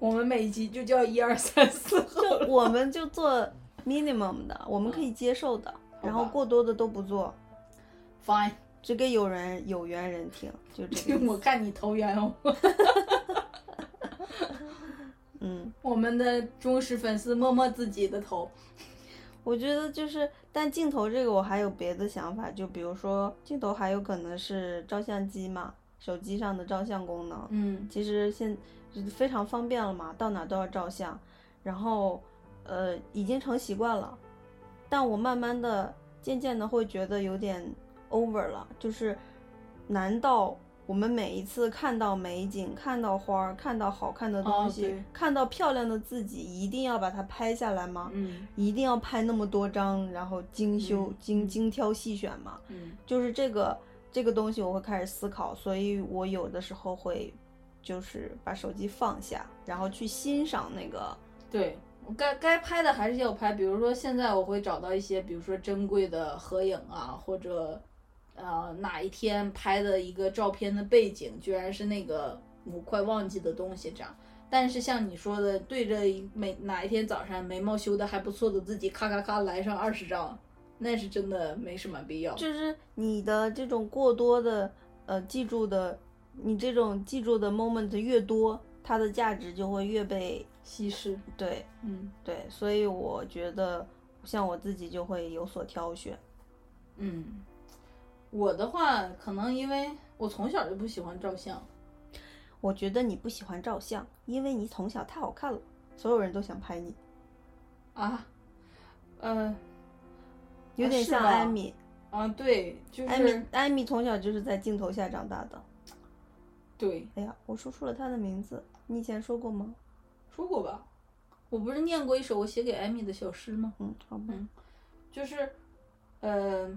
[SPEAKER 2] 我们每集就叫一二三四后
[SPEAKER 1] 就 我们就做 minimum 的，我们可以接受的，然后过多的都不做，
[SPEAKER 2] ，fine，
[SPEAKER 1] 只给有人有缘人听，就这 个意
[SPEAKER 2] 我
[SPEAKER 1] 思。
[SPEAKER 2] 看你投缘哦。
[SPEAKER 1] 嗯，
[SPEAKER 2] 我们的忠实粉丝摸摸自己的头，
[SPEAKER 1] 我觉得就是，但镜头这个我还有别的想法，就比如说镜头还有可能是照相机嘛，手机上的照相功能，
[SPEAKER 2] 嗯，
[SPEAKER 1] 其实现就是非常方便了嘛，到哪都要照相，然后呃已经成习惯了，但我慢慢的、渐渐的会觉得有点 over 了，就是难道我们每一次看到美景、看到花儿、看到好看的东
[SPEAKER 2] 哦
[SPEAKER 1] 西、
[SPEAKER 2] 对
[SPEAKER 1] 看到漂亮的自己，一定要把它拍下来吗？
[SPEAKER 2] 嗯
[SPEAKER 1] 一定要拍那么多张，然后精修、
[SPEAKER 2] 嗯
[SPEAKER 1] 精
[SPEAKER 2] 嗯
[SPEAKER 1] 精挑细选吗？
[SPEAKER 2] 嗯，
[SPEAKER 1] 就是这个这个东西，我会开始思考，所以我有的时候会就是把手机放下，然后去欣赏那个。
[SPEAKER 2] 对。我该该拍的还是要拍，比如说现在我会找到一些，比如说珍贵的合影啊，或者，呃，哪一天拍的一个照片的背景居然是那个我快忘记的东西这样。但是像你说的，对着一每哪一天早上眉毛修的还不错的自己，咔咔咔来上二十张，那是真的没什么必要。
[SPEAKER 1] 就是你的这种过多的呃记住的，你这种记住的 moment 越多，它的价值就会越被
[SPEAKER 2] 稀释，
[SPEAKER 1] 对
[SPEAKER 2] 嗯
[SPEAKER 1] 对，所以我觉得像我自己就会有所挑选。
[SPEAKER 2] 嗯，我的话可能因为我从小就不喜欢照相，
[SPEAKER 1] 我觉得你不喜欢照相，因为你从小太好看了，所有人都想拍你，
[SPEAKER 2] 啊，呃，
[SPEAKER 1] 有
[SPEAKER 2] 啊
[SPEAKER 1] 点
[SPEAKER 2] 是
[SPEAKER 1] 像
[SPEAKER 2] 吧
[SPEAKER 1] 艾米。
[SPEAKER 2] 啊，对，就
[SPEAKER 1] 艾米
[SPEAKER 2] 是，
[SPEAKER 1] 艾米从小就是在镜头下长大的。
[SPEAKER 2] 对，
[SPEAKER 1] 哎呀，我说出了她的名字，你以前说过吗？
[SPEAKER 2] 说过吧，我不是念过一首我写给艾米的小诗吗？
[SPEAKER 1] 嗯，好吧。
[SPEAKER 2] 嗯就是，呃，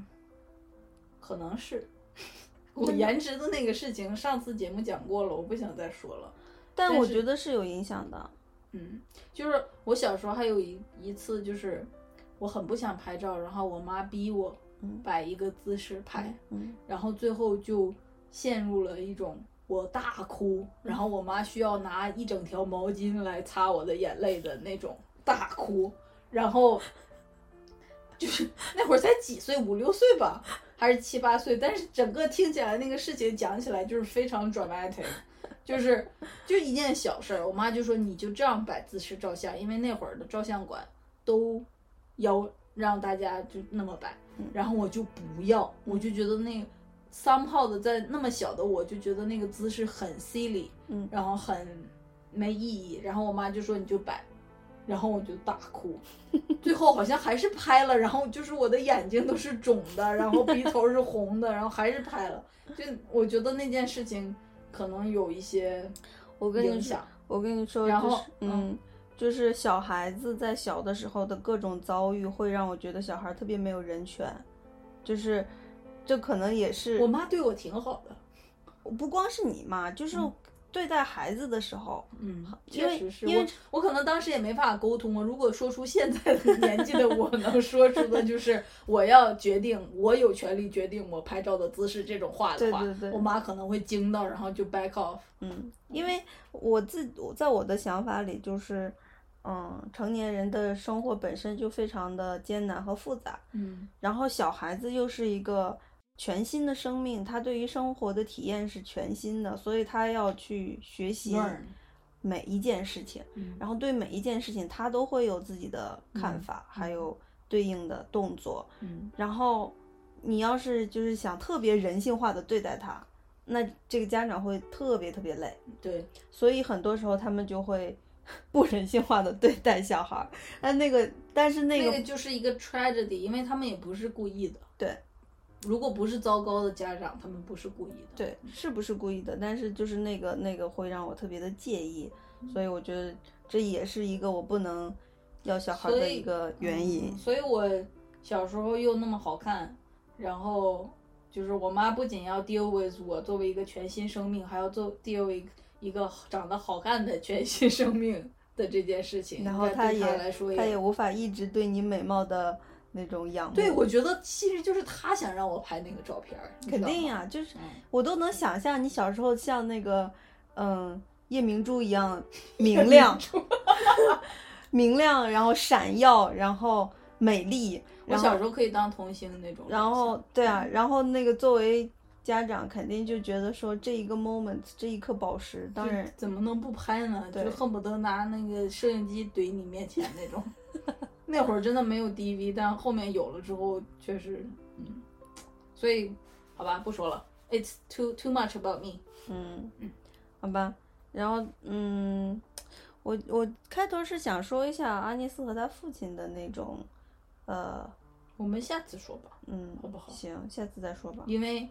[SPEAKER 2] 可能是 我颜值的那个事情，上次节目讲过了，我不想再说了。
[SPEAKER 1] 但
[SPEAKER 2] 但
[SPEAKER 1] 我
[SPEAKER 2] 是
[SPEAKER 1] 觉得是有影响的。
[SPEAKER 2] 嗯，就是我小时候还有一一次，就是我很不想拍照，然后我妈逼我
[SPEAKER 1] 嗯
[SPEAKER 2] 摆一个姿势拍，
[SPEAKER 1] 嗯，
[SPEAKER 2] 然后最后就陷入了一种我大哭，然后我妈需要拿一整条毛巾来擦我的眼泪的那种大哭，然后就是那会儿才几岁，五六岁吧，还是七八岁，但是整个听起来那个事情讲起来就是非常 dramatic。就是，就一件小事儿，我妈就说你就这样摆姿势照相，因为那会儿的照相馆都要让大家就那么摆，然后我就不要，我就觉得那三炮的在那么小的我就觉得那个姿势很 silly，
[SPEAKER 1] 嗯
[SPEAKER 2] 然后很没意义，然后我妈就说你就摆，然后我就大哭， 最后好像还是拍了，然后就是我的眼睛都是肿的，然后鼻头是红的，然后还是拍了，就我觉得那件事情可能有一些
[SPEAKER 1] 我跟你
[SPEAKER 2] 影
[SPEAKER 1] 说
[SPEAKER 2] 响，，
[SPEAKER 1] 我跟你说，
[SPEAKER 2] 然
[SPEAKER 1] 就是
[SPEAKER 2] 后
[SPEAKER 1] 嗯，就是小孩子在小的时候的各种遭遇，会让我觉得小孩特别没有人权。就是，这可能也是
[SPEAKER 2] 我妈对我挺好的，
[SPEAKER 1] 不光是你嘛，就是
[SPEAKER 2] 嗯
[SPEAKER 1] 对待孩子的时候，
[SPEAKER 2] 嗯，
[SPEAKER 1] 因
[SPEAKER 2] 确
[SPEAKER 1] 为
[SPEAKER 2] 实是
[SPEAKER 1] 因为
[SPEAKER 2] 我，我可能当时也没法沟通。我啊如果说出现在的 年纪的我能说出的，就是我要决定，我有权利决定我拍照的姿势这种话的
[SPEAKER 1] 对
[SPEAKER 2] 话，
[SPEAKER 1] 对对
[SPEAKER 2] 我妈可能会惊嗯到，然后就 back off。
[SPEAKER 1] 嗯，因为我自我在我的想法里就是，嗯，成年人的生活本身就非常的艰难和复杂，
[SPEAKER 2] 嗯
[SPEAKER 1] 然后小孩子又是一个全新的生命，他对于生活的体验是全新的，所以他要去学习
[SPEAKER 2] ，learn，
[SPEAKER 1] 每一件事情，
[SPEAKER 2] 嗯
[SPEAKER 1] 然后对每一件事情他都会有自己的看
[SPEAKER 2] 嗯
[SPEAKER 1] 法，
[SPEAKER 2] 嗯
[SPEAKER 1] 还有对应的动作。
[SPEAKER 2] 嗯
[SPEAKER 1] 然后你要是就是想特别人性化的对待他，那这个家长会特别特别累。
[SPEAKER 2] 对，
[SPEAKER 1] 所以很多时候他们就会 不人性化的对待小孩儿。但那个，但是那
[SPEAKER 2] 那
[SPEAKER 1] 个，
[SPEAKER 2] 个就是一个 tragedy，因为他们也不是故意的。
[SPEAKER 1] 对，
[SPEAKER 2] 如果不是糟糕的家长，他们不是故意的。
[SPEAKER 1] 对，是不是故意的？但是就是那个那个会让我特别的介意，所以我觉得这也是一个我不能要小孩儿
[SPEAKER 2] 所
[SPEAKER 1] 的
[SPEAKER 2] 以嗯
[SPEAKER 1] 一个原因。
[SPEAKER 2] 所以我小时候又那么好看，然后就是我妈不仅要 deal with 我作为一个全新生命，还要做 deal with 一个长得好看的全新生命的这件事情。
[SPEAKER 1] 然后
[SPEAKER 2] 嗯但对
[SPEAKER 1] 也
[SPEAKER 2] 她来说
[SPEAKER 1] 他也无法一直对你美貌的那种仰慕。
[SPEAKER 2] 对，我觉得其实就是她想让我拍那个照片儿，你
[SPEAKER 1] 肯
[SPEAKER 2] 知道
[SPEAKER 1] 定
[SPEAKER 2] 吗
[SPEAKER 1] 呀、就是
[SPEAKER 2] 嗯
[SPEAKER 1] 我都能想象你小时候像那个嗯夜明珠一样明亮， 明亮，然后闪耀，然后美丽。
[SPEAKER 2] 我
[SPEAKER 1] 然
[SPEAKER 2] 小
[SPEAKER 1] 后
[SPEAKER 2] 时候可以当童星那种长相。
[SPEAKER 1] 然后对啊，
[SPEAKER 2] 嗯
[SPEAKER 1] 然后那个作为家长肯定就觉得说这一个 moment 这一颗宝石，当
[SPEAKER 2] 就
[SPEAKER 1] 然
[SPEAKER 2] 怎么能不拍呢？
[SPEAKER 1] 对
[SPEAKER 2] 就恨不得拿那个摄影机怼你面前那种。 那会儿真的没有 DV，但后面有了之后，确实，嗯，所以好吧，不说了。It's too too much about me。
[SPEAKER 1] 嗯，好吧，然后嗯，我我开头是想说一下阿尼斯和他父亲的那种，呃
[SPEAKER 2] 我们下次说吧，
[SPEAKER 1] 嗯，
[SPEAKER 2] 好不好
[SPEAKER 1] 行，下次再说吧。
[SPEAKER 2] 因为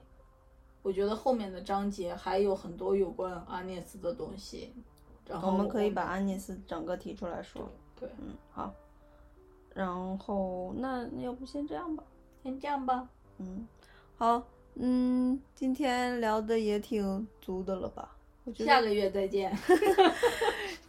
[SPEAKER 2] 我觉得后面的章节还有很多有关阿涅斯的东西。然后
[SPEAKER 1] 我们可以把安妮斯整个提出来说。
[SPEAKER 2] 对，
[SPEAKER 1] 嗯，好。然后那那要不先这样吧。
[SPEAKER 2] 先这样吧。
[SPEAKER 1] 嗯，好，嗯，今天聊的也挺足的了吧？我觉
[SPEAKER 2] 下
[SPEAKER 1] 得，
[SPEAKER 2] 个月再见。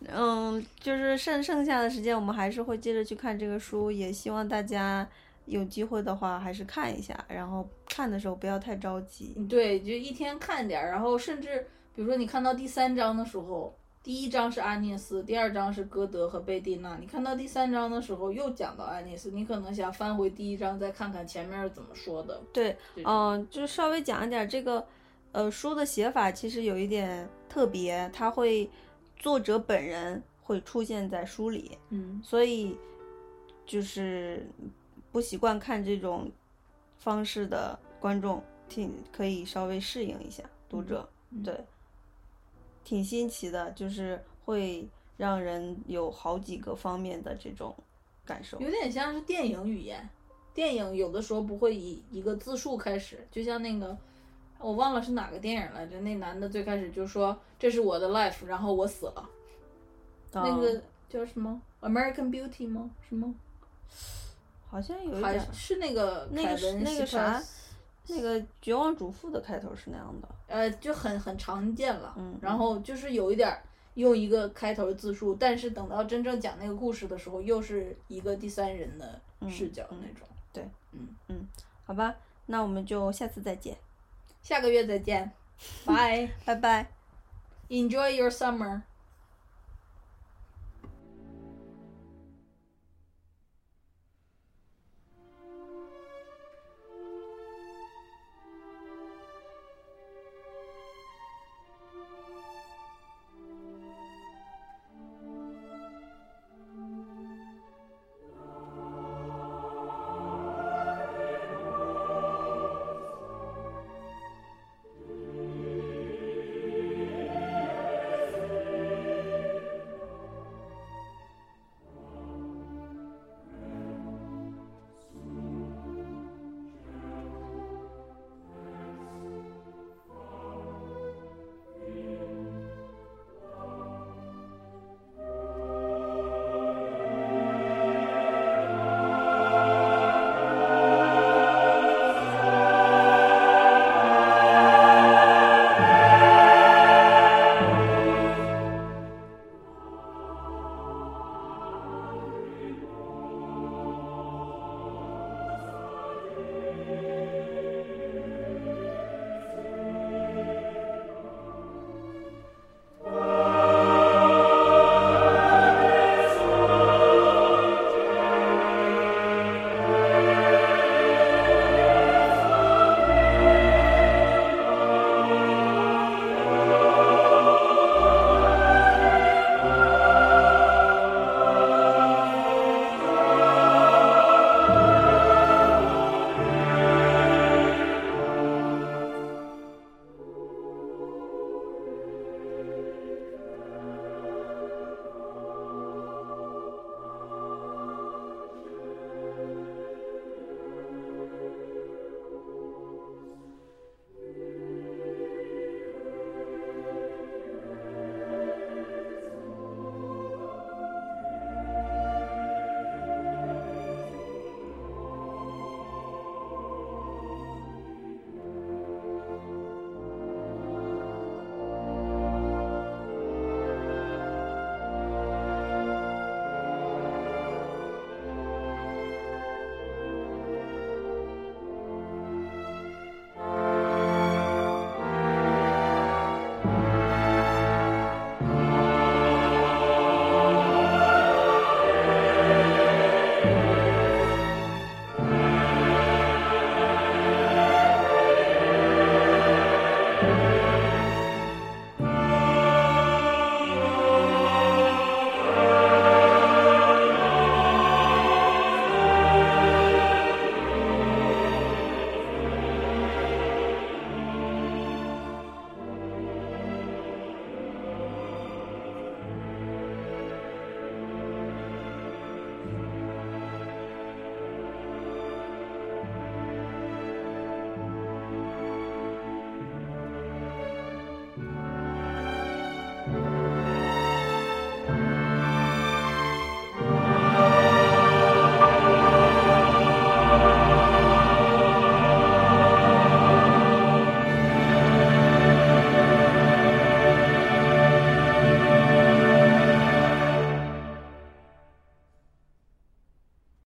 [SPEAKER 1] 嗯，就是剩剩下的时间，我们还是会接着去看这个书，也希望大家有机会的话还是看一下，然后看的时候不要太着急。
[SPEAKER 2] 对，就一天看点儿，然后甚至比如说你看到第三章的时候，第一章是阿涅斯，第二章是歌德和贝蒂娜，你看到第三章的时候又讲到阿涅斯，你可能想翻回第一章再看看前面是怎么说的。
[SPEAKER 1] 对，
[SPEAKER 2] 这种
[SPEAKER 1] 嗯，就是稍微讲一点这个，呃，书的写法其实有一点特别，它会作者本人会出现在书里，
[SPEAKER 2] 嗯，
[SPEAKER 1] 所以就是不习惯看这种方式的观众，挺可以稍微适应一下读者，
[SPEAKER 2] 嗯嗯
[SPEAKER 1] 对，挺新奇的，就是会让人有好几个方面的这种感受。
[SPEAKER 2] 有点像是电影语言，电影有的时候不会以一个自述开始，就像那个。我忘了是哪个电影来着，那男的最开始就说这是我的 life，然后我死了。那
[SPEAKER 1] 嗯
[SPEAKER 2] 个叫什么《American Beauty》吗？什么？
[SPEAKER 1] 好像有一
[SPEAKER 2] 还
[SPEAKER 1] 点。
[SPEAKER 2] 是那个
[SPEAKER 1] 那个
[SPEAKER 2] 凯
[SPEAKER 1] 是
[SPEAKER 2] 文
[SPEAKER 1] 那
[SPEAKER 2] 希
[SPEAKER 1] 个
[SPEAKER 2] 特
[SPEAKER 1] 啥，那个《绝望主妇》的开头是那样的，
[SPEAKER 2] 呃，就很很常见了。
[SPEAKER 1] 嗯
[SPEAKER 2] 然后就是有一点儿用一个开头自述，但是等到真正讲那个故事的时候，又是一个第三人的视角
[SPEAKER 1] 嗯嗯
[SPEAKER 2] 那种。
[SPEAKER 1] 好吧？那我们就下次再见，
[SPEAKER 2] 下个月再见，拜
[SPEAKER 1] 拜拜。
[SPEAKER 2] ，Enjoy your summer。